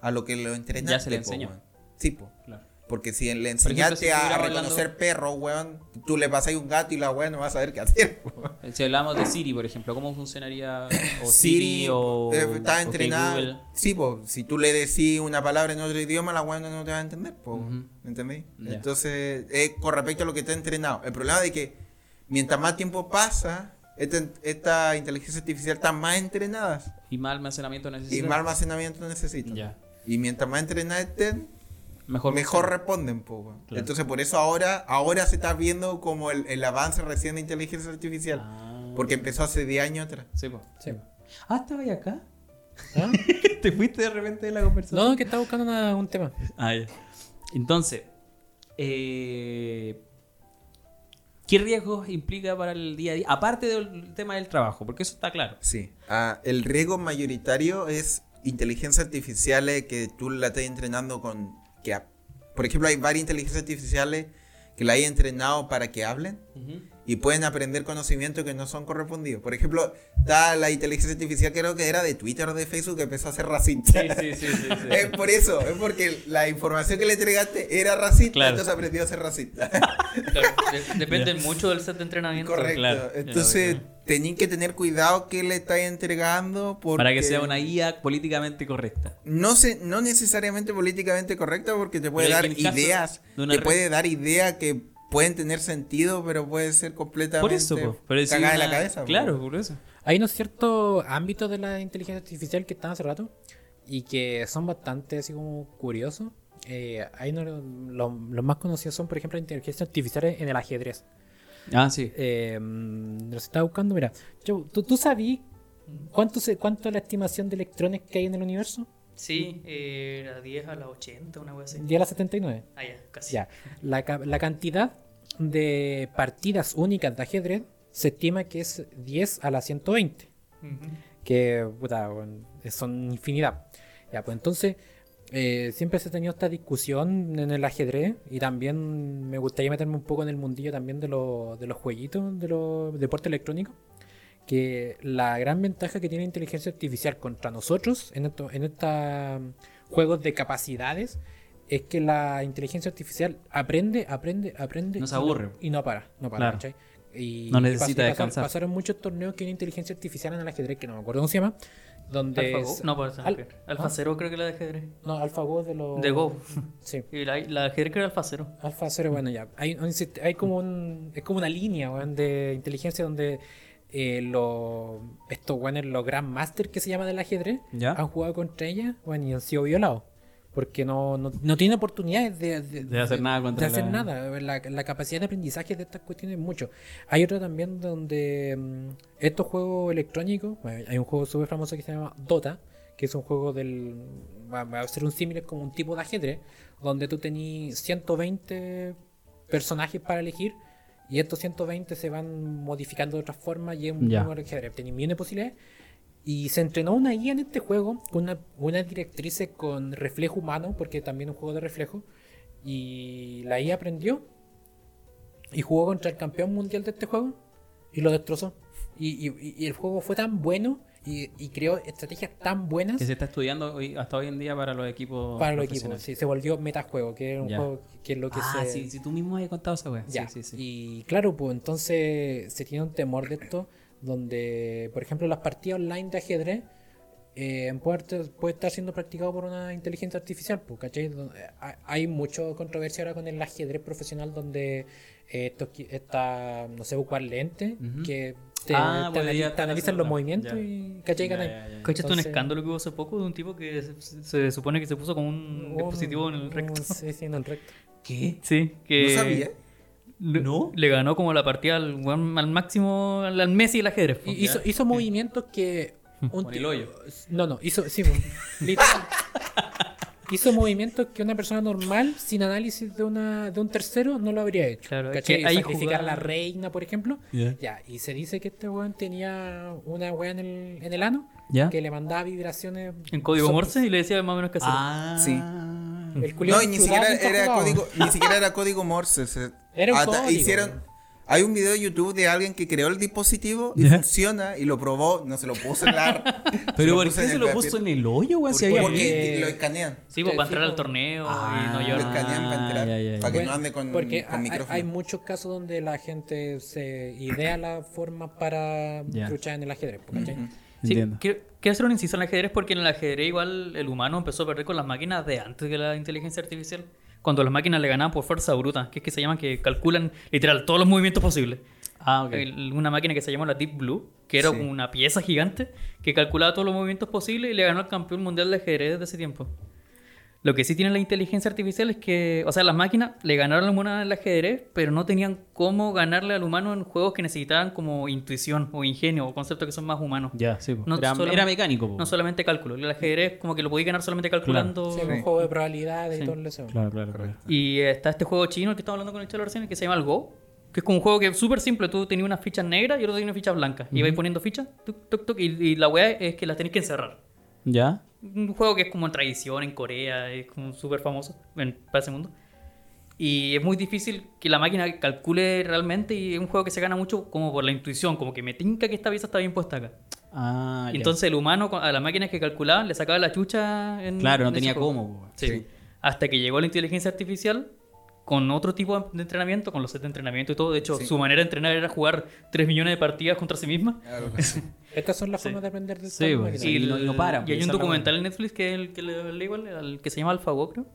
a lo que lo entrenaste. Ya se le po, enseñó. weón. Sí, po. Claro. Porque si le ejemplo, enseñaste si a estuviéramos reconocer perros, weón, tú le pasas ahí un gato y la weón no va a saber qué hacer. po. Si hablamos de Siri, por ejemplo, ¿cómo funcionaría? [coughs] O Siri, Siri o. eh, o está que Google. entrenada. Sí, po, si tú le decís una palabra en otro idioma, la weona no te va a entender, po, Ujú. ¿entendéis? Ya. Entonces, es con respecto a lo que está entrenado. El problema es que mientras más tiempo pasa, esta, esta inteligencia artificial está más entrenada Y más almacenamiento y necesita. más almacenamiento necesita. Ya. Y mientras más entrenadas estén, Mejor. mejor responden, po, weón. Claro. Entonces, por eso ahora, ahora se está viendo como el, el avance recién de inteligencia artificial. Ah, Porque empezó hace 10 años atrás. Sí, po. Sí. Ah, estaba ahí acá. ¿Ah? [laughs] Te fuiste de repente de la conversación. No, que estaba buscando una- un tema. Ah, ya. Entonces, eh, ¿qué riesgos implica para el día a día? Aparte del tema del trabajo, porque eso está claro. Sí. Ah, el riesgo mayoritario es inteligencia artificiales que tú la estás entrenando con. que ha- Por ejemplo, hay varias inteligencias artificiales que la hay entrenado para que hablen y pueden aprender conocimientos que no son correspondidos. Por ejemplo, está la inteligencia artificial, creo que era de Twitter o de Facebook, que empezó a ser racista. sí, sí. Es por eso, es porque la información que le entregaste era racista, Claro. entonces aprendió a ser racista. Claro, [laughs] de- depende mucho del set de entrenamiento. [laughs] Correcto. claro. Entonces, tenéis que tener cuidado que le estáis entregando. Porque... Para que sea una guía políticamente correcta. No, se, no necesariamente políticamente correcta porque te puede Pero dar en el caso ideas. de una Te re- puede dar ideas que pueden tener sentido, pero puede ser completamente Por eso, po. Pero si cagada de la una- cabeza. po. Claro, por eso. Hay unos ciertos ámbitos de la inteligencia artificial que están hace rato y que son bastante así como curiosos. Eh, hay uno- lo- los más conocidos son, por ejemplo, la inteligencia artificial en el ajedrez. Ah, sí. Eh, mm, los estaba buscando, mira. Yo- ¿Tú, tú sabí cuánto, se, cuánto es la estimación de electrones que hay en el universo? Sí, eh, a 10 a la 80, una wea así. Ya la 79. Ah, ya, casi. Ya. La, ca- la cantidad de partidas únicas de ajedrez se estima que es 10 a la 120. Ujú. que puta, weón, son infinidad. Ya, pues entonces, eh, siempre se ha tenido esta discusión en el ajedrez y también me gustaría meterme un poco en el mundillo también de, los- de los jueguitos, de los deportes electrónicos, que la gran ventaja que tiene la inteligencia artificial contra nosotros en estos en esta juegos de capacidades es que la inteligencia artificial aprende, aprende, aprende. No se y aburre. Y no para, no para, Claro. ¿cachai? Y, No y necesita pas- y pasaron- descansar. Pasaron muchos torneos que era inteligencia artificial en el ajedrez, que no me acuerdo cómo se llama. Donde. Alpha Go. se- No, por eso. no Al- creo. Alpha ¿Ah? Cero creo que la de ajedrez. no, AlphaGo de los. [laughs] De Go. Sí. Y la, la de ajedrez creo que era Alpha Cero. Alfa 0, bueno, ya. Hay, un sist- hay como un, es como una línea weón, de inteligencia donde eh, los- estos weones, los Grandmaster que se llama del ajedrez, ¿Ya? han jugado contra ella weón, y han sido violados. Porque no, no, no tienen oportunidades de, De hacer nada contra de hacer la- nada. La, la capacidad de aprendizaje de estas cuestiones es mucho. Hay otro también donde mm, estos juegos electrónicos, bueno, hay un juego súper famoso que se llama Dota, que es un juego del. Va, va a ser un símil como un tipo de ajedrez, donde tú tenías 120 personajes para elegir. Y estos 120 se van modificando de otra forma y es un Ya. juego de ajedrez. Tenía millones de posibilidades. Y se entrenó una guía en este juego, con una, una directrice con reflejo humano, porque también es un juego de reflejo. Y la IA aprendió y jugó contra el campeón mundial de este juego y lo destrozó. Y, y- y el juego fue tan bueno y, y creó estrategias tan buenas Que se está estudiando hoy- hasta hoy en día para los equipos. para los equipos. profesionales. Sí, se volvió metajuego, que era un Ya. juego que es lo que Ah, se. sí, sí, tú mismo has contado esa wea. Ya, Sí, sí, sí. Y claro, pues entonces se tiene un temor de esto, donde, por ejemplo, las partidas online de ajedrez eh, puede, estar- puede estar siendo practicado por una inteligencia artificial, pues, ¿cachai? Don- eh, ha- Hay mucha controversia ahora con el ajedrez profesional donde eh, estos qui- esta, no sé, buscar lente, Ujú. que te, Ah, te porque anali- ya te está la analizan los celular. movimientos Ya. y, ¿cachai? Ya, Ganáis. ya, ya, ya. ¿Cachaste Entonces- un escándalo que hubo hace poco de un tipo que se, se supone que se puso con Oh, un dispositivo en el recto? Sí, sí, en el recto. oh. ¿Qué? Sí, que. No sabía. Le, ¿No? le ganó como la partida al, weón- al máximo, al, al Messi del ajedrez. po. Y- hizo, hizo movimientos que. un Con ti- el hoyo. No, no, hizo. Sí, [laughs] literal. hizo movimientos que una persona normal, sin análisis de, una, de un tercero, no lo habría hecho. Claro, es ¿Cachai? que ahí Sacrificar jugaba- a la reina, por ejemplo. Ya. Ya, y se dice que este weón tenía una weá en el, en el ano ¿Ya? que le mandaba vibraciones. En código so- Morse y le decía más o menos que hacer. Ah, Sí. El culiao No, y ni sudaba siquiera nunca era jugaba. código, ni siquiera era código Morse. se- Era un hasta código. Hicieron, hay un video de YouTube de alguien que creó el dispositivo y Ya. funciona y lo probó, no se lo puso en la. Pero ¿por puso qué en se el lo perfil. puso en el hoyo, weón? Si había. Porque lo escanean. Sí, pues, Sí, para sí, entrar al po. torneo y Ah, no Lo llevar nada. escanean para entrar. ya, ya, ya. Para que Bueno, no ande con, porque con hay- micrófono. hay muchos casos donde la gente se idea las formas para Ya. luchar en el ajedrez. po, ¿cachai? Sí, Entiendo. quiero, quiero hacer un inciso en el ajedrez porque en el ajedrez igual el humano empezó a perder con las máquinas de antes de la inteligencia artificial. Cuando las máquinas le ganaban por fuerza bruta, que es que se llaman, que calculan literal todos los movimientos posibles. Ah, ok. El- Una máquina que se llama la Deep Blue, que era Sí. como una pieza gigante que calculaba todos los movimientos posibles y le ganó al campeón mundial de ajedrez de ese tiempo. Lo que sí tiene la inteligencia artificial es que, o sea, las máquinas le ganaron al humano en el ajedrez, pero no tenían cómo ganarle al humano en juegos que necesitaban como intuición o ingenio o conceptos que son más humanos. Ya, sí. po. No era, solam- era mecánico, po. No solamente cálculo, el ajedrez como que lo podía ganar solamente calculando. Sí, un juego de probabilidades y todo el deseo. Claro, claro, claro. Y está este juego chino el que estaba hablando con el chelo recién, que se llama el Go, que es como un juego que es súper simple, tú tenías unas fichas negras y otro tenía unas fichas blancas, y vais poniendo fichas, tuc, tuc, tuc, y, y la weá es que las tenés que encerrar. ¿Ya? Un juego que es como en tradición en Corea, es como súper famoso en, para ese mundo. Y es muy difícil que la máquina calcule realmente y es un juego que se gana mucho como por la intuición, como que me tinca que esta pieza está bien puesta acá. Ah, ya. Entonces el humano con- a las máquinas que calculaban le sacaba la chucha en Claro, no en ese tenía juego. cómo, po. Sí. Hasta que llegó la inteligencia artificial con otro tipo de entrenamiento, con los sets de entrenamiento y todo. De hecho, Sí. su manera de entrenar era jugar 3 millones de partidas contra sí misma. [laughs] Algo así. Estas son las Sí. formas de aprender de Sí, esta pues, máquina. sí. y no- y no para, Y hay esa es un la documental en Netflix que, el, que le, le igual, al que se llama AlphaGo, creo.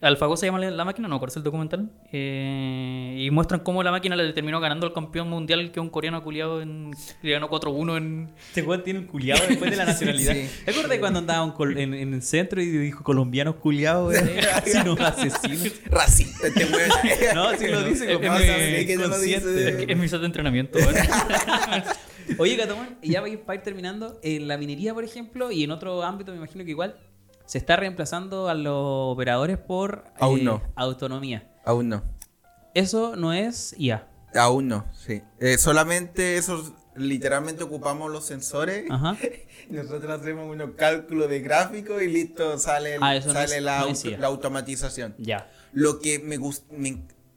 AlphaGo se llama la la máquina, no, ¿cuál es el documental? Eh, y muestran cómo la máquina le terminó ganando al campeón mundial que un coreano culiado en, le ganó 4-1 en... Este weón tiene un culiado después [laughs] de la nacionalidad. Sí. ¿Te acuerdas cuando andaba un col- en, en el centro y dijo colombianos culiados? [laughs] Si no asesinos. Racista este weón. No, si lo [laughs] dice, Es- como es- pasa, es- sí, que no lo dice. consciente. Es, que es mi set [laughs] de entrenamiento. ¿eh? [laughs] Oye, Catamón, y ya para ir, para ir terminando, en la minería, por ejemplo, y en otro ámbito, me imagino que igual, se está reemplazando a los operadores por eh, Aún no. autonomía. Aún no. Eso no es IA. Aún no, sí. Eh, solamente esos, literalmente ocupamos los sensores. Ajá. [laughs] Nosotros hacemos unos cálculos de gráfico y listo, sale, el- Ah, eso no sale es- la, no auto- decía. la automatización. Ya. Lo que me gusta,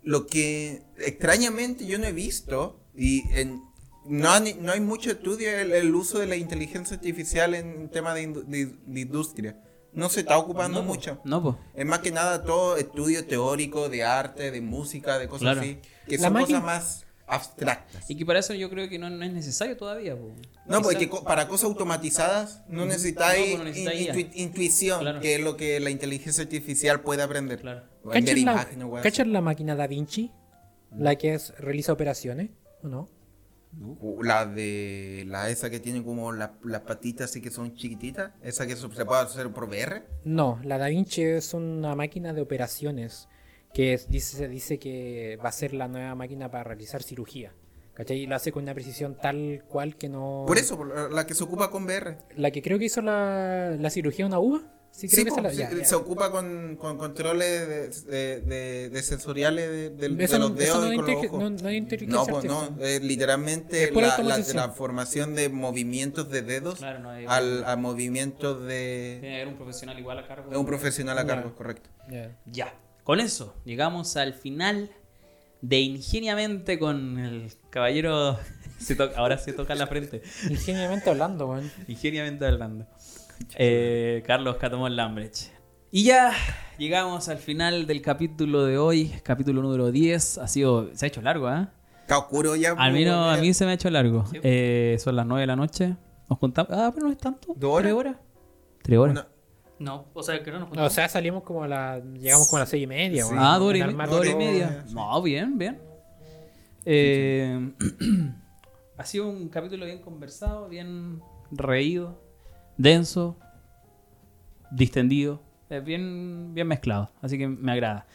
lo que extrañamente yo no he visto y en- no, han- no hay mucho estudio el, el uso de la inteligencia artificial en temas de, indu- de- de industria. No se está ocupando No, po. mucho. No, pues. Es más que nada todo estudio teórico de arte, de música, de cosas Claro. así, que La son máquina- cosas más abstractas. Y que para eso yo creo que no, no es necesario todavía. po. No, Quizá- porque co- para cosas automatizadas no Ujú. necesitáis No, pues no necesitáis in- intu- intuición, Claro. que es lo que la inteligencia artificial puede aprender. Claro. O vender ¿Cachan la, imágenes, weas cachan la máquina Da Vinci? La que es- realiza operaciones, ¿o no? así. O La de la esa que tiene como la- las patitas así que son chiquititas, esa que so- se puede hacer por VR. No, la Da Vinci es una máquina de operaciones que es- dice, se dice que va a ser la nueva máquina para realizar cirugía. ¿Cachai? Y lo hace con una precisión tal cual que no. Por eso, por la- la que se ocupa con VR. La que creo que hizo la, la cirugía una uva. Sí, creo Sí, que po, esa la- se, ya, ya. se ocupa con, con controles de, de- de- de sensoriales de, de- de Eso no- los eso dedos no y con los intelig- ojos. no- no es inteligencia No, pues artificial. no, eh, literalmente Es pura la, la automatización. transformación de movimientos de dedos Claro, no hay- al, a movimientos de, Tiene que haber un profesional igual a cargo. de un profesional a cargo, Claro. correcto. Ya. Ya. Con eso, llegamos al final de Ingeniamente con el caballero. [laughs] se to- Ahora se toca en la frente. Ingeniamente hablando, weón. Ingeniamente hablando. Eh, Carlos Catomón Lambrecht. Y ya llegamos al final del capítulo de hoy, capítulo número 10. Ha sido, se ha hecho largo, ¿eh? Está oscuro ya. Al pues, menos a ya. mí se me ha hecho largo. Sí. Eh, son las 9 de la noche. Nos juntamos. Ah, pero no es tanto. ¿Dos horas? ¿Tres horas? ¿Tres horas? Una- No, o sea, que no nos O juntamos. sea, salimos como a la. Llegamos como a las seis y media, weón. Ah, dos horas y, En me- armar dos horas y todo- media. sí. No, bien, bien. Eh, [clears throat] ha sido un capítulo bien conversado, bien reído, denso, distendido, eh, bien, bien mezclado. Así que me agrada.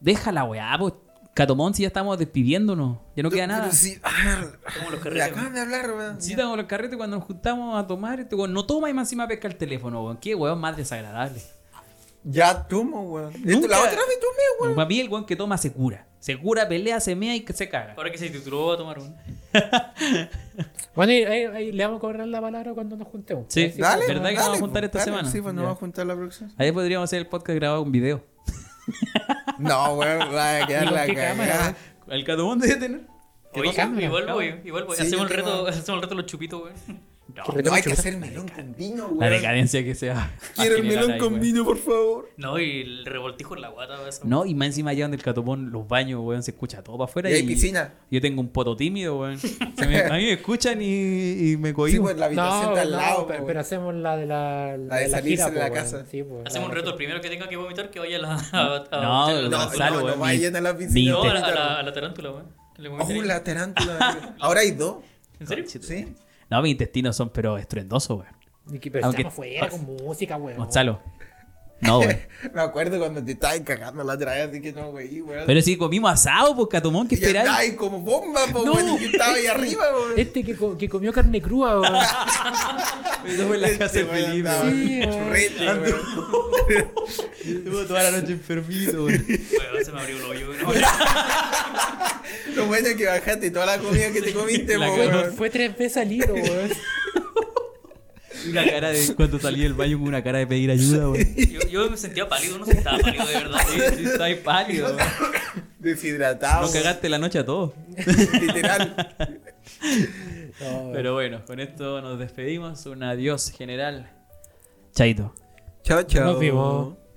Deja la weá, pues. Catomón, si ya estamos despidiéndonos, ya no queda pero nada. sí, ah, Como los le carretes, acaban de hablar, weón. Si estamos en los carretes cuando nos juntamos a tomar, este weón no toma y más encima pesca el teléfono, weón. Qué weón más desagradable. Ya tomo, weón. Nunca- La otra vez tomé, weón. Para mí el weón que toma se cura. Se cura, pelea, se mea y que se caga. Ahora que se tituló voy a tomar uno. Bueno, ahí- ahí- ahí le vamos a cobrar la palabra cuando nos juntemos. Sí. Así que- Dale, Dale, ¿Verdad que dale, vamos a juntar pues, esta dale, semana? Sí, Ya. pues nos vamos a juntar la próxima. Ahí podríamos hacer el podcast grabado con video. No, weón, va a [laughs] ¿Y quedar con la qué cámara, cagada. weón? El Catomón debe tener. ¿Qué Oye, cámara? igual voy, igual voy. Sí, hacemos, el yo tengo- reto, hacemos el reto de los chupitos, güey. Qué No hay que retucho. hacer melón con vino, La weón. decadencia que se va. [laughs] Quiero el a generar melón ahí, con weón. vino, por favor. No, y el revoltijo en la guata, güey, esa- No, y más encima allá donde el Catomón, los baños, weón, se escucha todo para afuera. Y hay piscina. Yo tengo un poto tímido, [laughs] weón. Se me- a mí me escuchan y, y me cohíbo. Sí, pues la habitación No, está al no, lado, pero, weón. pero hacemos la de la, La de salirse de po, la weón. casa. Sí, po, la de Hacemos un la reto, gira. el primero que tenga que vomitar que vaya a la. a- a- No, a- no, No, Gonzalo, no, no weón, vayan mi- a la mi piscina. No, a la, a ahorita. la- a la tarántula, güey. Que le Oh, vomite. la tarántula. Ahora hay dos. ¿En serio? Sí. No, mis intestinos son pero estruendosos, weón. Y que- Pero Aunque- estamos afuera con música, weón. [laughs] Gonzalo. No, weón. Me acuerdo cuando te estaban cagando la otra vez, así que no, güey, weón. Pero si comimos asado, pues Catomón, ¿qué Y andaba [laughs] esperáis? ahí como bomba, po, No, weón, y yo [laughs] estaba ahí arriba, weón. Este que, co- que comió carne cruda, [laughs] weón. Eso fue en la casa de Este, weón, Felipe. andaba weón. Sí, weón. churrete, weón. Estuvo toda la noche enfermito, weón. Güey, se me abrió el hoyo, güey. Lo bueno es que bajaste toda la comida que te comiste, La po, cagó. Fue, weón. fue tres veces al hilo, weón. Y Una cara de cuando salí del baño con una cara de pedir ayuda, weón. Yo, yo me sentía pálido, no sé si estaba pálido de verdad. [laughs] Sí, sí, está ahí pálido. weón. Deshidratado. No cagaste la noche a todos. weón. Literal. Pero bueno, con esto nos despedimos. Un adiós general. Chaito. Chao, chao. Nos vimos.